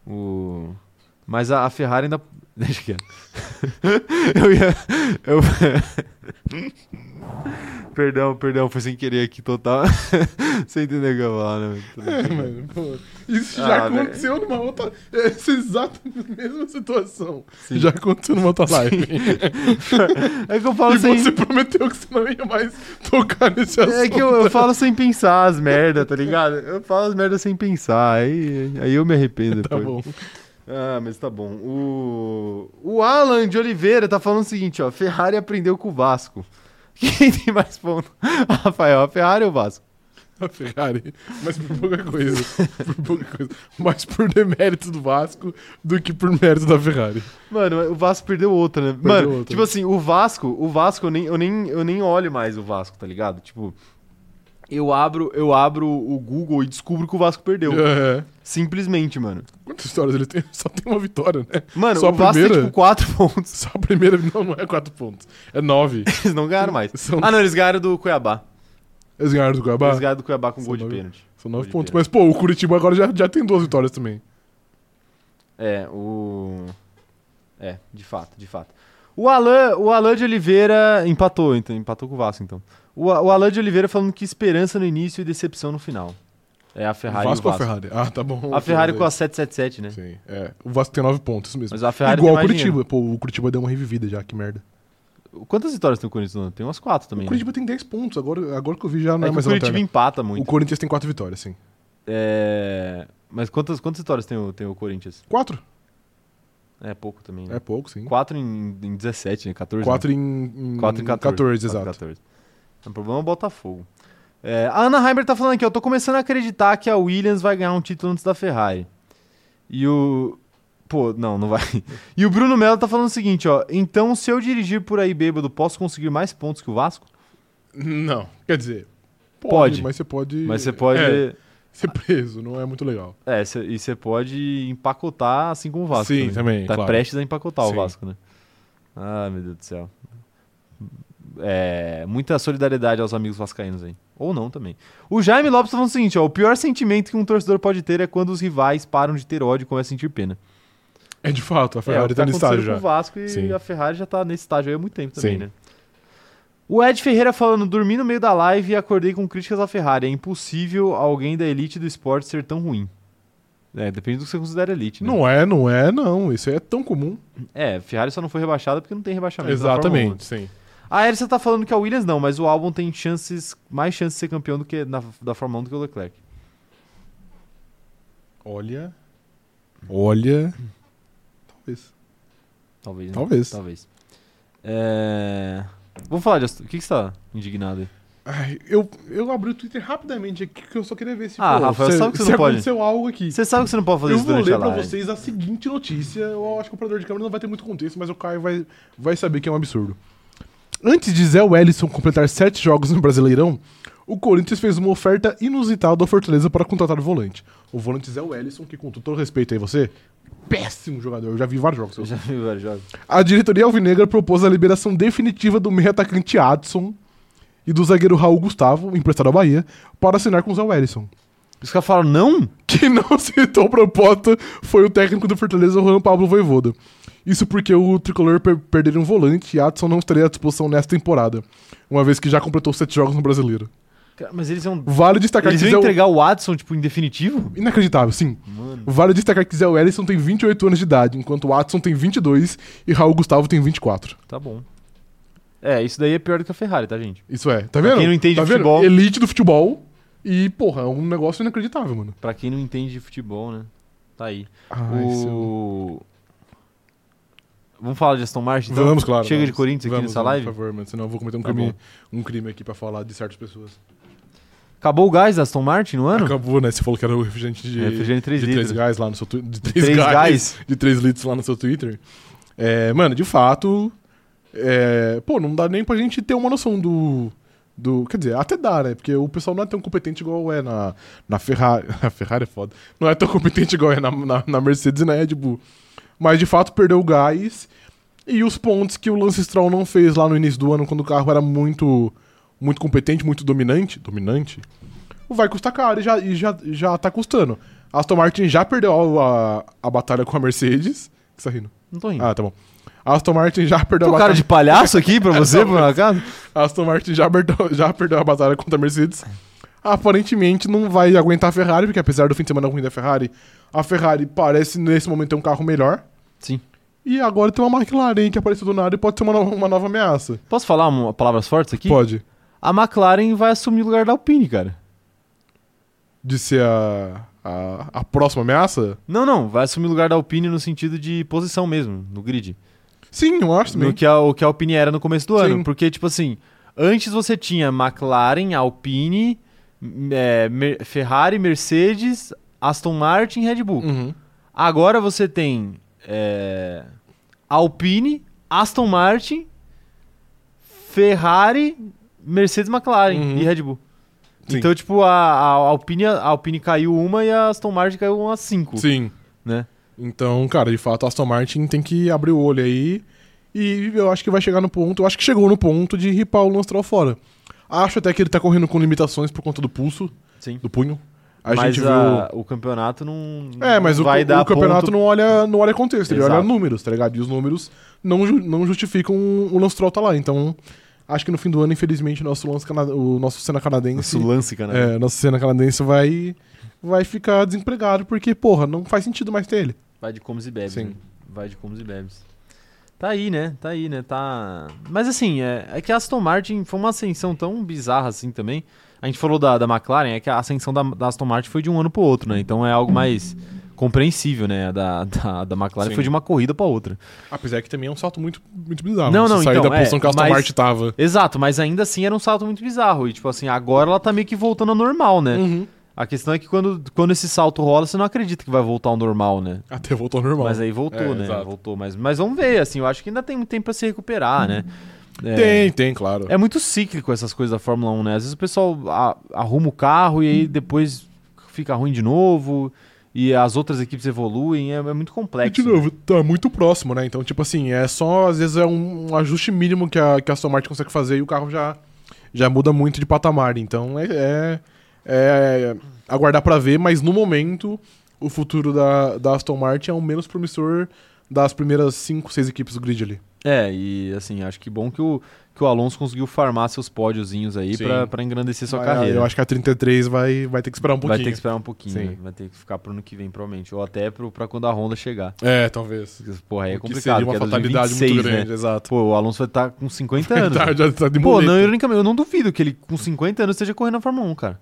O... Mas a, a Ferrari ainda. [laughs] Deixa quieto. eu ia. Eu... [laughs] perdão, perdão, foi sem querer aqui total. [laughs] sem entender o que eu ia falar, né? Tudo
[laughs] É,
bem.
mano, pô, isso já
Ah, velho.
aconteceu numa outra. [laughs] Essa é exata mesma situação.
Sim.
Já aconteceu numa outra live.
É que eu falo
E
sem.
você prometeu que você não ia mais tocar nesse assunto.
É que eu, eu falo sem pensar as merda, tá ligado? Eu falo as merda sem pensar, aí, aí eu me arrependo
[laughs] Tá
depois.
bom.
Ah, mas tá bom. O, o Alan de Oliveira tá falando o seguinte, ó. Ferrari aprendeu com o Vasco. [laughs] Quem tem mais ponto? Rafael, a Ferrari ou o Vasco?
A Ferrari, mas por pouca coisa. Por pouca coisa. Mais por demérito do Vasco do que por mérito da Ferrari.
Mano, o Vasco perdeu outra, né? Mano,
outra.
tipo assim, o Vasco, o Vasco, eu nem, eu, nem, eu nem olho mais o Vasco, tá ligado? Tipo, eu abro, eu abro o Google e descubro que o Vasco perdeu.
É.
Simplesmente, mano.
Quantas histórias ele tem? [laughs] Só tem uma vitória, né?
Mano,
Só a
o Vasco tem
primeira?
tipo 4 [laughs] pontos.
Só a primeira. Não, não é quatro pontos.
[laughs]
É nove.
Eles não ganharam mais.
São-
Ah, não, eles ganharam do Cuiabá.
Eles ganharam do Cuiabá.
Eles ganharam do Cuiabá com
São
gol de
nove-
pênalti.
São nove
Pode
pontos.
ter.
Mas, pô, o Curitiba agora já, já tem duas vitórias também.
É, o. É, de fato, de fato. O Alan, o Alan de Oliveira empatou, então, empatou com o Vasco, então. O, A- o Alan de Oliveira falando que esperança no início e decepção no final. É a Ferrari e
Vasco
o
ou a
Vasco.
Ferrari? Ah, tá bom.
A Ferrari com a
Beleza.
777, né?
Sim, é. O Vasco tem nove pontos, isso mesmo.
Mas a Ferrari
Igual
tem
o
mais
Curitiba. Pô, o Curitiba deu uma revivida já, que merda.
dinheiro. Quantas vitórias tem o Corinthians? no ano? Tem umas quatro também.
o
né?
Curitiba tem 10 pontos, agora, agora que eu vi já
É
não é,
que o
mais
Curitiba
lanterna.
empata
O
muito.
Corinthians tem quatro vitórias, sim.
É, Mas quantas, quantas vitórias tem o, tem o Corinthians?
Quatro?
É pouco também,
É
né?
pouco, sim.
4 em, em 17, né? 14. né?
Quatro em, em
4 em 14.
14,
quatro em
exato.
14. O problema é o Botafogo. É, a Ana Heimer tá falando aqui, eu tô começando a acreditar que a Williams vai ganhar um título antes da Ferrari. E o. Pô, não, não vai. [laughs] E o Bruno Melo tá falando o seguinte, ó. Então, se eu dirigir por aí bêbado, posso conseguir mais pontos que o Vasco?
Não, quer dizer... Pode,
Pode.
Mas você pode...
Mas você pode.
é,
É,
ser preso, não é muito legal.
cê- e você pode empacotar assim como o Vasco.
Sim, também,
Tá
claro.
prestes a empacotar o
Sim.
Vasco, né? Ah, meu Deus do céu. É, muita solidariedade aos amigos vascaínos aí. Ou não também. O Jaime Lopes tá falando o seguinte, ó. O pior sentimento que um torcedor pode ter é quando os rivais param de ter ódio e começam a sentir pena.
É de fato, a Ferrari
é, o que
tá no
acontecendo
estágio
com
já.
o Vasco e
Sim.
a Ferrari já tá nesse estágio aí há muito tempo também,
Sim.
né? O Ed Ferreira falando, dormi no meio da live e acordei com críticas à Ferrari. É impossível alguém da elite do esporte ser tão ruim. É, depende do que você considera elite, né?
Não é, não é, não. Isso aí é tão comum.
É, Ferrari só não foi rebaixada porque não tem rebaixamento. na Fórmula 1, né?
Exatamente, sim.
A Erissa tá falando que a Williams não, mas o Albon tem chances, mais chances de ser campeão do que na, da Fórmula 1 do que o Leclerc.
Olha... Olha... Talvez.
Talvez. né?
Talvez.
Talvez. É... Vamos falar de Aston- O que, que você tá indignado aí?
Ai, eu, eu abri o Twitter rapidamente aqui, que eu só queria ver se,
Ah, Rafael,
se,
sabe que você
se
não pode.
aconteceu algo aqui.
Você sabe que você não pode fazer
eu
isso
vou
durante
ler
a
pra
live.
vocês a seguinte notícia. Eu acho que o operador de câmera não vai ter muito contexto, mas o Caio vai, vai saber que é um absurdo. Antes de Zé Wellison completar sete jogos no Brasileirão, o Corinthians fez uma oferta inusitada ao Fortaleza para contratar o volante. O volante Zé Wellison, que com todo respeito aí você, péssimo jogador, eu já vi vários jogos.
Eu
seus.
já vi vários jogos.
A diretoria alvinegra propôs a liberação definitiva do meio atacante Adson e do zagueiro Raul Gustavo, emprestado à Bahia, para assinar com o Zé Wellison. [laughs]
Os caras falaram, não?
Quem não aceitou a proposta foi o técnico do Fortaleza, Juan Pablo Voivoda. Isso porque o tricolor per perderia um volante e Adson não estaria à disposição nesta temporada, uma vez que já completou sete jogos no Brasileiro.
Cara, mas eles iam,
Vale destacar
eles
que
iam
Zé-
entregar o Watson, tipo, em definitivo?
Inacreditável, sim.
Mano.
Vale destacar que Zé Wellison tem 28 anos de idade, enquanto o Adson tem 22 e Raul Gustavo tem 24.
Tá bom. É, isso daí é pior do que a Ferrari, tá, gente?
Isso é,
Pra
tá vendo?
quem não entende
tá
de
vendo?
futebol.
Elite do futebol e, porra, é um negócio inacreditável, mano.
Pra quem não entende de futebol, né? Tá aí.
Ai,
é um-
seu-
o... Vamos falar de Aston Martin? Então?
Vamos, claro.
Chega de
vamos.
Corinthians aqui
Vamos,
nessa
vamos,
live?
Por favor, mano, senão eu vou cometer um,
Tá
crime, um crime aqui pra falar de certas pessoas.
Acabou o gás da Aston Martin no ano?
Acabou, né? Você falou que era o refrigerante de,
É, refrigerante três
de três
litros.
gás lá no seu Twitter. De três
Três
gás,
gás?
De 3 litros lá no seu Twitter. É, mano, de fato. é, pô, não dá nem pra gente ter uma noção do. do quer dizer, até dá, né? Porque o pessoal não é tão competente igual é na, na Ferrari. [laughs] A Ferrari é foda. Não é tão competente igual é na, na, na Mercedes e na Red Bull. Mas de fato perdeu o gás. E os pontos que o Lance Stroll não fez lá no início do ano, quando o carro era muito, muito competente, muito dominante. Dominante? vai custar caro e já, e já, já tá custando. A Aston Martin já perdeu a, a, a batalha com a Mercedes. O que você tá rindo?
Não tô rindo.
Ah, tá bom. Aston Martin já perdeu
Hum. Tô
a
cara [laughs]
batalha.
de palhaço aqui pra você, por um acaso?
Aston Martin já perdeu, já perdeu a batalha contra a Mercedes. Aparentemente não vai aguentar a Ferrari, porque apesar do fim de semana ruim da Ferrari, a Ferrari parece nesse momento ter um carro melhor.
Sim.
E agora tem uma McLaren que apareceu do nada e pode ser uma, no- uma nova ameaça.
Posso falar uma- palavras fortes aqui?
Pode.
A McLaren vai assumir o lugar da Alpine, cara.
De ser a, a, a próxima ameaça?
Não, não, vai assumir o lugar da Alpine no sentido de posição mesmo, no grid.
Sim, eu acho também.
No que a, o que a Alpine era no começo do
Sim.
ano. Porque, tipo assim, antes você tinha McLaren, Alpine, m- é, Mer- Ferrari, Mercedes, Aston Martin e Red Bull.
Uhum.
Agora você tem é, Alpine, Aston Martin, Ferrari, Mercedes, McLaren
Uhum.
e Red Bull.
Sim.
Então, tipo, a, a Alpine, a Alpine caiu uma e a Aston Martin caiu umas cinco.
Sim.
Né?
Então, cara, de fato, a Aston Martin tem que abrir o olho aí. E eu acho que vai chegar no ponto, eu acho que chegou no ponto de ripar o Lance Stroll fora. Acho até que ele tá correndo com limitações por conta do pulso,
Sim.
do punho. A
mas
gente
a- o campeonato não
viu. É, mas o,
vai
o
dar
campeonato
ponto.
não olha não olha contexto, ele
Exato.
olha números, tá ligado? E os números não, ju- não justificam o Lance Stroll tá lá. Então, acho que no fim do ano, infelizmente, o nosso lance cana- o nosso cena canadense.
Isso lance, cara.
É, nossa cena canadense vai vai ficar desempregado porque, porra, não faz sentido mais ter ele.
Vai de comes e bebes.
Sim.
né? Vai de comes e bebes. Tá aí, né? Tá aí, né? Tá. Mas assim, é, é que a Aston Martin foi uma ascensão tão bizarra assim também. A gente falou da, da McLaren, é que a ascensão da, da Aston Martin foi de um ano pro outro, né? Então é algo mais compreensível, né? A Da, da, da McLaren
Sim.
foi de uma corrida pra outra.
Apesar que também é um salto muito, muito bizarro.
Não,
né? Você
não,
sair
então,
da posição
é,
que a Aston
mas-
Martin tava.
Exato, mas ainda assim era um salto muito bizarro. E tipo assim, agora ela tá meio que voltando ao normal, né?
Uhum.
A questão é que quando, quando esse salto rola, você não acredita que vai voltar ao normal, né?
Até voltou ao normal.
Mas aí voltou,
É,
né?
exato.
Voltou, mas, mas vamos ver, assim, eu acho que ainda tem muito tempo pra se recuperar, né? É,
Uhum. Tem, tem, claro.
É muito cíclico essas coisas da Fórmula 1, né? Às vezes o pessoal a- arruma o carro e aí
Uhum.
depois fica ruim de novo e as outras equipes evoluem, é, é muito
E,
complexo.
de novo, tá muito próximo, né? Então, tipo assim, é só, às vezes, é um, um ajuste mínimo que a, que a Aston Martin consegue fazer e o carro já, já muda muito de patamar. Então, é, é, é aguardar pra ver, mas no momento, o futuro da, da Aston Martin é o menos promissor das primeiras 5, 6 equipes do grid ali.
É, e assim, acho que bom que o, que o Alonso conseguiu farmar seus pódiozinhos aí
Sim.
pra pra engrandecer sua
Mas,
carreira.
Eu acho que a 33 vai, vai ter que esperar um pouquinho.
Vai ter que esperar um pouquinho,
Sim.
né? vai ter que ficar pro ano que vem, provavelmente. Ou até pro, pra quando a Honda chegar.
É, talvez.
Porra, aí é
O que
complicado.
Seria uma
porque é
fatalidade
2026,
muito
né?
grande, exato.
Pô, o Alonso vai estar com 50 anos.
[laughs] Tá, já tá de
Pô,
muleta.
não, ironicamente, eu não duvido que ele com 50 anos esteja correndo na Fórmula 1, cara.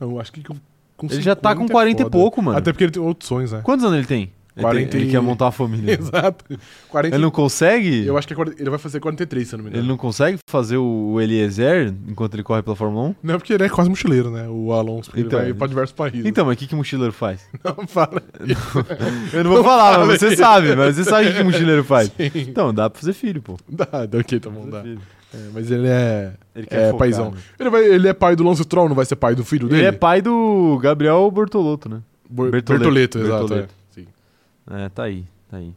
Não, acho que com com
Ele já tá com
50 é
40 e
foda.
pouco, mano.
Até porque ele tem outros sonhos, né?
Quantos anos ele tem? Ele tem-
40
Ele,
e-
quer montar uma
[laughs]
família.
Exato. 40
Ele não consegue?
Eu acho que é 40 ele vai fazer 43, se eu não me engano.
Ele não consegue fazer o Eliezer enquanto ele corre pela Fórmula 1?
Não é porque ele é quase mochileiro, né? O Alonso, porque
Então,
ele vai pra diversos países.
Então, mas o que, que mochileiro faz?
[laughs] não fala.
Eu não vou falar, mas
falei.
você sabe. Mas você sabe o que, que mochileiro
[laughs]
faz. Então, dá pra fazer filho, pô.
Dá, dá, ok, tá bom,
Fazer
dá.
filho.
É, mas ele é.
Ele
é,
focar,
paizão.
né?
Ele, vai, ele é pai do Lance Troll, não vai ser pai do filho
Ele
dele?
é pai do Gabriel Bortolotto, né?
Bo-
Bertoleto.
Bertoleto, exato.
Bertoleto.
é. Sim.
É, tá aí, tá aí.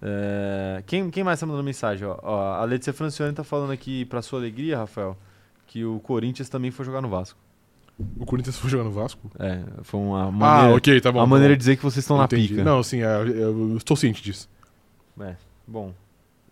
É, quem, quem mais tá mandando mensagem? Ó, ó, a Letícia Francione tá falando aqui, pra sua alegria, Rafael, que o Corinthians também foi jogar no Vasco.
O Corinthians foi jogando no Vasco?
É, foi uma maneira,
ah, ok, tá bom.
uma
tá
maneira
bom.
de dizer que vocês estão na
Entendi.
pica.
Não, sim, é, eu estou ciente disso.
Bom,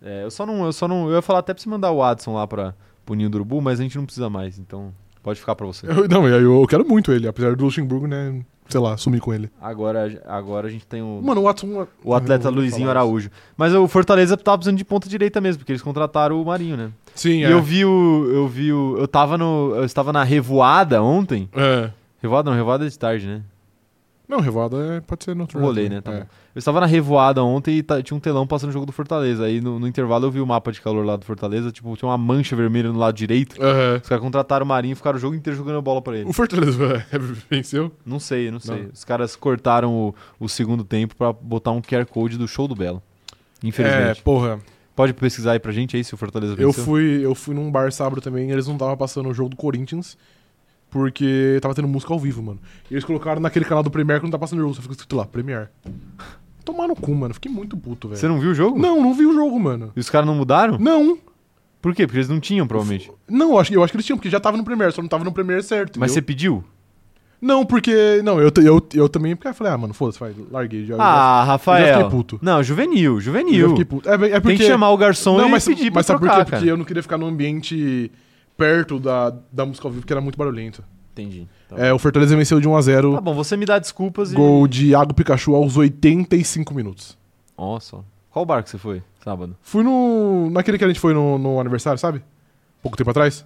é, eu só não, eu só não, eu ia falar até pra você mandar o Adson lá pra pro Ninho do Urubu, mas a gente não precisa mais, então pode ficar pra você.
[laughs] Eu- não, eu, eu quero muito ele, apesar do Luxemburgo, né? Sei lá, sumir com ele.
Agora, agora a gente tem o,
Mano, o Watson.
o atleta
eu vou
Luizinho
falar
Araújo. Mas o Fortaleza tava precisando de ponta direita mesmo, porque eles contrataram o Marinho, né?
isso. Sim,
E
é.
eu vi o. Eu vi o. Eu tava no. Eu estava na revoada ontem.
É.
Revoada não, revoada é de tarde, né?
Não, revoada é- pode ser no outro
Rolê,
lado,
né? Tá
é.
bom. Eu estava na revoada ontem e ta- tinha um telão passando o jogo do Fortaleza. Aí no, no intervalo eu vi o mapa de calor lá do Fortaleza, tipo, tinha uma mancha vermelha no lado direito.
Aham.
Os caras contrataram o Marinho e ficaram o jogo inteiro jogando bola pra ele.
O Fortaleza [laughs] é, venceu?
Não sei, não sei.
Não.
Os caras cortaram o, o segundo tempo pra botar um QR Code do show do Belo.
É,
Infelizmente.
porra.
Pode pesquisar aí pra gente aí se o Fortaleza venceu.
Eu fui, eu fui num bar sábado também e eles não estavam passando o jogo do Corinthians porque tava tendo música ao vivo, mano. E eles colocaram naquele canal do Premier que não tá passando jogo, só fica escrito lá, Premier. Tomar no cu, mano. Fiquei muito puto,
Você
velho.
não viu o jogo?
Não, não vi o jogo, mano.
E os caras não mudaram?
Não,
Por quê? Porque eles não tinham, provavelmente.
não, eu acho, eu acho que eles tinham, porque já tava no Premier, só não tava no Premier certo.
Mas você
entendeu?
pediu?
Não, porque. Não, eu, t- eu, eu também. Porque eu falei, ah, mano, foda-se, vai, larguei. Já,
Ah, Rafael.
eu já fiquei puto.
Não, juvenil,
já, já
juvenil.
fiquei puto. É, é porque.
Tem que chamar o garçom
não,
e
mas,
pedir pra
mas sabe por
trocar,
quê? Porque eu não queria ficar num ambiente perto da, da música ao vivo, que era muito barulhento.
Entendi. Tá,
É, o Fortaleza venceu de 1x0.
bom. Tá bom, você me dá desculpas
Gol de Iago Pikachu aos 85 minutos.
e... Nossa. Qual bar que você foi sábado?
Fui no. Naquele que a gente foi no, no aniversário, sabe? Pouco tempo atrás?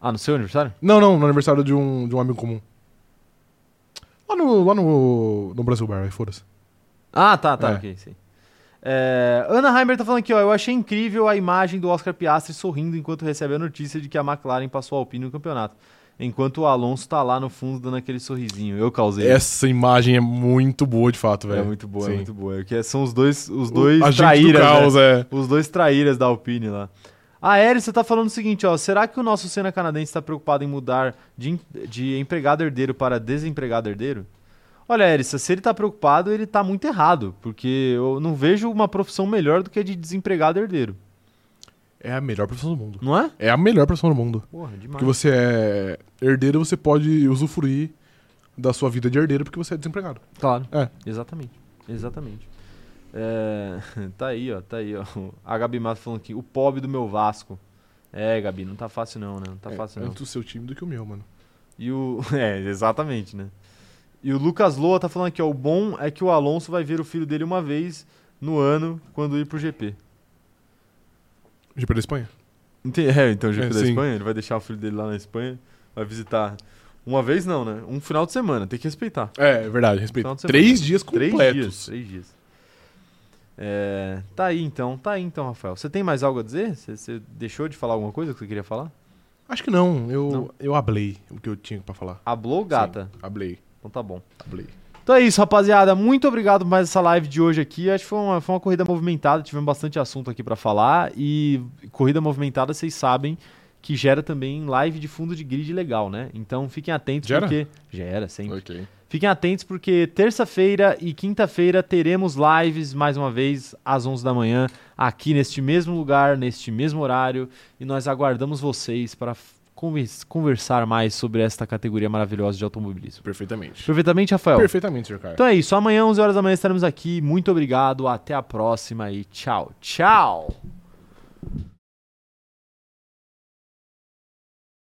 Ah, no seu aniversário?
Não, não, no aniversário de um, de um amigo comum. Lá no. Lá no. No Brasil Bar, aí foda-se.
Ah, tá, tá,
É.
ok, sim. É, Ana Heimer tá falando aqui, ó. Eu achei incrível a imagem do Oscar Piastri sorrindo enquanto recebe a notícia de que a McLaren passou a Alpine no campeonato. Enquanto o Alonso tá lá no fundo dando aquele sorrisinho. Eu causei.
Essa imagem é muito boa de fato,
É
velho.
muito boa,
Sim.
é muito boa. É Que são os dois, os dois
a gente
traíras,
do
né?
caos, é.
Os dois traíras da Alpine lá. A Eri, você tá falando o seguinte, ó. Será que o nosso Senna canadense está preocupado em mudar de, em- de empregado herdeiro para desempregado herdeiro? Olha, Erissa, se ele tá preocupado, ele tá muito errado, porque eu não vejo uma profissão melhor do que a de desempregado herdeiro,
É a melhor profissão do mundo.
não é?
É a melhor profissão do mundo.
Porra, demais.
Porque você é herdeiro, você pode usufruir da sua vida de herdeiro porque você é desempregado.
Claro.
É.
Exatamente. Exatamente. É, [laughs] tá aí, ó. Tá aí, ó. A Gabi Mato falando aqui, o pobre do meu Vasco. É, Gabi, não tá fácil não, né? Não tá
é,
fácil não.
Antes o seu time do que o meu, mano.
E o. [laughs] É, exatamente, né? E o Lucas Loa tá falando aqui, ó. O bom é que o Alonso vai ver o filho dele uma vez no ano quando ir pro GP.
GP da Espanha?
Ente- É, então o GP
É,
da
sim.
Espanha, ele vai deixar o filho dele lá na Espanha, vai visitar. Uma vez não, né? Um final de semana, tem que respeitar.
É, é verdade, respeito.
Final de semana.
Três dias
Três
completos.
dias. Três dias. É, tá aí então, tá aí então, Rafael. Você tem mais algo a dizer? Você, você deixou de falar alguma coisa que você queria falar?
Acho que não, eu,
Não.
eu ablei o que eu tinha pra falar.
Ablou, gata?
Sim, ablei,
Então tá bom.
ablei.
Então é isso, rapaziada. Muito obrigado por mais essa live de hoje aqui. Acho que foi uma, foi uma corrida movimentada, tivemos bastante assunto aqui pra falar. E corrida movimentada, vocês sabem que gera também live de fundo de grid legal, né? Então fiquem atentos
Gera?
porque. Gera, sempre.
Ok.
Fiquem atentos porque terça-feira e quinta-feira teremos lives mais uma vez às 11 da manhã aqui neste mesmo lugar, neste mesmo horário e nós aguardamos vocês para f- convers- conversar mais sobre esta categoria maravilhosa de automobilismo.
Perfeitamente.
Perfeitamente, Rafael.
Perfeitamente, Sr. Caio.
Então é isso, amanhã 11 horas da manhã estaremos aqui. Muito obrigado, até a próxima e tchau, tchau.